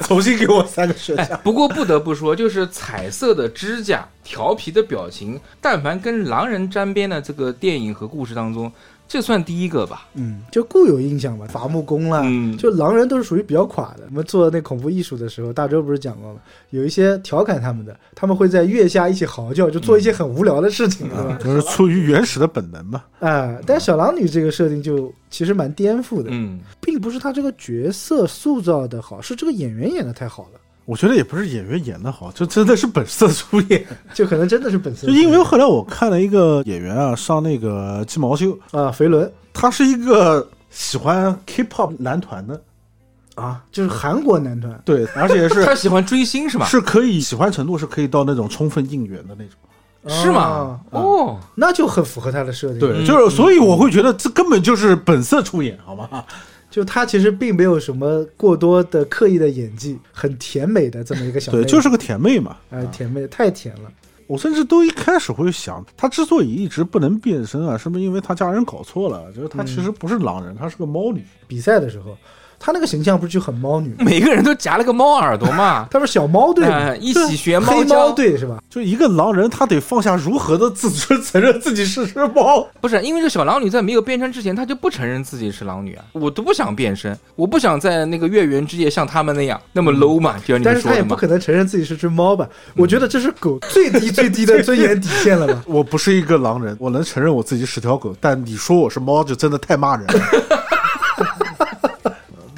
S3: 重新给我三个选项。
S2: 哎
S4: 不过不得不说，就是彩色的指甲、调皮的表情，但凡跟狼人沾边的这个电影和故事当中，这算第一个吧。
S2: 嗯，就固有印象吧，伐木工啦，
S4: 嗯
S2: 就狼人都是属于比较垮的。我们做那恐怖艺术的时候，大周不是讲过吗？有一些调侃他们的，他们会在月下一起嚎叫，就做一些很无聊的事
S4: 嗯
S2: 情，对吧？
S3: 就是出于原始的本能嘛。
S2: 啊，但小狼女这个设定就其实蛮颠覆的，
S4: 嗯，
S2: 并不是她这个角色塑造的好，是这个演员演的太好了，
S3: 我觉得也不是演员演的好，就真的是本色出演。
S2: 就可能真的是本色
S3: 就因为后来我看了一个演员啊，上那个鸡毛秀，
S2: 啊，肥伦
S3: 他是一个喜欢 K-pop 男团的，
S2: 啊，就是韩国男团，
S3: 对，而且是
S4: 他喜欢追星是吧？
S3: 是可以喜欢程度是可以到那种充分应援的那种。
S4: 是吗
S2: 啊？
S4: 哦，
S2: 那就很符合他的设定。，
S3: 对，就是所以我会觉得这根本就是本色出演，好 吗？
S2: 就他其实并没有什么过多的刻意的演技，很甜美的这么一个小妹
S3: 对，
S2: 妹，
S3: 就是个甜妹嘛。
S2: 哎，甜妹太甜了。
S3: 我甚至都一开始会想，他之所以一直不能变身啊，是不是因为他家人搞错了？就是他其实不是狼人，他是个猫女。
S2: 比赛的时候，他那个形象不是就很猫女吗？。
S4: 每个人都夹了个猫耳朵嘛
S2: 他不是小猫队吗？
S4: 哎一起学猫
S2: 黑
S4: 叫
S2: 猫队是吧？
S3: 就一个狼人，他得放下如何的自尊，承认自己是只猫。？
S4: 不是，因为这小狼女在没有变身之前，她就不承认自己是狼女啊。我都不想变身，我不想在那个月圆之夜像他们那样那么 low 嘛，就像你
S2: 嗯但
S4: 们
S2: 是
S4: 说
S2: 他也
S4: 的嗯
S2: 不
S4: 嘛。
S2: 可能承认自己是只猫吧？我觉得这是狗最低最低的尊严底线了吧
S3: 我不是一个狼人，我能承认我自己是条狗，但你说我是猫，就真的太骂人了。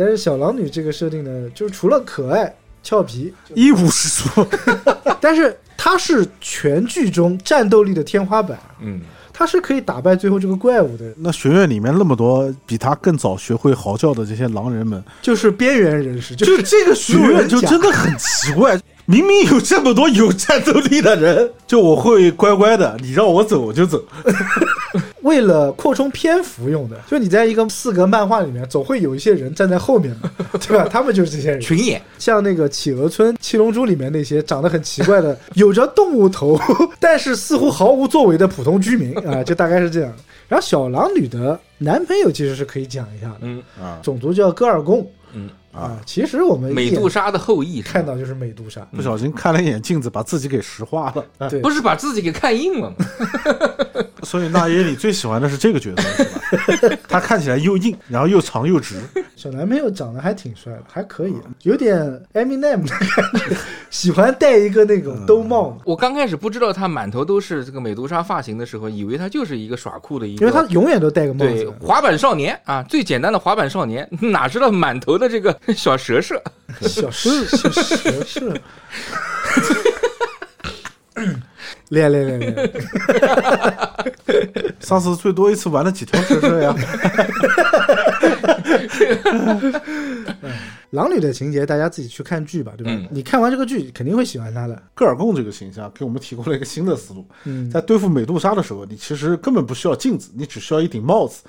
S2: 但是小狼女这个设定呢，就是除了可爱俏 皮，
S3: 一无是处。
S2: 但是她是全剧中战斗力的天花板。
S4: 嗯，
S2: 他是可以打败最后这个怪物的，
S3: 那学院里面那么多比他更早学会嚎叫的这些狼人们，
S2: 就是边缘人士，
S3: 就是这个学
S2: 有
S3: 院
S2: 人
S3: 就
S2: 讲
S3: 真的很奇怪。明明有这么多有战斗力的人，就我会乖乖的，你让我走我就走。
S2: 为了扩充篇幅用的。就你在一个四格漫画里面，总会有一些人站在后面嘛，对吧？他们就是这些人。
S4: 群演，
S2: 像那个企鹅村、七龙珠里面那些长得很奇怪的， 有着动物头， 但是似乎毫无作为的普通居 民啊、就大概是这样。然后小狼女的男朋友其实是可以讲一下的，
S4: 嗯
S3: 啊，
S2: 种族叫戈尔贡，
S4: 嗯
S2: 啊，其实我们一
S4: 美
S2: 眼
S4: 杜莎的嗯后裔，
S2: 看到就是美杜莎，
S3: 不小心看了一眼镜子，把自己给石化了。
S2: 对，
S4: 不是把自己给看硬了吗？
S3: 嗯所以那耶里最喜欢的是这个角色，是吧？ 他看起来又硬，然后又长又直。
S2: 小男朋友长得还挺帅的，还可以，
S4: 嗯
S2: 有点 Eminem 的感觉，喜欢戴一个那种兜帽嘛，
S4: 我刚开始不知道他满头都是这个美杜莎发型的时候，以为他就是一个耍酷的一
S2: 因
S4: 个，
S2: 为他嗯永远都戴个帽
S4: 对
S2: 子。
S4: 滑板少年啊，最简单的滑板少年， 哪知道满头的这个小 蛇蛇，
S2: 小蛇小蛇是，练练练练，
S3: 上次最多一次玩了几条蛇蛇呀？
S2: 狼女的情节大家自己去看剧吧，对吧？
S4: 嗯
S2: 你看完这个剧肯定会喜欢她的，
S3: 戈尔贡这个形象给我们提供了一个新的思路。
S2: 嗯，
S3: 在对付美杜莎的时候，你其实根本不需要镜子，你只需要一顶帽子。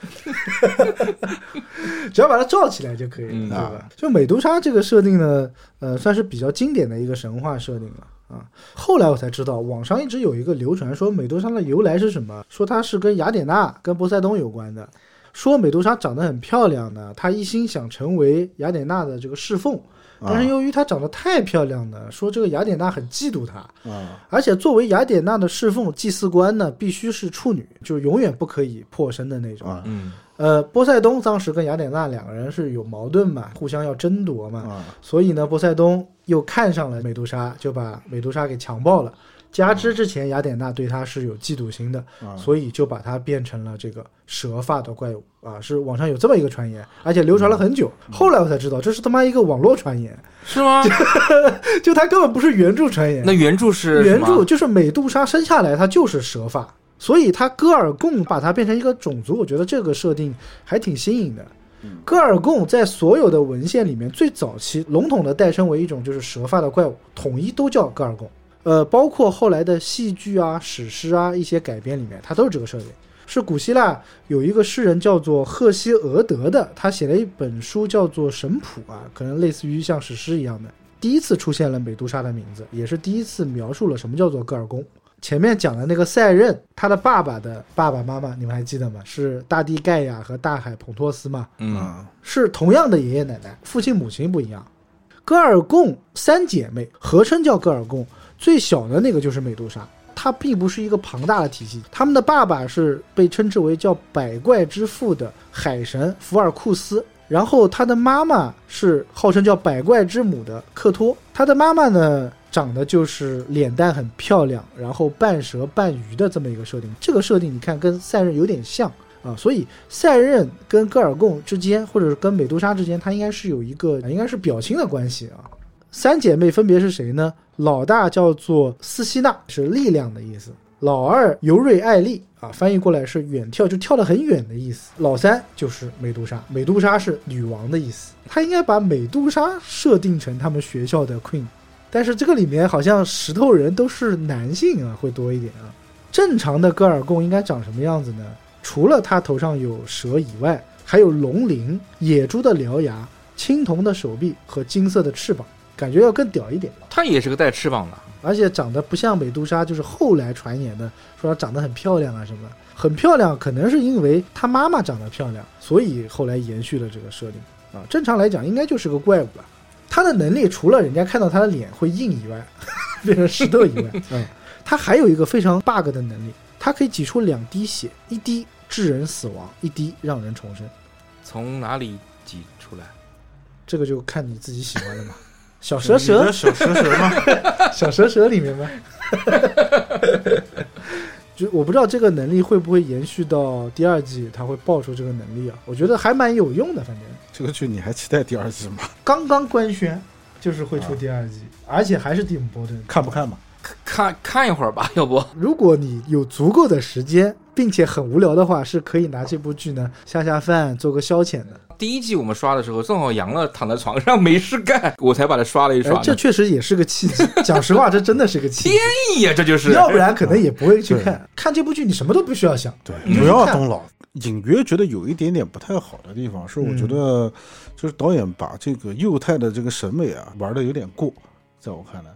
S2: 只要把它罩起来就可以了，
S4: 嗯
S2: 对吧？就美杜莎这个设定呢，呃，算是比较经典的一个神话设定了。啊，后来我才知道，网上一直有一个流传说美杜莎的由来是什么，说她是跟雅典娜、跟波塞冬有关的，说美杜莎长得很漂亮呢，她一心想成为雅典娜的这个侍奉，但是由于她长得太漂亮了，说这个雅典娜很嫉妒她，
S3: 啊，
S2: 而且作为雅典娜的侍奉祭祀官呢，必须是处女，就是永远不可以破身的那种。
S3: 啊
S4: 嗯，
S2: 呃，波塞冬当时跟雅典娜两个人是有矛盾嘛，互相要争夺嘛，
S3: 啊
S2: 所以呢，波塞冬又看上了美杜莎，就把美杜莎给强暴了。加之之前雅典娜对他是有嫉妒心的，
S3: 啊！
S2: 所以就把他变成了这个蛇发的怪物啊，是网上有这么一个传言，而且流传了很久。
S3: 嗯
S2: 后来我才知道，这是他妈一个网络传言，
S4: 是吗？
S2: 就他根本不是原著传言。
S4: 那原著是什
S2: 原
S4: 么
S2: 著就是美杜莎生下来她就是蛇发，所以她戈尔贡把它变成一个种族，我觉得这个设定还挺新颖的。戈尔贡在所有的文献里面，最早期笼统的代称为一种就是蛇发的怪物，统一都叫戈尔贡。呃，包括后来的戏剧啊、史诗啊一些改编里面，它都是这个设定。是古希腊有一个诗人叫做赫西俄德的，他写了一本书叫做《神谱》啊，可能类似于像史诗一样的。第一次出现了美杜莎的名字，也是第一次描述了什么叫做戈尔宫。前面讲的那个赛壬，他的爸爸的爸爸妈妈，你们还记得吗？是大地盖亚和大海彭托斯嘛？
S4: 嗯，
S3: 啊
S2: 是同样的爷爷奶奶，父亲母亲不一样。戈尔贡三姐妹合称叫戈尔贡，最小的那个就是美杜莎。它并不是一个庞大的体系，他们的爸爸是被称之为叫百怪之父的海神福尔库斯，然后他的妈妈是号称叫百怪之母的克托。他的妈妈呢，长得就是脸蛋很漂亮，然后半蛇半鱼的这么一个设定。这个设定你看跟赛壬有点像，啊，所以赛壬跟戈尔贡之间，或者是跟美杜莎之间，它应该是有一个应该是表亲的关系啊。三姐妹分别是谁呢？老大叫做斯西娜，是力量的意思；老二尤瑞艾丽啊，翻译过来是远眺，就跳得很远的意思；老三就是美杜莎，美杜莎是女王的意思。他应该把美杜莎设定成他们学校的 queen，但是这个里面好像石头人都是男性啊，会多一点啊。正常的戈尔贡应该长什么样子呢？除了它头上有蛇以外，还有龙鳞、野猪的獠牙、青铜的手臂和金色的翅膀，感觉要更屌一点。
S4: 他也是个带翅膀的，
S2: 而且长得不像美杜莎，就是后来传言的说她长得很漂亮啊什么，很漂亮，可能是因为她妈妈长得漂亮，所以后来延续了这个设定啊。正常来讲，应该就是个怪物了。她的能力除了人家看到她的脸会硬以外， 变成石头以 外，嗯，她还有一个非常 bug 的能力，她可以挤出两滴血，一滴致人死亡，一滴让人重生。
S4: 从哪里挤出来？
S2: 这个就看你自己喜欢了嘛。小蛇
S3: 你
S2: 蛇
S3: 的小蛇蛇吗？
S2: 小蛇蛇里面吗？就我不知道这个能力会不会延续到第二季，它会爆出这个能力啊？我觉得还蛮有用的，反正
S3: 这个剧你还期待第二季吗？
S2: 刚刚官宣就是会出第二季，而且还是蒂姆·波顿，
S3: 看不看吧？
S4: 看看一会儿吧，要 不
S2: 如果你有足够的时间，并且很无聊的话，是可以拿这部剧呢下下饭，做个消遣的。
S4: 第一季我们刷的时候，正好阳了，躺在床上没事干，我才把它刷了一刷
S2: 哎
S4: 呢。，
S2: 这确实也是个契 机。讲实话，这真的是个契机。
S4: 哎呀，这就是
S2: 要不然可能也不会去看。看这部剧，你什么都不需要想。
S3: 对，
S2: 你
S3: 不
S2: 就
S3: 要
S2: 看
S3: 动脑。隐约觉得有一点点不太好的地方是，我觉
S2: 嗯
S3: 得就是导演把这个幼态的这个审美啊玩的有点过，在我看来。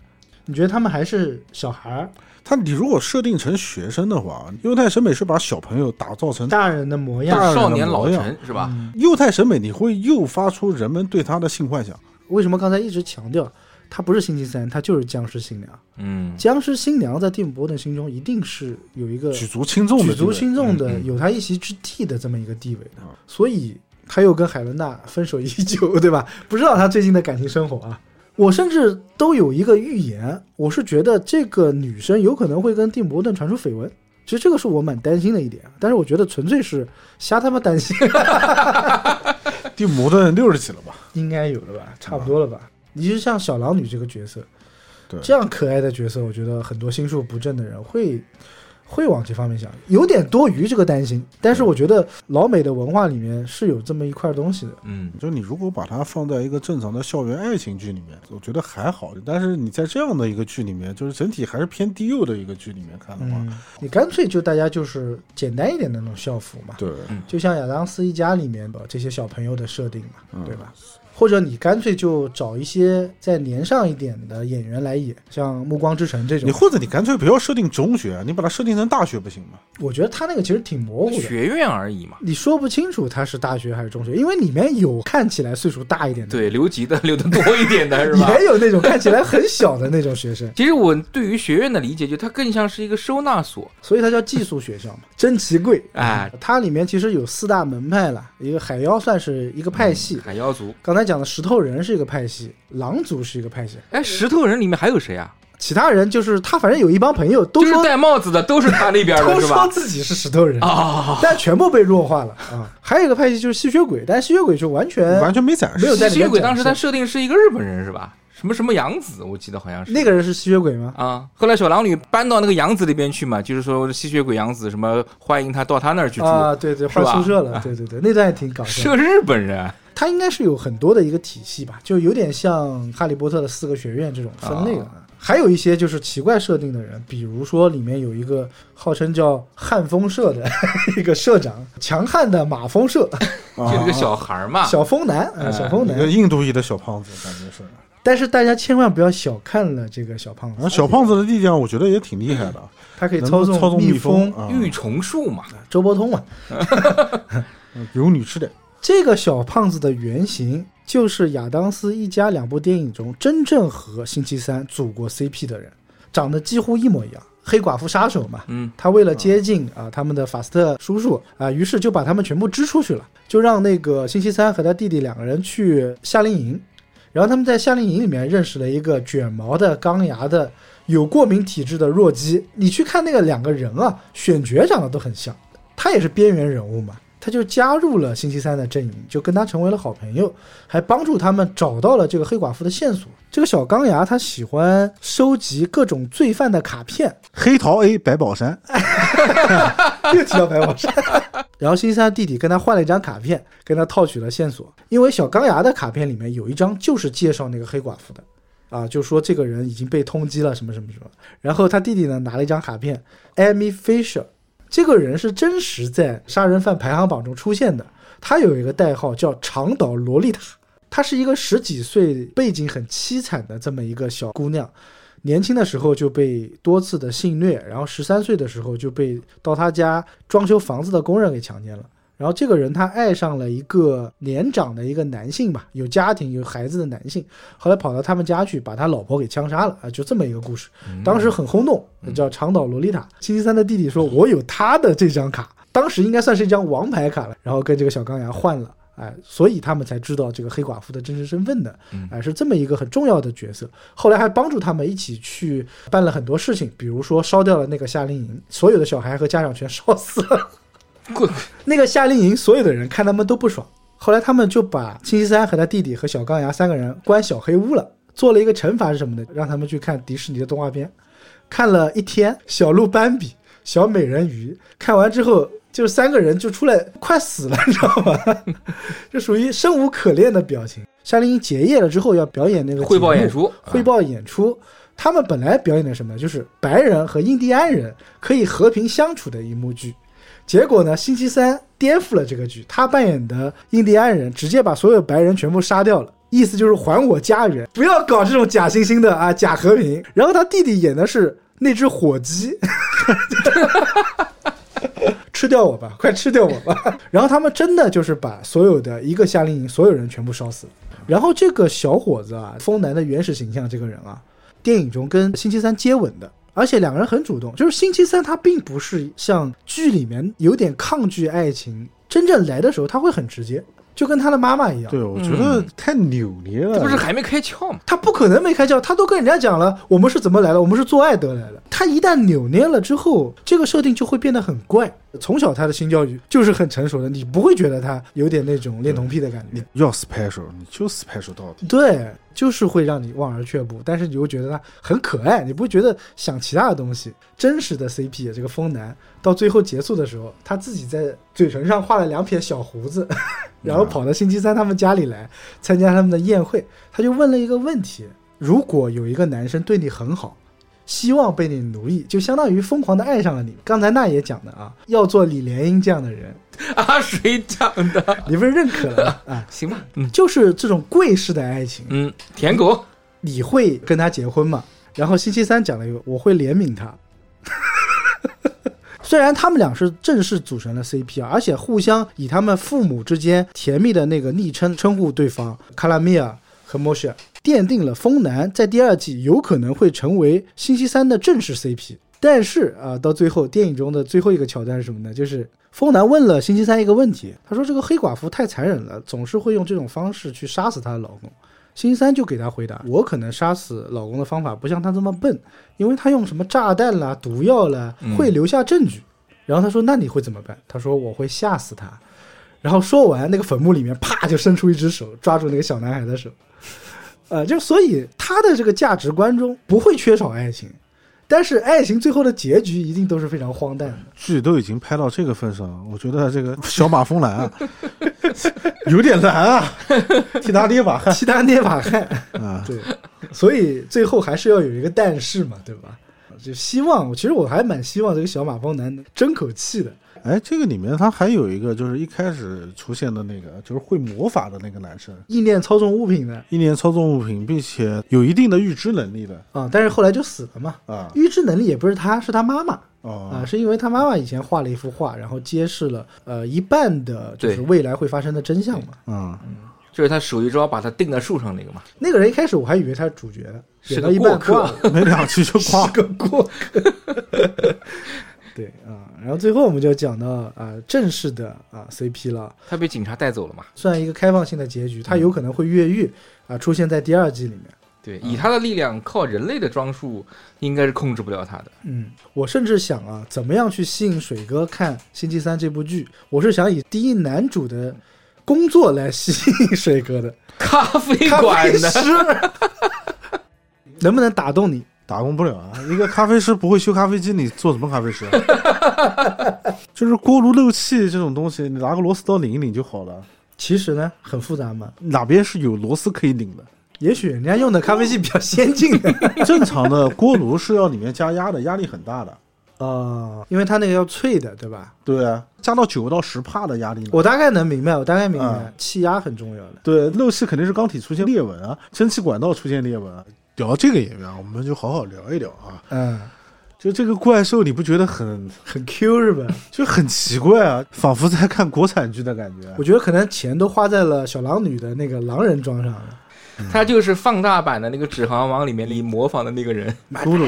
S2: 你觉得他们还是小孩儿，
S3: 他你如果设定成学生的话，幼态审美是把小朋友打造成
S2: 大人的模
S3: 嗯大
S2: 样？
S3: 人的
S4: 少年老
S3: 模样
S4: 成是吧？
S3: 幼态审美，你会诱发出人们对他的性幻想。
S2: 为什么刚才一直强调它不是星期三，它就是僵尸新娘？
S4: 嗯，
S2: 僵尸新娘在蒂姆·伯顿心中一定是有一个
S3: 举足轻重的
S2: 举
S3: 地
S2: 足
S3: 位，
S2: 轻重的、
S4: 嗯嗯
S2: 有他一席之地的这么一个地位的
S3: 嗯，
S2: 所以他又跟海伦娜分手已久， 对吧？不知道他最近的感情生活啊。我甚至都有一个预言，我是觉得这个女生有可能会跟蒂姆·伯顿传出绯闻。其实这个是我蛮担心的一点，啊但是我觉得纯粹是瞎他妈担心，
S3: 蒂姆·伯顿六十几了吧？
S2: 应该有了
S3: 嗯
S2: 吧，差不多了吧。你就像小狼女这个角色，
S3: 对
S2: 这样可爱的角色，我觉得很多心术不正的人会会往这方面想，有点多余这个担心。但是我觉得老美的文化里面是有这么一块东西的。
S4: 嗯，
S3: 就你如果把它放在一个正常的校园爱情剧里面，我觉得还好。但是你在这样的一个剧里面，就是整体还是偏低幼的一个剧里面看的话，
S2: 嗯，你干脆就大家就是简单一点的那种校服嘛，
S3: 对，
S2: 就像亚当斯一家里面的这些小朋友的设定嘛，
S3: 嗯
S2: 对吧？或者你干脆就找一些再年上一点的演员来演，像《暮光之城》这
S3: 你
S2: 种，
S3: 或者你干脆不要设定中学，啊你把它设定成大学不行吗？
S2: 我觉得他那个其实挺模糊的。
S4: 学院而已嘛。
S2: 你说不清楚他是大学还是中学，因为里面有看起来岁数大 一点的，
S4: 对，留级的 留的多一点的是 吧？
S2: 也有那种看起来很小的那种学 生，
S4: 其实我对于学院的理解，就它更像是一个收 纳所。
S2: 所以它叫寄宿学校嘛。 真奇贵，
S4: 哎，
S2: 它里面其实有四大门派了，一个海妖算是一个派系，
S4: 海妖族。
S2: 刚才讲的石头人是一个派系，狼族是一个派系，
S4: 哎，石头人里面还有谁啊？
S2: 其他人就是他反正有一帮朋友都
S4: 就是
S2: 说
S4: 戴帽子的都是他那边
S2: 都
S4: 的是
S2: 说
S4: 吧？
S2: 自己是石头人。
S4: 啊，
S2: 但全部被弱化了 啊！还有一个派系就是吸血鬼，但是吸血鬼就完全
S3: 完全没展
S2: 呃没
S3: 示
S2: 有。在里
S4: 吸
S2: 面
S4: 血鬼
S2: 展
S4: 当时
S2: 示
S4: 他设定是一个日本人是吧？什么什么杨子，我记得好像是
S2: 那个人是吸血鬼吗？
S4: 啊。后来小狼女搬到那个杨子那边去嘛，就是说吸血鬼杨子什么欢迎他到他那儿去住，
S2: 啊，对对，
S4: 是
S2: 换
S4: 吧
S2: 宿舍了，对对对，那段也挺搞
S4: 是
S2: 笑的。
S4: 个日本人啊。
S2: 它应该是有很多的一个体系吧，就有点像《哈利波特》的四个学院这种分类了。还有一些就是奇怪设定的人，比如说里面有一个号称叫汉风社的 一个社长，强悍的马风社
S3: 就
S4: 就那个小孩儿嘛，
S2: 小风男，呃
S4: 哎
S2: 小风
S3: 啊一个
S2: 男。
S3: 印度裔的小胖子，感觉是。
S2: 但是大家千万不要小看了这个小胖
S3: 然后
S2: 子，
S3: 啊小胖子的力量，我觉得也挺厉害的，
S2: 他可以
S3: 能
S2: 操
S3: 够
S2: 纵
S3: 操纵
S2: 蜜
S3: 蜂
S2: 蜂、
S3: 啊，
S4: 玉虫术嘛，
S2: 周伯通嘛。
S3: 有女吃的。
S2: 这个小胖子的原型就是亚当斯一家两部电影中真正和星期三组过 CP 的人，长得几乎一模一样。黑寡妇杀手嘛，
S4: 嗯，
S2: 他为了接近啊他们的法斯特叔叔啊，于是就把他们全部支出去了，就让那个星期三和他弟弟两个人去夏令营，然后他们在夏令营里面认识了一个卷毛的钢牙的有过敏体质的弱鸡。你去看那个两个人啊，选角长得都很像，他也是边缘人物嘛。他就加入了星期三的阵营，就跟他成为了好朋友，还帮助他们找到了这个黑寡妇的线索。这个小钢牙他喜欢收集各种罪犯的卡片，
S3: 黑桃 A 百宝山，
S2: 又提到白宝山。然后星期三弟弟跟他换了一张卡片，跟他套取了线索，因为小钢牙的卡片里面有一张就是介绍那个黑寡妇的，啊，就说这个人已经被通缉了什么什么什么。然后他弟弟呢拿了一张卡片，Amy Fisher，这个人是真实在杀人犯排行榜中出现的，他有一个代号叫长岛萝莉塔，她是一个十几岁背景很凄惨的这么一个小姑娘。年轻的时候就被多次的性虐，然后十三岁的时候就被到他家装修房子的工人给强奸了。然后这个人他爱上了一个年长的一个男性吧，有家庭有孩子的男性，后来跑到他们家去把他老婆给枪杀了啊，就这么一个故事，当时很轰动，叫长岛萝莉塔。星期三的弟弟说：“我有他的这张卡，当时应该算是一张王牌卡了。”然后跟这个小钢牙换了。哎，所以他们才知道这个黑寡妇的真实身份的，哎，是这么一个很重要的角色。后来还帮助他们一起去办了很多事情，比如说烧掉了那个夏令营，所有的小孩和家长全 烧死了。嗯
S4: 滚，
S2: 那个夏令营所有的人看他们都不爽，后来他们就把星期三和他弟弟和小钢牙三个人关小黑屋了，做了一个惩罚是什么呢？让他们去看迪士尼的动画片。看了一天小鹿斑比、小美人鱼，看完之后就三个人就出来快死了，你知道吗？ 就属于生无可恋的表情。夏令营结业了之后要表演那个
S4: 汇报
S2: 节目
S4: 演出，啊
S2: 汇报演出。他们本来表演的什么，就是白人和印第安人可以和平相处的一幕剧。结果呢，星期三颠覆了这个剧，他扮演的印第安人直接把所有白人全部杀掉了。意思就是还我家园，不要搞这种假惺惺的啊，假和平。然后他弟弟演的是那只火鸡，吃掉我吧，快 吃掉我吧！ 然后他们真的就是把所有的一个夏令营所有人全部烧死了。然后这个小伙子啊，风男的原始形象这个人啊，电影中跟星期三接吻的，而且两个人很主动。就是星期三他并不是像剧里面有点抗拒爱情，真正来的时候他会很直接，就跟他的妈妈一样。
S3: 对，我觉
S2: 嗯
S3: 得太扭捏了。
S4: 这不是还没开窍吗？
S2: 他不可能没开窍，他都跟人家讲了，我们是怎么来的，我们是做爱得来的。他一旦扭捏了之后，这个设定就会变得很怪。从小他的性教育就是很成熟的，你不会觉得他有点那种恋童癖的感觉
S3: 你。要 special，你就 special 到底。
S2: 对，就是会让你望而却步，但是你又觉得他很可爱，你不会觉得想其他的东西。真实的 CP 这个疯男到最后结束的时候，他自己在嘴唇上画了两撇小胡子， 然后跑到星期三他们家里来参加他们的宴会，他就问了一个问题：如果有一个男生对你很好，希望被你奴役，就相当于疯狂的爱上了你。刚才那也讲的啊，要做李莲英这样的人，
S4: 啊， 谁讲的？
S2: 你不是认可了吗 啊？
S4: 行吧，嗯
S2: 就是这种贵式的爱情，
S4: 嗯，舔狗，
S2: 你会跟他结婚吗？然后星期三讲了一个，我会怜悯他。 虽然他们俩是正式组成了 CP 啊，而且互相以他们父母之间甜蜜的那个昵称称呼对方，卡拉米亚和莫舍，奠定了风男在第二季有可能会成为星期三的正式 CP。但是啊，到最后电影中的最后一个桥段是什么呢？就是风男问了星期三一个问题，他说这个黑寡妇太残忍了，总是会用这种方式去杀死她的老公。星期三就给他回答：“我可能杀死老公的方法不像他这么笨，因为他用什么炸弹啦、毒药啦，会留下证据。然后他说：“那你会怎么办？”他说：“我会吓死他。”然后说完，那个坟墓里面啪就伸出一只手，抓住那个小男孩的手。呃，就所以他的这个价值观中不会缺少爱情，但是爱情最后的结局一定都是非常荒诞的。
S3: 剧都已经拍到这个份上，我觉得这个 小马 风兰啊，有点难啊，替他捏 把汗
S2: 其他捏把汗。
S3: 啊。
S2: 对，所以最后还是要有一个但是嘛，对吧？就希望，其实我还蛮希望这个小马蜂男能争口气的。
S3: 哎，这个里面他还有一个，就是一开始出现的那个，就是会魔法的那个男生，
S2: 意念操纵物品的
S3: 一年操纵物品，并且有一定的预知能力的
S2: 啊，但是后来就死了嘛。
S3: 啊
S2: 预知能力也不是他，是他妈妈啊，
S3: 哦，
S2: 是因为他妈妈以前画了一幅画，然后揭示了呃一半的，就是
S4: 对
S2: 未来会发生的真相嘛。
S3: 嗯，
S4: 就是他手一招把他钉在树上那个嘛。
S2: 那个人一开始我还以为他是主角呢，
S4: 是
S2: 演
S4: 个
S2: 到一半
S4: 过客
S2: 挂了
S3: 没两期就 挂
S2: 是个过客。 对啊，然后最后我们就讲到啊、正式的啊 CP 了。
S4: 他被警察带走了嘛？
S2: 算一个开放性的结局，他有可能会越狱啊、出现在第二季里面。
S4: 对，以他的力量，靠人类的装束，应该是控制不了他的。
S2: 嗯，我甚至想啊，怎么样去吸引水哥看《星期三》这部剧？我是想以第一男主的工作来吸引水哥 的，
S4: 咖啡
S2: 咖
S4: 馆
S2: 啡
S4: 的，
S2: 师 能不能打动你？
S3: 打工不了啊！一个咖啡师不会修咖啡机，你做什么咖啡师、啊？ 就是锅炉漏气这种东西，你拿个螺丝刀拧一拧就好了。
S2: 其实呢，很复杂嘛。
S3: 哪边是有螺丝可以 拧的？
S2: 也许人家用的咖啡机比较先进的
S3: 正常的锅炉是要里面加压的，压力很大的。
S2: 哦，因为他那个要脆的，对吧？
S3: 对啊，加到九到十帕的压力呢。
S2: 我大概能明白，我大概明白
S3: 嗯，
S2: 气压很重要的。
S3: 对，漏气肯定是钢体出现裂纹啊，蒸汽管道出现裂纹啊。聊这个演员啊，我们就好好聊一聊啊。
S2: 嗯，
S3: 就这个怪兽，你不觉得很
S2: 很 Q 是吧？
S3: 就很奇怪啊？仿佛在看国产剧的感觉。
S2: 我觉得可能钱都花在了小狼女的那个狼人装上了。
S4: 他就是放大版的那个《指环王》里面你模仿的那个人，
S3: 咕噜，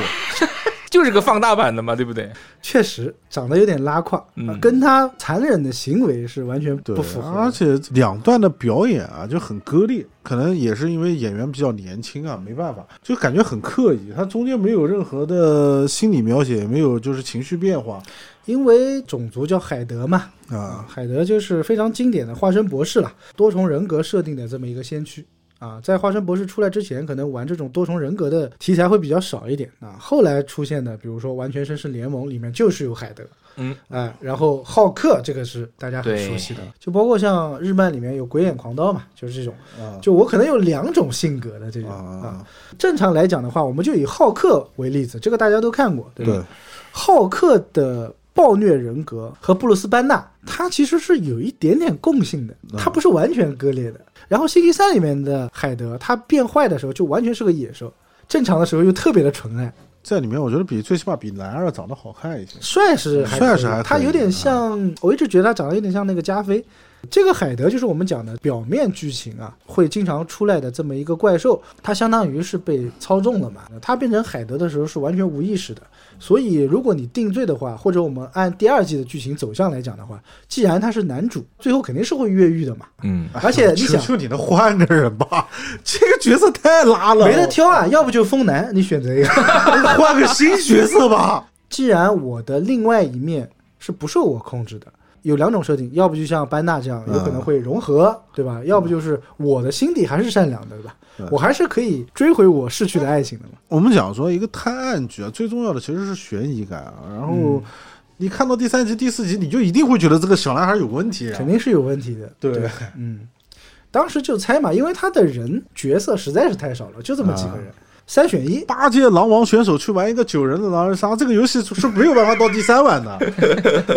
S4: 就是个放大版的嘛，对不对？
S2: 确实长得有点拉胯，
S4: 嗯
S2: 啊跟他残忍的行为是完全
S3: 对啊
S2: 不符，合
S3: 而
S2: 的。
S3: 且两段的表演啊就很割裂，可能也是因为演员比较年轻啊，没办法，就感觉很刻意。他中间没有任何的心理描写，也没有就是情绪变化
S2: 因为种族叫海德嘛，
S3: 啊。
S2: 海德就是非常经典的化身博士了，多重人格设定的这么一个先驱。啊，在化身博士出来之前，可能玩这种多重人格的题材会比较少一点啊。后来出现的，比如说《完全绅士联盟》里面就是有海德，
S4: 嗯，
S2: 哎、然后浩克这个是大家很熟悉的，就包括像日漫里面有鬼眼狂刀嘛，就是这种，
S3: 啊
S2: 就我可能有两种性格的这种啊。
S3: 啊，
S2: 正常来讲的话，我们就以浩克为例子，这个大家都看过，对吧？
S3: 对，
S2: 浩克的暴虐人格和布鲁斯班纳，他其实是有一点点共性的，
S3: 嗯
S2: 他不是完全割裂的。然后星期三里面的海德，他变坏的时候就完全是个野兽，正常的时候又特别的纯爱，
S3: 在里面我觉得比最起码比男二长得好看一些。
S2: 帅是还可以
S3: 帅是还可以嗯
S2: 他有点像，我一直觉得他长得有点像那个加菲。这个海德就是我们讲的表面剧情啊，会经常出来的这么一个怪兽，它相当于是被操纵了嘛。它变成海德的时候是完全无意识的，所以如果你定罪的话，或者我们按第二季的剧情走向来讲的话，既然他是男主，最后肯定是会越狱的嘛。
S4: 嗯，
S2: 而且你
S3: 求
S2: 想，
S3: 求你能换个人吧，这个角色太拉了，
S2: 没得挑啊，要不就疯男，你选择一个。
S3: 换个新角色吧。
S2: 既然我的另外一面是不受我控制的，有两种设定，要不就像班纳这
S3: 啊
S2: 样，有可能会融合，对吧？要不就是我的心底还是善良的，对吧？
S3: 对
S2: 我还是可以追回我逝去的爱情的嘛。
S3: 我们讲说一个探案剧啊，最重要的其实是悬疑感啊。然
S2: 嗯
S3: 后你看到第三集、第四集，你就一定会觉得这个小男孩有问题啊
S2: 肯。定是有问题的。
S3: 对
S2: 嗯，当时就猜嘛，因为他的人角色实在是太少了，就这么几个
S3: 啊
S2: 人，三选一。
S3: 八届狼王选手去玩一个九人的狼人杀，这个游戏是没有办法到第三 晚的。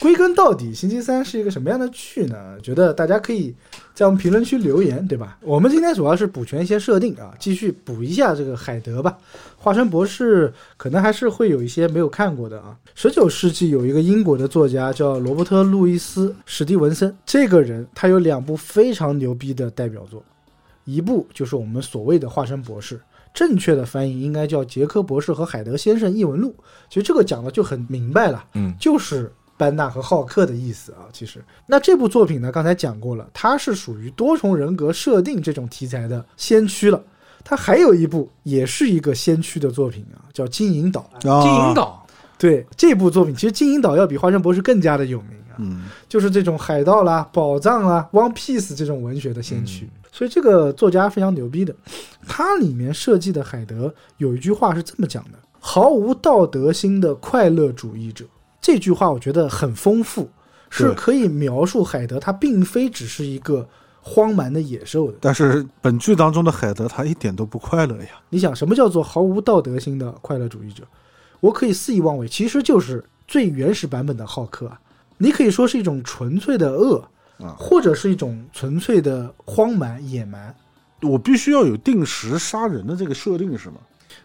S2: 归根到底，星期三是一个什么样的剧呢？觉得大家可以在我们评论区留言，对吧？我们今天主要是补全一些设定啊，继续补一下这个海德吧。化身博士可能还是会有一些没有看过的啊。十九世纪有一个英国的作家叫罗伯特·路易斯·史蒂文森，这个人他有两部非常牛逼的代表作，一部就是我们所谓的化身博士。正确的翻译应该叫《杰克博士和海德先生异闻录》，其实这个讲的就很明白了，
S4: 嗯
S2: 就是班纳和浩克的意思啊。其实，那这部作品呢，刚才讲过了，它是属于多重人格设定这种题材的先驱了。它还有一部也是一个先驱的作品啊，叫《金银岛》。
S4: 金
S3: 啊
S4: 银，岛，
S2: 对这部作品，其实《金银岛》要比《花生博士》更加的有名啊，
S3: 嗯，
S2: 就是这种海盗啦、宝藏啦、One Piece 这种文学的先驱。
S3: 嗯
S2: 所以这个作家非常牛逼的，他里面设计的海德有一句话是这么讲的：“毫无道德心的快乐主义者。”这句话我觉得很丰富，是
S3: 对
S2: 可以描述海德他并非只是一个荒蛮的野兽的。
S3: 但是本剧当中的海德他一点都不快乐呀。
S2: 你想什么叫做毫无道德心的快乐主义者？我可以肆意妄为，其实就是最原始版本的浩克啊。你可以说是一种纯粹的恶
S3: 啊，
S2: 或者是一种纯粹的荒蛮、野蛮。
S3: 我必须要有定时杀人的这个设定是吗？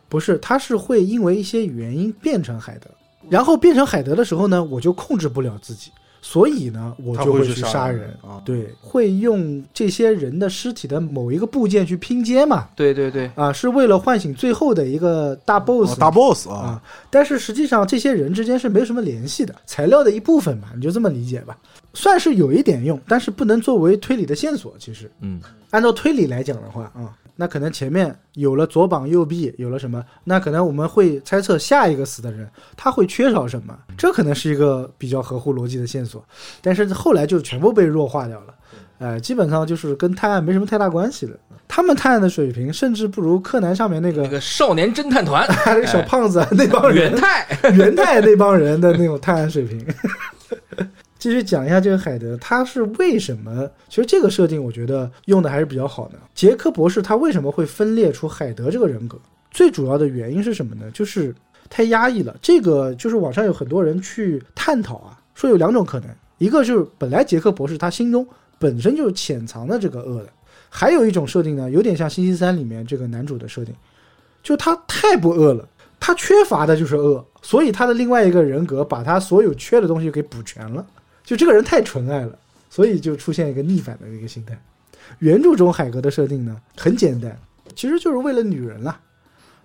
S2: 不是，他是会因为一些原因变成海德，然后变成海德的时候呢，我就控制不了自己，所以呢，我
S3: 他
S2: 就
S3: 会
S2: 去
S3: 去杀
S2: 杀
S3: 人
S2: 人
S3: 啊
S2: 对，会用这些人的尸体的某一个部件去拼接嘛，
S4: 对对对，
S2: 啊，是为了唤醒最后的一个大 boss
S3: 哦大 boss 啊，
S4: 嗯
S2: 啊，但是实际上这些人之间是没有什么联系的，材料的一部分嘛，你就这么理解吧，算是有一点用，但是不能作为推理的线索。其实
S4: 嗯，
S2: 按照推理来讲的话啊、那可能前面有了左膀右臂，有了什么，那可能我们会猜测下一个死的人他会缺少什么，这可能是一个比较合乎逻辑的线索，但是后来就全部被弱化掉了。
S4: 嗯
S2: 呃，基本上就是跟探案没什么太大关系了。他们探案的水平甚至不如柯南上面那
S4: 那
S2: 个
S4: 个哎少年侦探团，
S2: 那个小胖子啊那帮人
S4: 元太，
S2: 元太那帮人的那种探案水平。 继续讲一下这个海德，他是为什么？其实这个设定我觉得用的还是比较好的。杰克博士他为什么会分裂出海德这个人格？最主要的原因是什么呢？就是太压抑了。这个就是网上有很多人去探讨啊，说有两种可能，一个就是本来杰克博士他心中本身就潜藏的这个恶的，还有一种设定呢，有点像《星期三》里面这个男主的设定，就他太不恶了。他缺乏的就是恶，所以他的另外一个人格把他所有缺的东西给补全了。就这个人太纯爱了，所以就出现一个逆反的一个心态。原著中海格的设定呢很简单，其实就是为了女人啦。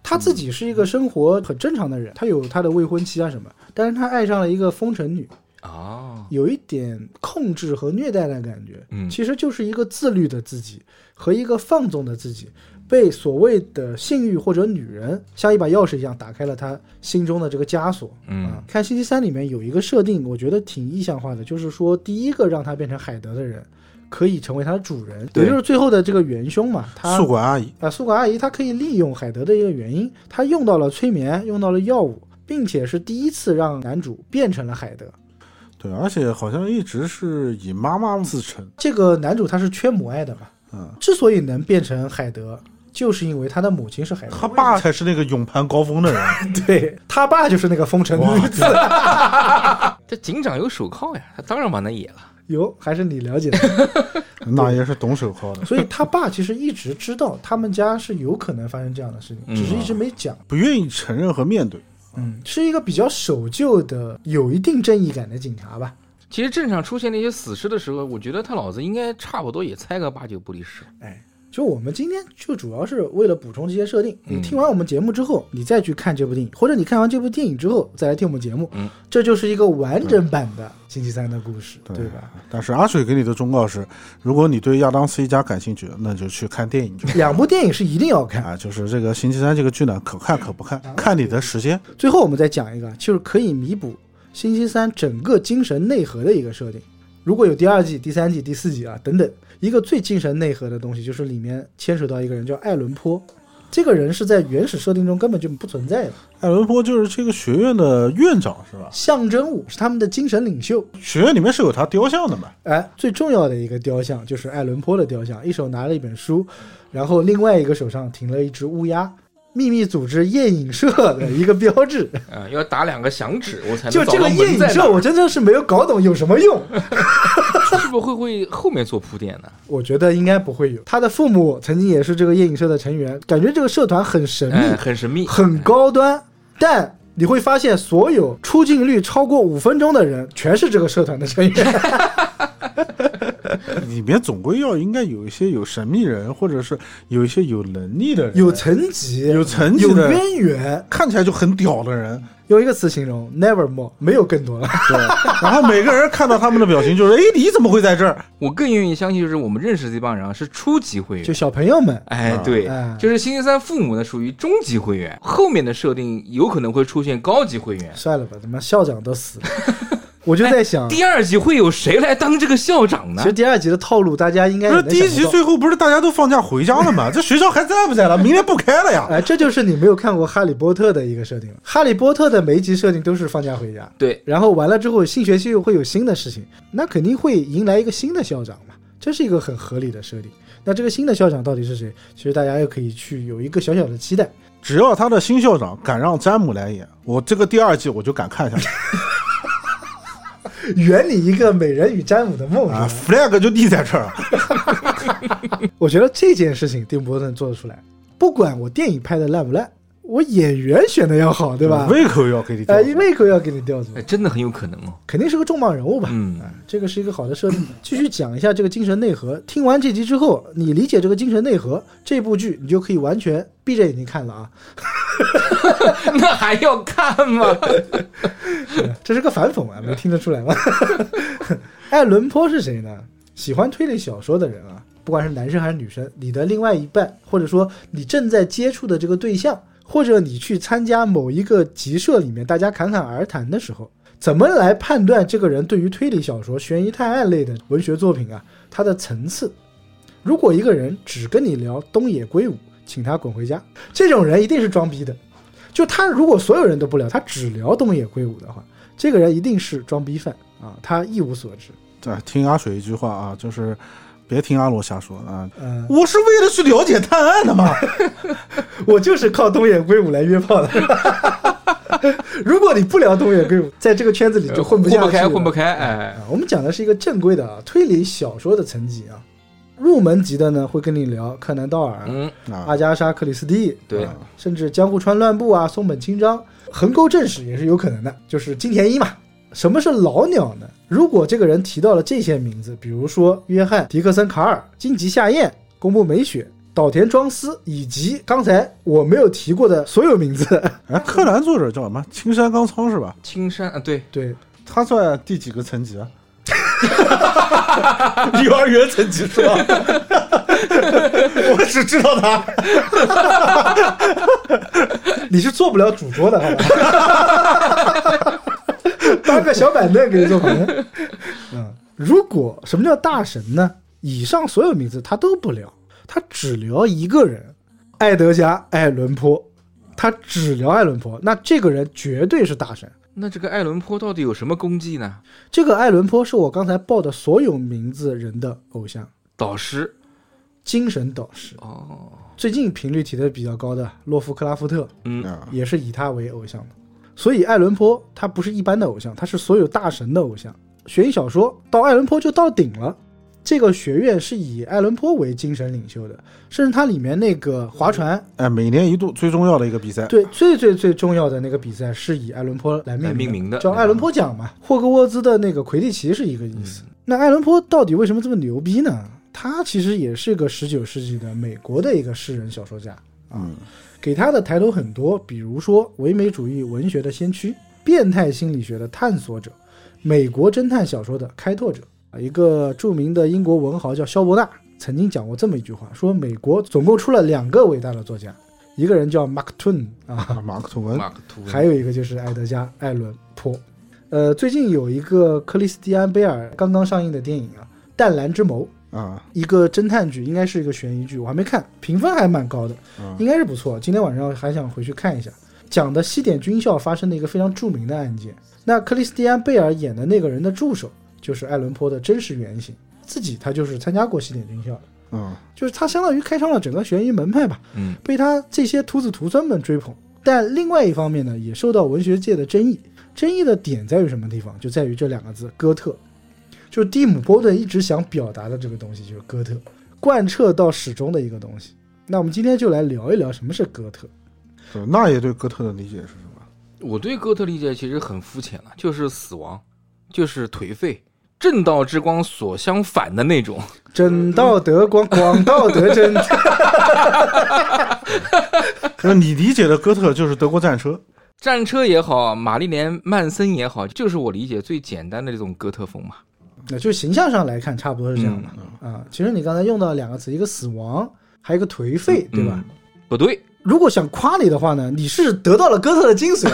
S2: 他自己是一个生活很正常的人，他有他的未婚妻啊什么，但是他爱上了一个风尘女，
S4: 哦，
S2: 有一点控制和虐待的感觉。
S4: 嗯
S2: 其实就是一个自律的自己和一个放纵的自己，被所谓的性欲或者女人像一把钥匙一样打开了他心中的这个枷锁。啊
S4: 嗯，
S2: 看星期三里面有一个设定，我觉得挺意象化的，就是说第一个让他变成海德的人，可以成为他的主人，
S4: 对
S2: 也就是最后的这个元凶嘛，他
S3: 宿管阿姨，
S2: 啊，宿管阿姨她可以利用海德的一个原因，她用到了催眠，用到了药物，并且是第一次让男主变成了海德。
S3: 对，而且好像一直是以妈妈自称，
S2: 这个男主他是缺母爱的嘛，
S3: 嗯，
S2: 之所以能变成海德，就是因为他的母亲是海德，
S3: 他爸才是那个勇攀高峰的人，
S2: 对他爸就是那个风尘女子。
S4: 这警长有手铐呀，他当然往那野了。
S2: 哟，还是你了解的，
S3: 那也是懂手铐的，
S2: 所以他爸其实一直知道他们家是有可能发生这样的事情，
S4: 嗯
S2: 只是一直没讲。
S3: 不愿意承认和面对。
S2: 嗯，是一个比较守旧的、有一定正义感的警察吧。
S4: 其实镇上出现那些死尸的时候，我觉得他老子应该差不多也猜个八九不离十。
S2: 哎，就我们今天就主要是为了补充这些设定。
S4: 嗯
S2: 你听完我们节目之后，你再去看这部电影，或者你看完这部电影之后再来听我们节目，
S4: 嗯
S2: 这就是一个完整版的星期三的故事，对吧？
S3: 但是阿水给你的忠告是，如果你对亚当斯一家感兴趣，那就去看 电影就
S2: 两部电影是一定要看。
S3: 啊，就是这个星期三这个剧呢，可看可不看，看你的时间。
S2: 最后我们再讲一个，就是可以弥补星期三整个精神内核的一个设定。如果有第二季、第三季、第四季啊等等，一个最精神内核的东西，就是里面牵扯到一个人叫艾伦坡，这个人是在原始设定中根本就不存在的，
S3: 艾伦坡哎就是这个学院的院长是吧？
S2: 象征物是他们的精神领袖。
S3: 学院里面是有他雕像的嘛？
S2: 哎，最重要的一个雕像就是爱伦坡的雕像，一手拿了一本书，然后另外一个手上停了一只乌鸦。秘密组织夜影社的一个标 志，
S4: 啊、要打两个响指，我才能
S2: 就
S4: 找
S2: 这
S4: 到
S2: 个夜
S4: 门
S2: 影
S4: 在哪
S2: 社，
S4: 儿。
S2: 我真的是没有搞懂有什么用。
S4: 是不是会会后面做铺垫呢？
S2: 我觉得应该不会有。他的父母曾经也是这个夜影社的成员，感觉这个社团很神
S4: 哎，
S2: 秘、
S4: 很神秘，
S2: 很高端，但你会发现，所有出镜率超过五分钟的人，全是这个社团的成 员。
S3: 里面总归要应该有一些有神秘人，或者是有一些有能力的人，
S2: 有层级，
S3: 有层级
S2: 有
S3: 的人，
S2: 渊源，
S3: 看起来就很屌的人。
S2: 用一个词形容，never more，没有更多了。
S3: 对，然后每个人看到他们的表情就是，哎，你怎么会在这儿？
S4: 我更愿意相信，就是我们认识这帮人啊，是初级会
S2: 就
S4: 员。
S2: 小朋友们，
S4: 哎，对
S2: 嗯，
S4: 就是星期三父母呢属于中级会员，后面的设定有可能会出现高级会员。哎
S2: 算了吧，他妈校长都死 了，我就在
S3: 哎
S2: 想，
S4: 第二集会有谁来当这个校长呢
S2: 其实？第二集的套路大家应该
S3: 不
S2: 也
S3: 是
S2: 能
S3: 第一集
S2: 哎想得到
S3: 最后不是大家都放假回家了吗？这学校还在不在了？明天不开了呀！
S2: 哎，这就是你没有看过《哈利波特》的一个设定了。《哈利波特》的每一集设定都是放假回家，
S4: 对，
S2: 然后完了之后，新学期又会有新的事情，那肯定会迎来一个新的校长嘛，这是一个很合理的设定。那这个新的校长到底是谁？其实大家又可以去有一个小小的期待。
S3: 只要他的新校长敢让詹姆来演，我这个第二季我就敢看下 去
S2: 圆你一个美人与詹姆的梦
S3: 啊
S2: 想。
S3: ！flag 就立在这儿了。
S2: 我觉得这件事情丁伯顿做得出来，不管我电影拍的烂不烂，我演员选的要好，对
S4: 嗯
S2: 吧？
S3: 胃口要给你吊
S2: 哎，
S3: 足。
S2: 胃口要给你吊足
S4: 哎，，真的很有可能哦。
S2: 肯定是个重磅人物吧？
S4: 嗯
S2: 哎，这个是一个好的 设定。继续讲一下这个精神内核。听完这集之后，你理解这个精神内核，这部剧你就可以完全闭着眼睛看了啊。哎
S4: 那还要看吗？
S2: 这是个反讽啊，没听得出来吗？ 艾伦坡是谁呢？喜欢推理小说的人啊，不管是男生还是女生，你的另外一半，或者说你正在接触的这个对象，或者你去参加某一个集社里面大家侃侃而谈的时候，怎么来判断这个人对于推理小说、悬疑探案类的文学作品啊，他的层次？如果一个人只跟你聊东野圭吾，请他滚回家，这种人一定是装逼的。就他如果所有人都不聊，他只聊东野圭吾的话，这个人一定是装逼犯啊，他一无所知。
S3: 对，哎听阿水一句话啊，就是别听阿罗瞎说啊。
S4: 呃
S2: 嗯，
S3: 我是为了去了解探案的 嘛。
S2: 我就是靠东野圭吾来约炮的。 如果你不聊东野圭吾，在这个圈子 里就混不
S4: 不
S2: 下去了
S4: 呃开，混不开。哎，
S2: 啊，我们讲的是一个正规的啊推理小说的层级啊，入门级的呢会跟你聊柯南道尔、
S4: 嗯，
S3: 啊，
S2: 阿加莎·克里斯蒂，
S4: 对，
S2: 啊甚至江户川乱步啊、松本清张、横沟正史也是有可能的，就是金田一嘛。什么是老鸟呢？如果这个人提到了这些名字，比如说约翰·迪克森·卡尔、金吉夏彦、宫部美雪、岛田庄司，以及刚才我没有提过的所有名字，
S3: 哎，柯南作者叫什么？青山刚昌是吧？
S4: 青山啊，对，
S2: 对，
S3: 他算第几个层级啊？ 幼儿园层级是吧？ 我只知道他。
S2: 你是做不了主桌的，好吧？ 当个小板凳给你做朋友。嗯，如果什么叫大神呢？以上所有名字他都不聊，他只聊一个人，爱德加·艾伦坡，他只聊艾伦坡。那这个人绝对是大神。
S4: 那这个艾伦坡到底有什么功绩呢？
S2: 这个艾伦坡是我刚才报的所有名字人的偶像，
S4: 导师
S2: 精神导师。
S4: 哦，
S2: 最近频率提的比较高的洛夫克拉夫特
S4: 嗯，
S3: 啊，
S2: 也是以他为偶像的。所以艾伦坡他不是一般的偶像，他是所有大神的偶像。悬疑小说到艾伦坡就到顶了。这个学院是以艾伦坡为精神领袖的，甚至它里面那个划船，
S3: 哎，每年一度最重要的一个比赛，
S2: 对最最最重要的那个比赛是以艾伦坡来命
S4: 来命名的
S2: 叫艾伦坡奖嘛。霍格沃兹的那个魁地奇是一个意思。那艾伦坡到底为什么这么牛逼呢？他其实也是个十九世纪的美国的一个诗人小说家，啊
S3: 嗯，
S2: 给他的抬头很多，比如说唯美主义文学的先驱、变态心理学的探索者、美国侦探小说的开拓者。啊一个著名的英国文豪叫萧伯纳，曾经讲过这么一句话，说美国总共出了两个伟大的作家，一个人叫马克吐温啊，
S3: 马克吐温，
S4: 马克吐温
S2: 还有一个就是埃德加·艾伦坡。呃，最近有一个克里斯蒂安·贝尔刚刚上映的电影啊，《淡蓝之谋》，
S3: 啊，
S2: 一个侦探剧，应该是一个悬疑剧，我还没看，评分还蛮高的，
S3: 嗯
S2: 应该是不错。今天晚上还想回去看一下。讲的西点军校发生的一个非常著名的案件，那克里斯蒂安·贝尔演的那个人的助手就是艾伦坡的真实原型，自己他就是参加过西点军校的，
S3: 嗯，
S2: 就是他相当于开创了整个悬疑门派吧，
S4: 嗯，
S2: 被他这些徒子徒孙们追捧。但另外一方面呢，也受到文学界的争议。争议的点在于什么地方？就在于这两个字——哥特。就是蒂姆·波顿一直想表达的这个东西，就是哥特，贯彻到始终的一个东西。那我们今天就来聊一聊什么是哥特。
S3: 对，那也对哥特的理解是什么？
S4: 我对哥特理解其实很肤浅了，就是死亡，就是颓废，正道之光所相反的那种。
S2: 整道德广，广道德真。
S3: 那你理解的哥特就是德国战车，
S4: 战车也好，玛丽莲·曼森也好，就是我理解最简单的这种哥特风嘛。
S2: 那就形象上来看，差不多是这样吧。啊，其实你刚才用到两个词，一个死亡，还有一个颓废，对吧？
S4: 嗯？不对，
S2: 如果想夸你的话呢，你是得到了哥特的精髓，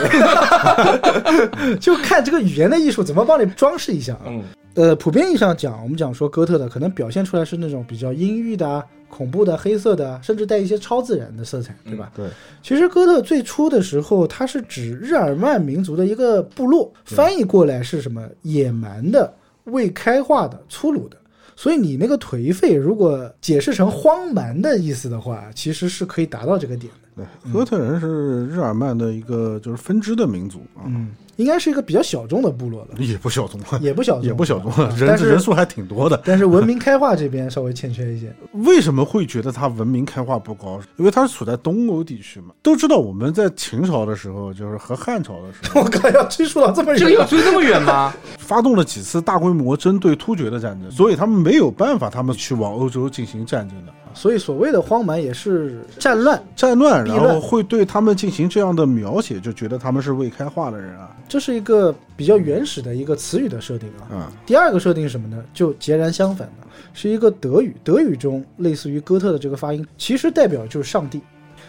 S2: 就看这个语言的艺术怎么帮你装饰一下。啊。
S4: 嗯，
S2: 呃，普遍意义上讲，我们讲说哥特的，可能表现出来是那种比较阴郁的啊、恐怖的、黑色的啊，甚至带一些超自然的色彩，对吧？
S3: 对，
S2: 其实哥特最初的时候，它是指日耳曼民族的一个部落，翻译过来是什么？野蛮的、未开化的、粗鲁的。所以你那个颓废，如果解释成荒蛮的意思的话，其实是可以达到这个点的。
S3: 对，哥特人是日耳曼的一个就是分支的民族啊，
S2: 嗯，应该是一个比较小众的部落了，
S3: 也不小众啊，
S2: 也不小众，
S3: 也不小众
S2: 啊
S3: 啊，人
S2: 但是
S3: 人数还挺多的。
S2: 但是文明开化这边稍微欠缺一些。
S3: 为什么会觉得它文明开化不高？因为它是处在东欧地区嘛。都知道我们在秦朝的时候，就是和汉朝的时候，
S2: 我靠，要追溯到这么
S4: 这个要
S2: 远，
S4: 追那么远吗？
S3: 发动了几次大规模针对突厥的战争，所以他们没有办法，他们去往欧洲进行战争的。
S2: 所以所谓的荒蛮也是战乱，
S3: 战乱，
S2: 避
S3: 然
S2: 乱
S3: 后会对他们进行这样的描写，就觉得他们是未开化的人啊。
S2: 这是一个比较原始的一个词语的设定啊。
S3: 嗯，
S2: 第二个设定是什么呢？就截然相反的，是一个德语。德语中类似于哥特的这个发音，其实代表就是上帝。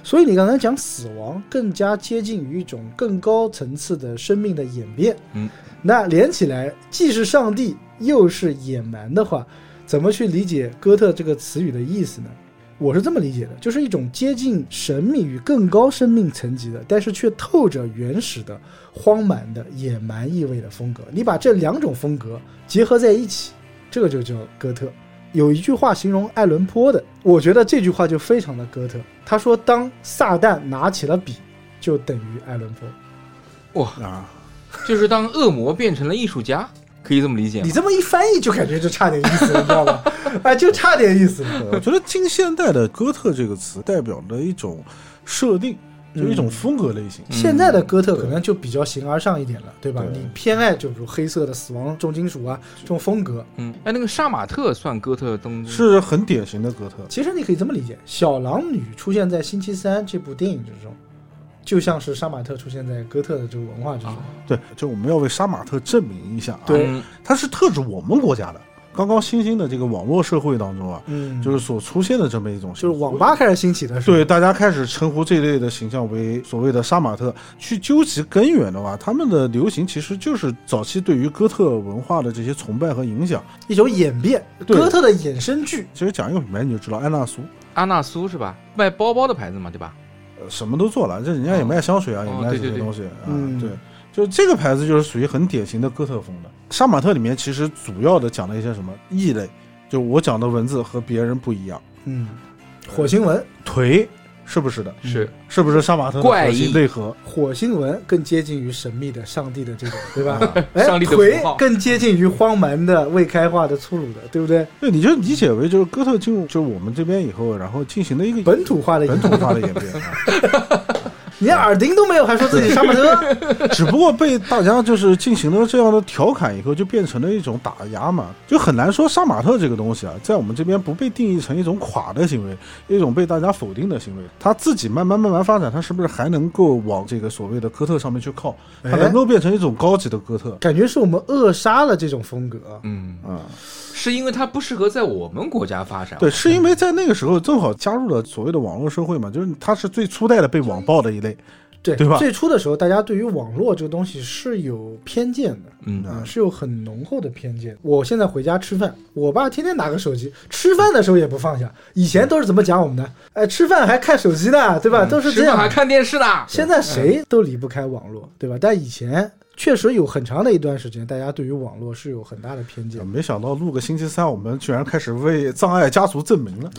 S2: 所以你刚才讲死亡，更加接近于一种更高层次的生命的演变。
S4: 嗯，
S2: 那连起来既是上帝又是野蛮的话，怎么去理解哥特这个词语的意思呢？我是这么理解的，就是一种接近神秘与更高生命层级的，但是却透着原始的荒蛮的野蛮意味的风格。你把这两种风格结合在一起，这个就叫哥特。有一句话形容爱伦坡的，我觉得这句话就非常的哥特。他说：“当撒旦拿起了笔，就等于爱伦坡。
S4: 哇，
S3: 啊，
S4: 就是当恶魔变成了艺术家，可以这么理”解
S2: 你
S4: 吗？
S2: 这么一翻译，就感觉就差点意思了，你知道吧？哎，就差点意思了。
S3: 对我觉得近现代的“哥特”这个词代表了一种设定，就
S2: 嗯
S3: 一种风格类型。
S2: 现在的哥特
S3: 对
S2: 可能就比较形而上一点了，对吧？
S3: 对
S2: 你偏爱就是黑色的死亡重金属啊这种风格。
S4: 嗯，哎，那个杀马特算哥特东
S3: 是很典型的哥特，
S2: 其实你可以这么理解，小狼女出现在《星期三》这部电影之中，就像是杀马特出现在哥特的这个文化之中。
S4: 啊，
S3: 对，就我们要为杀马特证明一下啊，
S2: 对
S4: 嗯
S3: 他是特指我们国家的，刚刚新兴的这个网络社会当中啊，
S2: 嗯，
S3: 就是是所出现的这么一种
S2: 就
S3: 形
S2: 是
S3: 象
S2: 网吧开始兴起的是吧，
S3: 对，大家开始称呼这类的形象为所谓的杀马特。去究其根源的话，他们的流行其实就是早期对于哥特文化的这些崇拜和影响。
S2: 一种演变，
S3: 对
S2: 哥特的衍生剧，
S3: 其实讲一个品牌你就知道，安娜苏，
S4: 阿纳苏是吧？卖包包的牌子嘛，对吧？
S3: 呃，什么都做了，这人家也卖香水啊，
S4: 哦
S3: 也
S4: 哦
S3: 卖
S4: 对
S3: 这些
S4: 对对
S3: 东西啊，
S2: 嗯
S3: 对。就这个牌子就是属于很典型的哥特风的。杀马特里面其实主要的讲了一些什么异类，就我讲的文字和别人不一样。
S2: 嗯，火星文，
S3: 腿是不是的？
S4: 是
S3: 是不是杀马特的
S4: 怪
S3: 核
S4: 异
S3: 心内核？
S2: 火星文更接近于神秘的上帝的这种，对吧？哎，
S4: 上帝的
S2: 腿
S4: 符号
S2: 更接近于荒蛮的、未开化的、粗鲁的，对不对？
S3: 对，你就理解为就是哥特进入就是我们这边以后，然后进行的一个
S2: 本土化的，
S3: 本土化的演变，啊
S2: 你连耳钉都没有，还说自己杀马特？
S3: 只不过被大家就是进行了这样的调侃以后，就变成了一种打压嘛，就很难说杀马特这个东西啊，在我们这边不被定义成一种垮的行为，一种被大家否定的行为。它自己慢慢慢慢发展，它是不是还能够往这个所谓的哥特上面去靠？它
S2: 哎
S3: 能够变成一种高级的哥特？
S2: 感觉是我们扼杀了这种风格。
S4: 嗯，
S3: 啊、
S4: 是因为它不适合在我们国家发展。
S3: 对，是因为在那个时候正好加入了所谓的网络社会嘛，就是它是最初代的被网暴的一类。
S2: 对，
S3: 对吧
S2: 最初的时候，大家对于网络这个东西是有偏见的。
S4: 嗯
S2: 啊，是有很浓厚的偏见。我现在回家吃饭，我爸天天拿个手机，吃饭的时候也不放下。以前都是怎么讲我们的？哎，吃饭还看手机呢，对吧？都是这
S4: 嗯吃饭
S2: 样
S4: 还
S2: 的。
S4: 看嗯电视呢。
S2: 现在谁都离不开网络，对吧？但以前确实有很长的一段时间，大家对于网络是有很大的偏见
S3: 没想到录个星期三，我们居然开始为障碍家族证明了。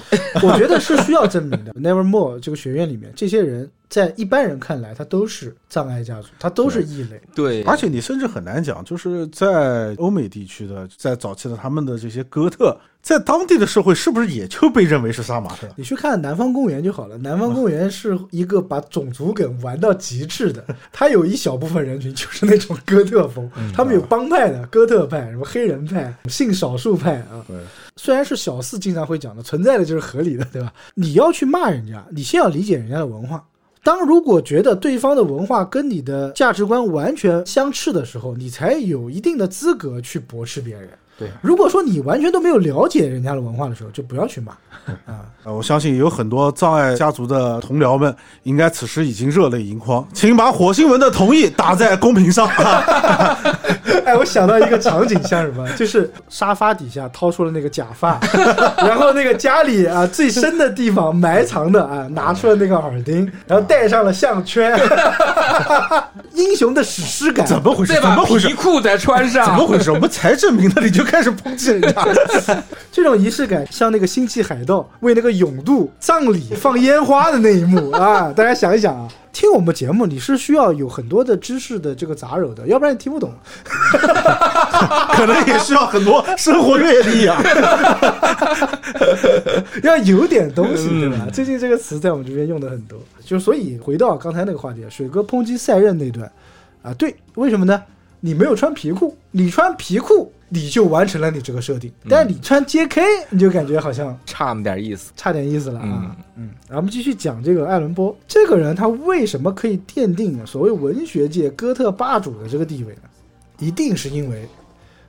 S2: 我觉得是需要证明的。Nevermore 这个学院里面，这些人在一般人看来，他都是障碍家族，他都是异类。
S4: 对，
S3: 而且你甚至很难讲，就是在欧美地区的，在早期的他们的这些哥特，在当地的社会是不是也就被认为是杀马特？
S2: 你去看《南方公园》就好了，《南方公园》是一个把种族梗玩到极致 的，它有一小部分人群就是那种哥特风，
S3: 嗯
S2: 他们有帮派的，哥特派、什么黑人派、性少数派啊。
S3: 对，
S2: 虽然是小四经常会讲的，存在的就是合理的，对吧？你要去骂人家，你先要理解人家的文化。当如果觉得对方的文化跟你的价值观完全相斥的时候，你才有一定的资格去驳斥别人。
S4: 对，
S2: 如果说你完全都没有了解人家的文化的时候，就不要去骂啊。
S3: 呃，我相信有很多障碍家族的同僚们，应该此时已经热泪盈眶，请把火星文的同意打在公屏上。
S2: 哎，我想到一个场景像什 么，就是沙发底下掏出了那个假发， 然后那个家里啊最深的地方埋藏的啊拿出了那个耳 钉，然后戴上了项圈， 英雄的史诗感。
S3: 怎么回事？
S4: 再
S3: 怎
S4: 把
S3: 么回事
S4: 皮？裤啊再穿上。
S3: 怎么回事？我们才证明了，你就开始抨击人家。
S2: 这种仪式感，像那个《星际海盗》为那个勇度葬礼放烟花的那一幕啊，大家想一想啊。听我们节目，你是需要有很多的知识的这个杂糅的，要不然你听不懂。
S3: 可能也需要很多生活阅历 啊。
S2: 要有点东西，对吧？最近这个词在我们这边用的很多，就所以回到刚才那个话题，水哥抨击赛任那段，啊，对，为什么呢？你没有穿皮裤，你穿皮裤你就完成了你这个设定，但你穿 JK 你就感觉好像
S4: 差那么点意思。
S2: 差点意思了啊
S4: 嗯。
S2: 嗯，然后我们继续讲这个艾伦坡这个人，他为什么可以奠定所谓文学界哥特霸主的这个地位呢？一定是因为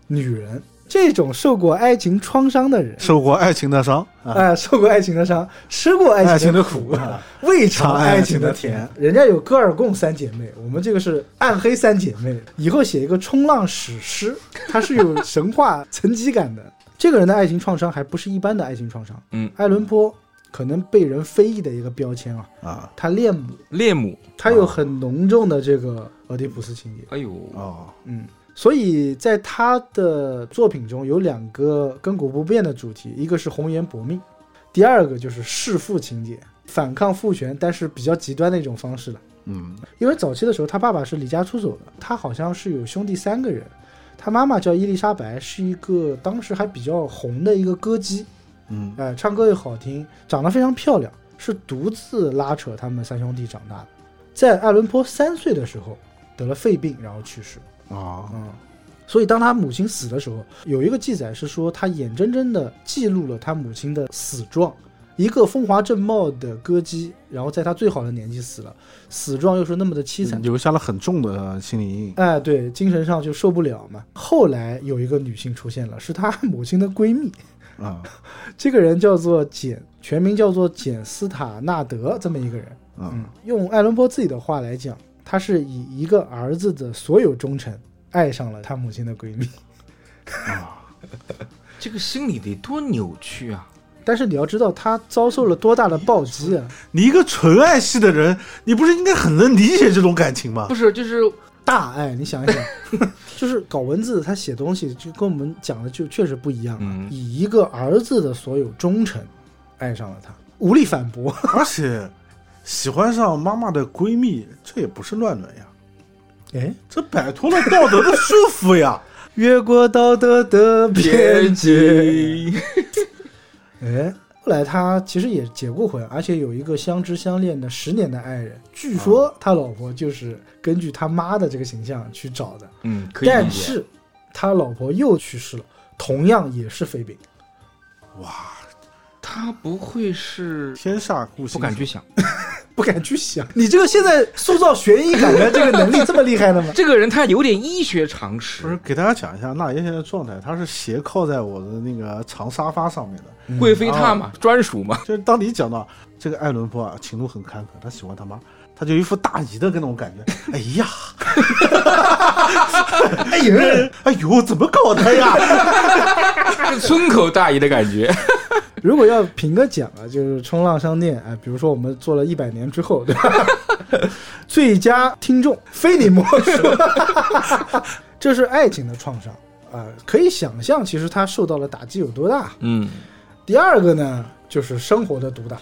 S2: 女人这种受过爱情创伤的人，
S3: 受过爱情的伤啊，
S2: 哎，受过爱情的伤，吃过爱
S3: 爱
S2: 情
S3: 情
S2: 的
S3: 的
S2: 苦，
S3: 苦
S2: 啊，未尝爱情的
S3: 尝爱
S2: 甜
S3: 情。
S2: 人家有戈尔贡三姐妹，我们这个是暗黑三姐妹。以后写一个冲浪史诗， 它是有神话层级感的。这个人的爱情创伤还不是一般的爱情创伤。
S4: 嗯，
S2: 艾伦坡可能被人非议的一个标签啊，
S3: 啊
S2: 他恋母，
S4: 恋母，
S2: 他有很浓重的这个俄狄浦斯情节。
S4: 哎呦，
S3: 哦，
S2: 嗯，所以在他的作品中有两个亘古不变的主题，一个是红颜薄命，第二个就是弑父情节，反抗父权，但是比较极端的一种方式了。
S3: 嗯，
S2: 因为早期的时候，他爸爸是离家出走的，他好像是有兄弟三个人，他妈妈叫伊丽莎白，是一个当时还比较红的一个歌姬，
S3: 嗯，
S2: 哎、唱歌又好听，长得非常漂亮，是独自拉扯他们三兄弟长大的。在爱伦坡三岁的时候得了肺病，然后去世。
S3: 啊，
S2: 嗯，所以当他母亲死的时候，有一个记载是说他眼睁睁的记录了他母亲的死状，一个风华正茂的歌姬，然后在她最好的年纪死了，死状又是那么的凄惨，
S3: 嗯留下了很重的心理阴影。
S2: 哎，对，精神上就受不了嘛。后来有一个女性出现了，是她母亲的闺蜜，
S3: 啊
S2: 这个人叫做简，全名叫做简斯塔纳德，这么一个人。嗯
S3: 啊，
S2: 用爱伦坡自己的话来讲，他是以一个儿子的所有忠诚，爱上了他母亲的闺蜜。
S4: 这个心理得多扭曲啊！
S2: 但是你要知道，他遭受了多大的暴击啊！
S3: 你一个纯爱系的人，你不是应该很能理解这种感情吗
S4: 不？是，就是
S2: 大爱，你想一想， 就是搞文字，他写东西就跟我们讲的就确实不一样了。
S4: 嗯
S2: 以一个儿子的所有忠诚，爱上了他，无力反 驳。
S3: 而且喜欢上妈妈的闺蜜，这也不是乱伦呀，
S2: 哎，
S3: 这摆脱了道德的束缚呀。
S2: 越过道德的边界。哎，后来他其实也结过婚，而且有一个相知相恋的十年的爱人。据说他老婆就是根据他妈的这个形象去找的，
S4: 嗯，可以理
S2: 但
S4: 解。
S2: 是他老婆又去世了，同样也是肺病。
S3: 哇，
S4: 他不会是
S3: 天下故
S4: 不
S3: 心
S4: 敢去想，？
S2: 不敢去想，你这个现在塑造悬疑感的这个能力这么厉害了吗
S4: 这个人他有点医学常
S3: 不是
S4: 识。
S3: 给大家讲一下那爷现在状态，他是斜靠在我的那个长沙发上面的。
S4: 嗯贵妃榻嘛，专 属嘛，
S3: 就是当你讲到这个爱伦坡啊，情路很坎坷，他喜欢他妈，他就有一副大姨的那种感觉。哎呀，
S2: 哎呀，
S3: 哎呦，怎么搞的呀？
S4: 是村口大姨的感觉。
S2: 如果要评个奖啊，就是冲浪商店啊、哎比如说我们做了一百年之后，对吧？最佳听众非你莫属，这是爱情的创伤啊、可以想象其实他受到了打击有多大。
S4: 嗯，
S2: 第二个呢，就是生活的毒打。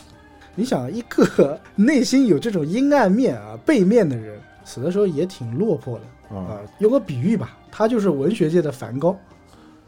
S2: 你想，一个内心有这种阴暗面啊、背面的人，死的时候也挺落魄的。啊
S3: 啊、
S2: 用个比喻吧，他就是文学界的梵高，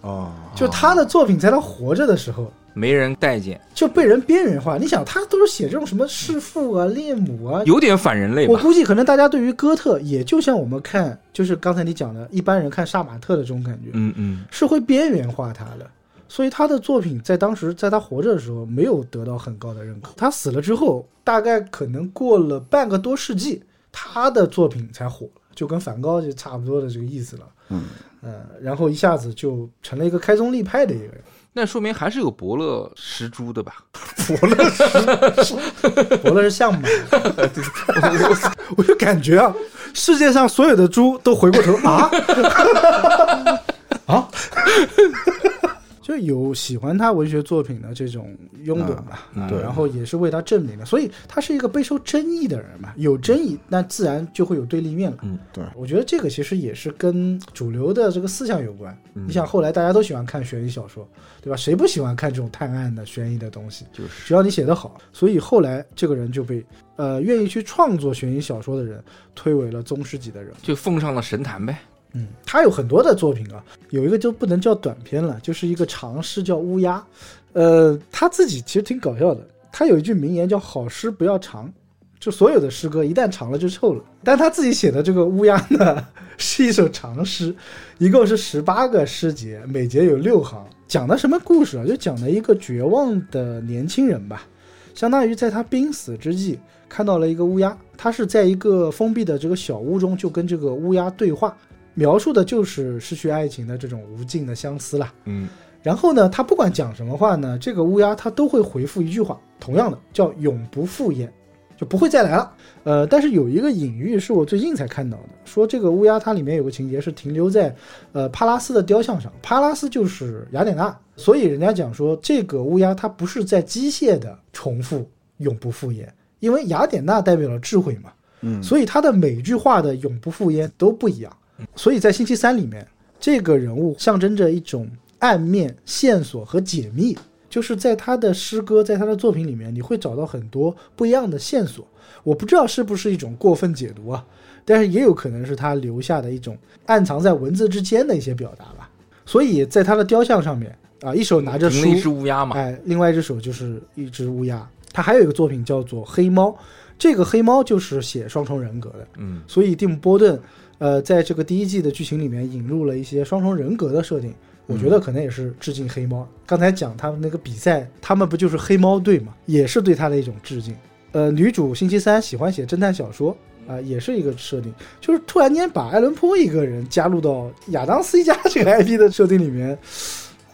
S3: 啊，
S2: 就他的作品在他活着的时候
S4: 没人待见，
S2: 就被人边缘化。你想，他都是写这种什么弑父啊、恋母啊。
S4: 有点反人类
S2: 我
S4: 吧？
S2: 估计可能大家对于哥特，也就像我们看，就是刚才你讲的，一般人看杀马特的这种感觉，
S4: 嗯嗯，
S2: 是会边缘化他的。所以他的作品在当时，在他活着的时候没有得到很高的认可。他死了之后，大概可能过了半个多世纪，他的作品才火了，就跟梵高就差不多的这个意思了。
S3: 嗯
S2: 呃，然后一下子就成了一个开宗立派的一个人。
S4: 那说明还是有伯乐识珠的吧？
S2: 伯乐是象马， 我就感觉啊，世界上所有的猪都回过头 啊啊，就有喜欢他文学作品的这种拥趸吧，
S4: 嗯
S3: 对
S2: 然后也是为他证明的，所以他是一个备受争议的人嘛，有争议，那自然就会有嗯对立面了。
S4: 嗯，
S3: 对
S2: 我觉得这个其实也是跟主流的这个思想有关。你想，后来大家都喜欢看悬疑小说，对吧？谁不喜欢看这种探案的悬疑的东西？
S4: 就是
S2: 只要你写得好，所以后来这个人就被呃愿意去创作悬疑小说的人推为了宗师级的人物。
S4: 就奉上了神坛呗。
S2: 嗯，他有很多的作品啊，有一个就不能叫短篇了，就是一个长诗叫《乌鸦》。呃，他自己其实挺搞笑的，他有一句名言叫“好诗不要长”，就所有的诗歌一旦长了就臭了。但他自己写的这个《乌鸦》呢， 是一首长诗，一共是十八个诗节，每节有六行，讲的什么故事啊？就讲的一个绝望的年轻人吧，相当于在他濒死之际看到了一个乌鸦，他是在一个封闭的这个小屋中，就跟这个乌鸦对话。描述的就是失去爱情的这种无尽的相思啦。
S4: 嗯，
S2: 然后呢，他不管讲什么话呢，这个乌鸦它都会回复一句话，同样的叫永不复言，就不会再来了。呃，但是有一个隐喻是我最近才看到的，说这个乌鸦它里面有个情节是停留在呃帕拉斯的雕像上，帕拉斯就是雅典娜，所以人家讲说这个乌鸦它不是在机械的重复永不复言，因为雅典娜代表了智慧嘛，
S3: 嗯，
S2: 所以他的每句话的永不复言都不一样。所以在星期三里面，这个人物象征着一种暗面、线索和解密，就是在他的诗歌、在他的作品里面，你会找到很多不一样的线索。我不知道是不是一种过分解读啊，但是也有可能是他留下的一种暗藏在文字之间的一些表达吧。所以在他的雕像上面啊，一手拿着
S4: 赢
S2: 书
S4: 了，一只乌鸦嘛。
S2: 哎，另外一只手就是一只乌鸦。他还有一个作品叫做《黑猫》，这个黑猫就是写双重人格的，
S4: 嗯，
S2: 所以蒂姆·波顿，呃，在这个第一季的剧情里面引入了一些双重人格的设定，我觉得可能也是致敬黑猫。刚才讲他们那个比赛，他们不就是黑猫队嘛，也是对他的一种致敬。呃，女主星期三喜欢写侦探小说啊、也是一个设定，就是突然间把艾伦坡一个人加入到亚当斯一家这个 IP 的设定里面，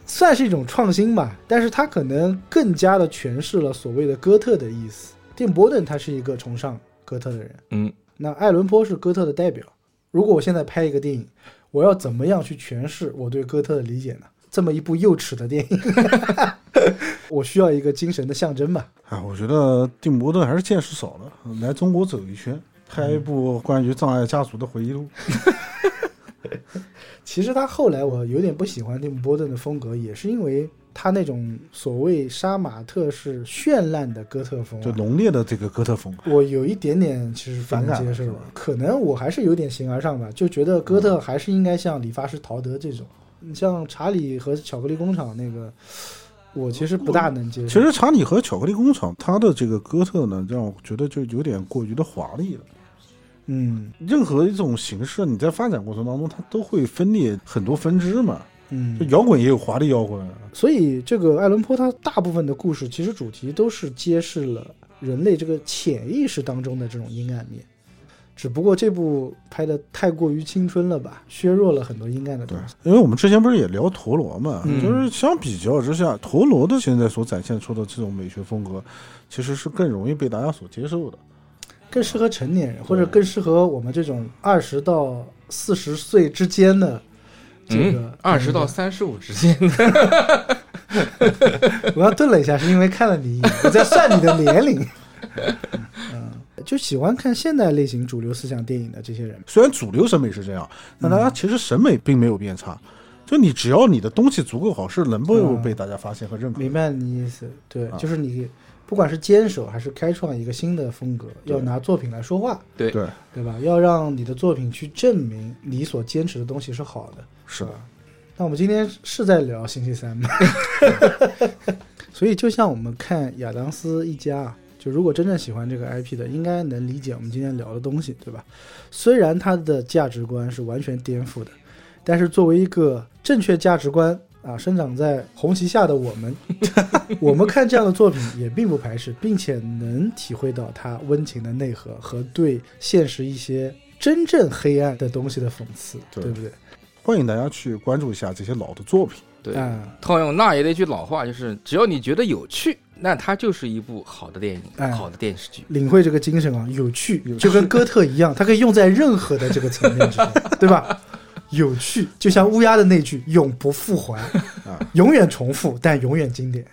S2: 算是一种创新吧。但是他可能更加的诠释了所谓的哥特的意思。电波顿他是一个崇尚哥特的人，
S4: 嗯，
S2: 那艾伦坡是哥特的代表。如果我现在拍一个电影，我要怎么样去诠释我对哥特的理解呢？这么一部幼齿的电影，我需要一个精神的象征吧？
S3: 哎，我觉得定伯顿还是见识少了，来中国走一圈，拍一部关于障碍家族的回忆录。
S2: 其实他后来我有点不喜欢蒂姆·波顿的风格，也是因为他那种所谓杀马特式绚烂的哥特风、啊，
S3: 就浓烈的这个哥特风。
S2: 我有一点点其实不能
S3: 反感
S2: 接受
S3: 是吧，
S2: 可能我还是有点形而上吧，就觉得哥特还是应该像理发师陶德这种，
S3: 嗯
S2: 你像查理和巧克力工厂那个，我其实不大能接受。
S3: 其实查理和巧克力工厂，它的这个哥特呢，让我觉得就有点过于的华丽了。
S2: 嗯
S3: 任何一种形式，你在发展过程当中，它都会分裂很多分支嘛。就
S2: 嗯，
S3: 摇滚也有华丽摇滚，啊
S2: 所以这个艾伦坡他大部分的故事其实主题都是揭示了人类这个潜意识当中的这种阴暗面，只不过这部拍的太过于青春了吧，削弱了很多阴暗的东
S3: 对
S2: 西。，
S3: 因为我们之前不是也聊陀螺嘛，
S4: 嗯
S3: 就是相比较之下，陀螺的现在所展现出的这种美学风格，其实是更容易被大家所接受的。
S2: 更适合成年人，或者更适合我们这种二十到四十岁之间的这个
S4: 嗯，二十到三十五之间，
S2: 我要顿了一下，是因为看了你一眼，我在算你的年龄。 嗯，就喜欢看现代类型主流思想电影的这些人，
S3: 虽然主流审美是这样，
S2: 嗯
S3: 但大家其实审美并没有变差。就你只要你的东西足够好，是能够
S2: 嗯
S3: 被大家发现和认可的。
S2: 明白你意思？对，
S3: 啊
S2: 就是你不管是坚守还是开创一个新的风格，
S3: 对
S2: 要拿作品来说话，
S4: 对
S3: 对，
S2: 对吧？要让你的作品去证明你所坚持的东西是好的。
S3: 是的，
S2: 那我们今天是在聊星期三吗？ 所以就像我们看亚当斯一家啊，就如果真正喜欢这个 IP 的，应该能理解我们今天聊的东西，对吧？虽然他的价值观是完全颠覆的，但是作为一个正确价值观啊，生长在红旗下的我们， 我们看这样的作品也并不排斥，并且能体会到它温情的内核和对现实一些真正黑暗的东西的讽刺，
S3: 对
S2: 对不对？
S3: 欢迎大家去关注一下这些老的作品。
S4: 对，
S2: 啊。
S4: 套用那爷的一句老话，就是只要你觉得有趣，那它就是一部好的电
S2: 哎
S4: 影、好的电视剧。
S2: 领会这个精神啊，有趣，就跟哥特一 样，它可以用在任何的这个层面之上，对吧？有趣，就像乌鸦的那句“永不复还”，
S3: 啊
S2: 永远重复，但永远经典。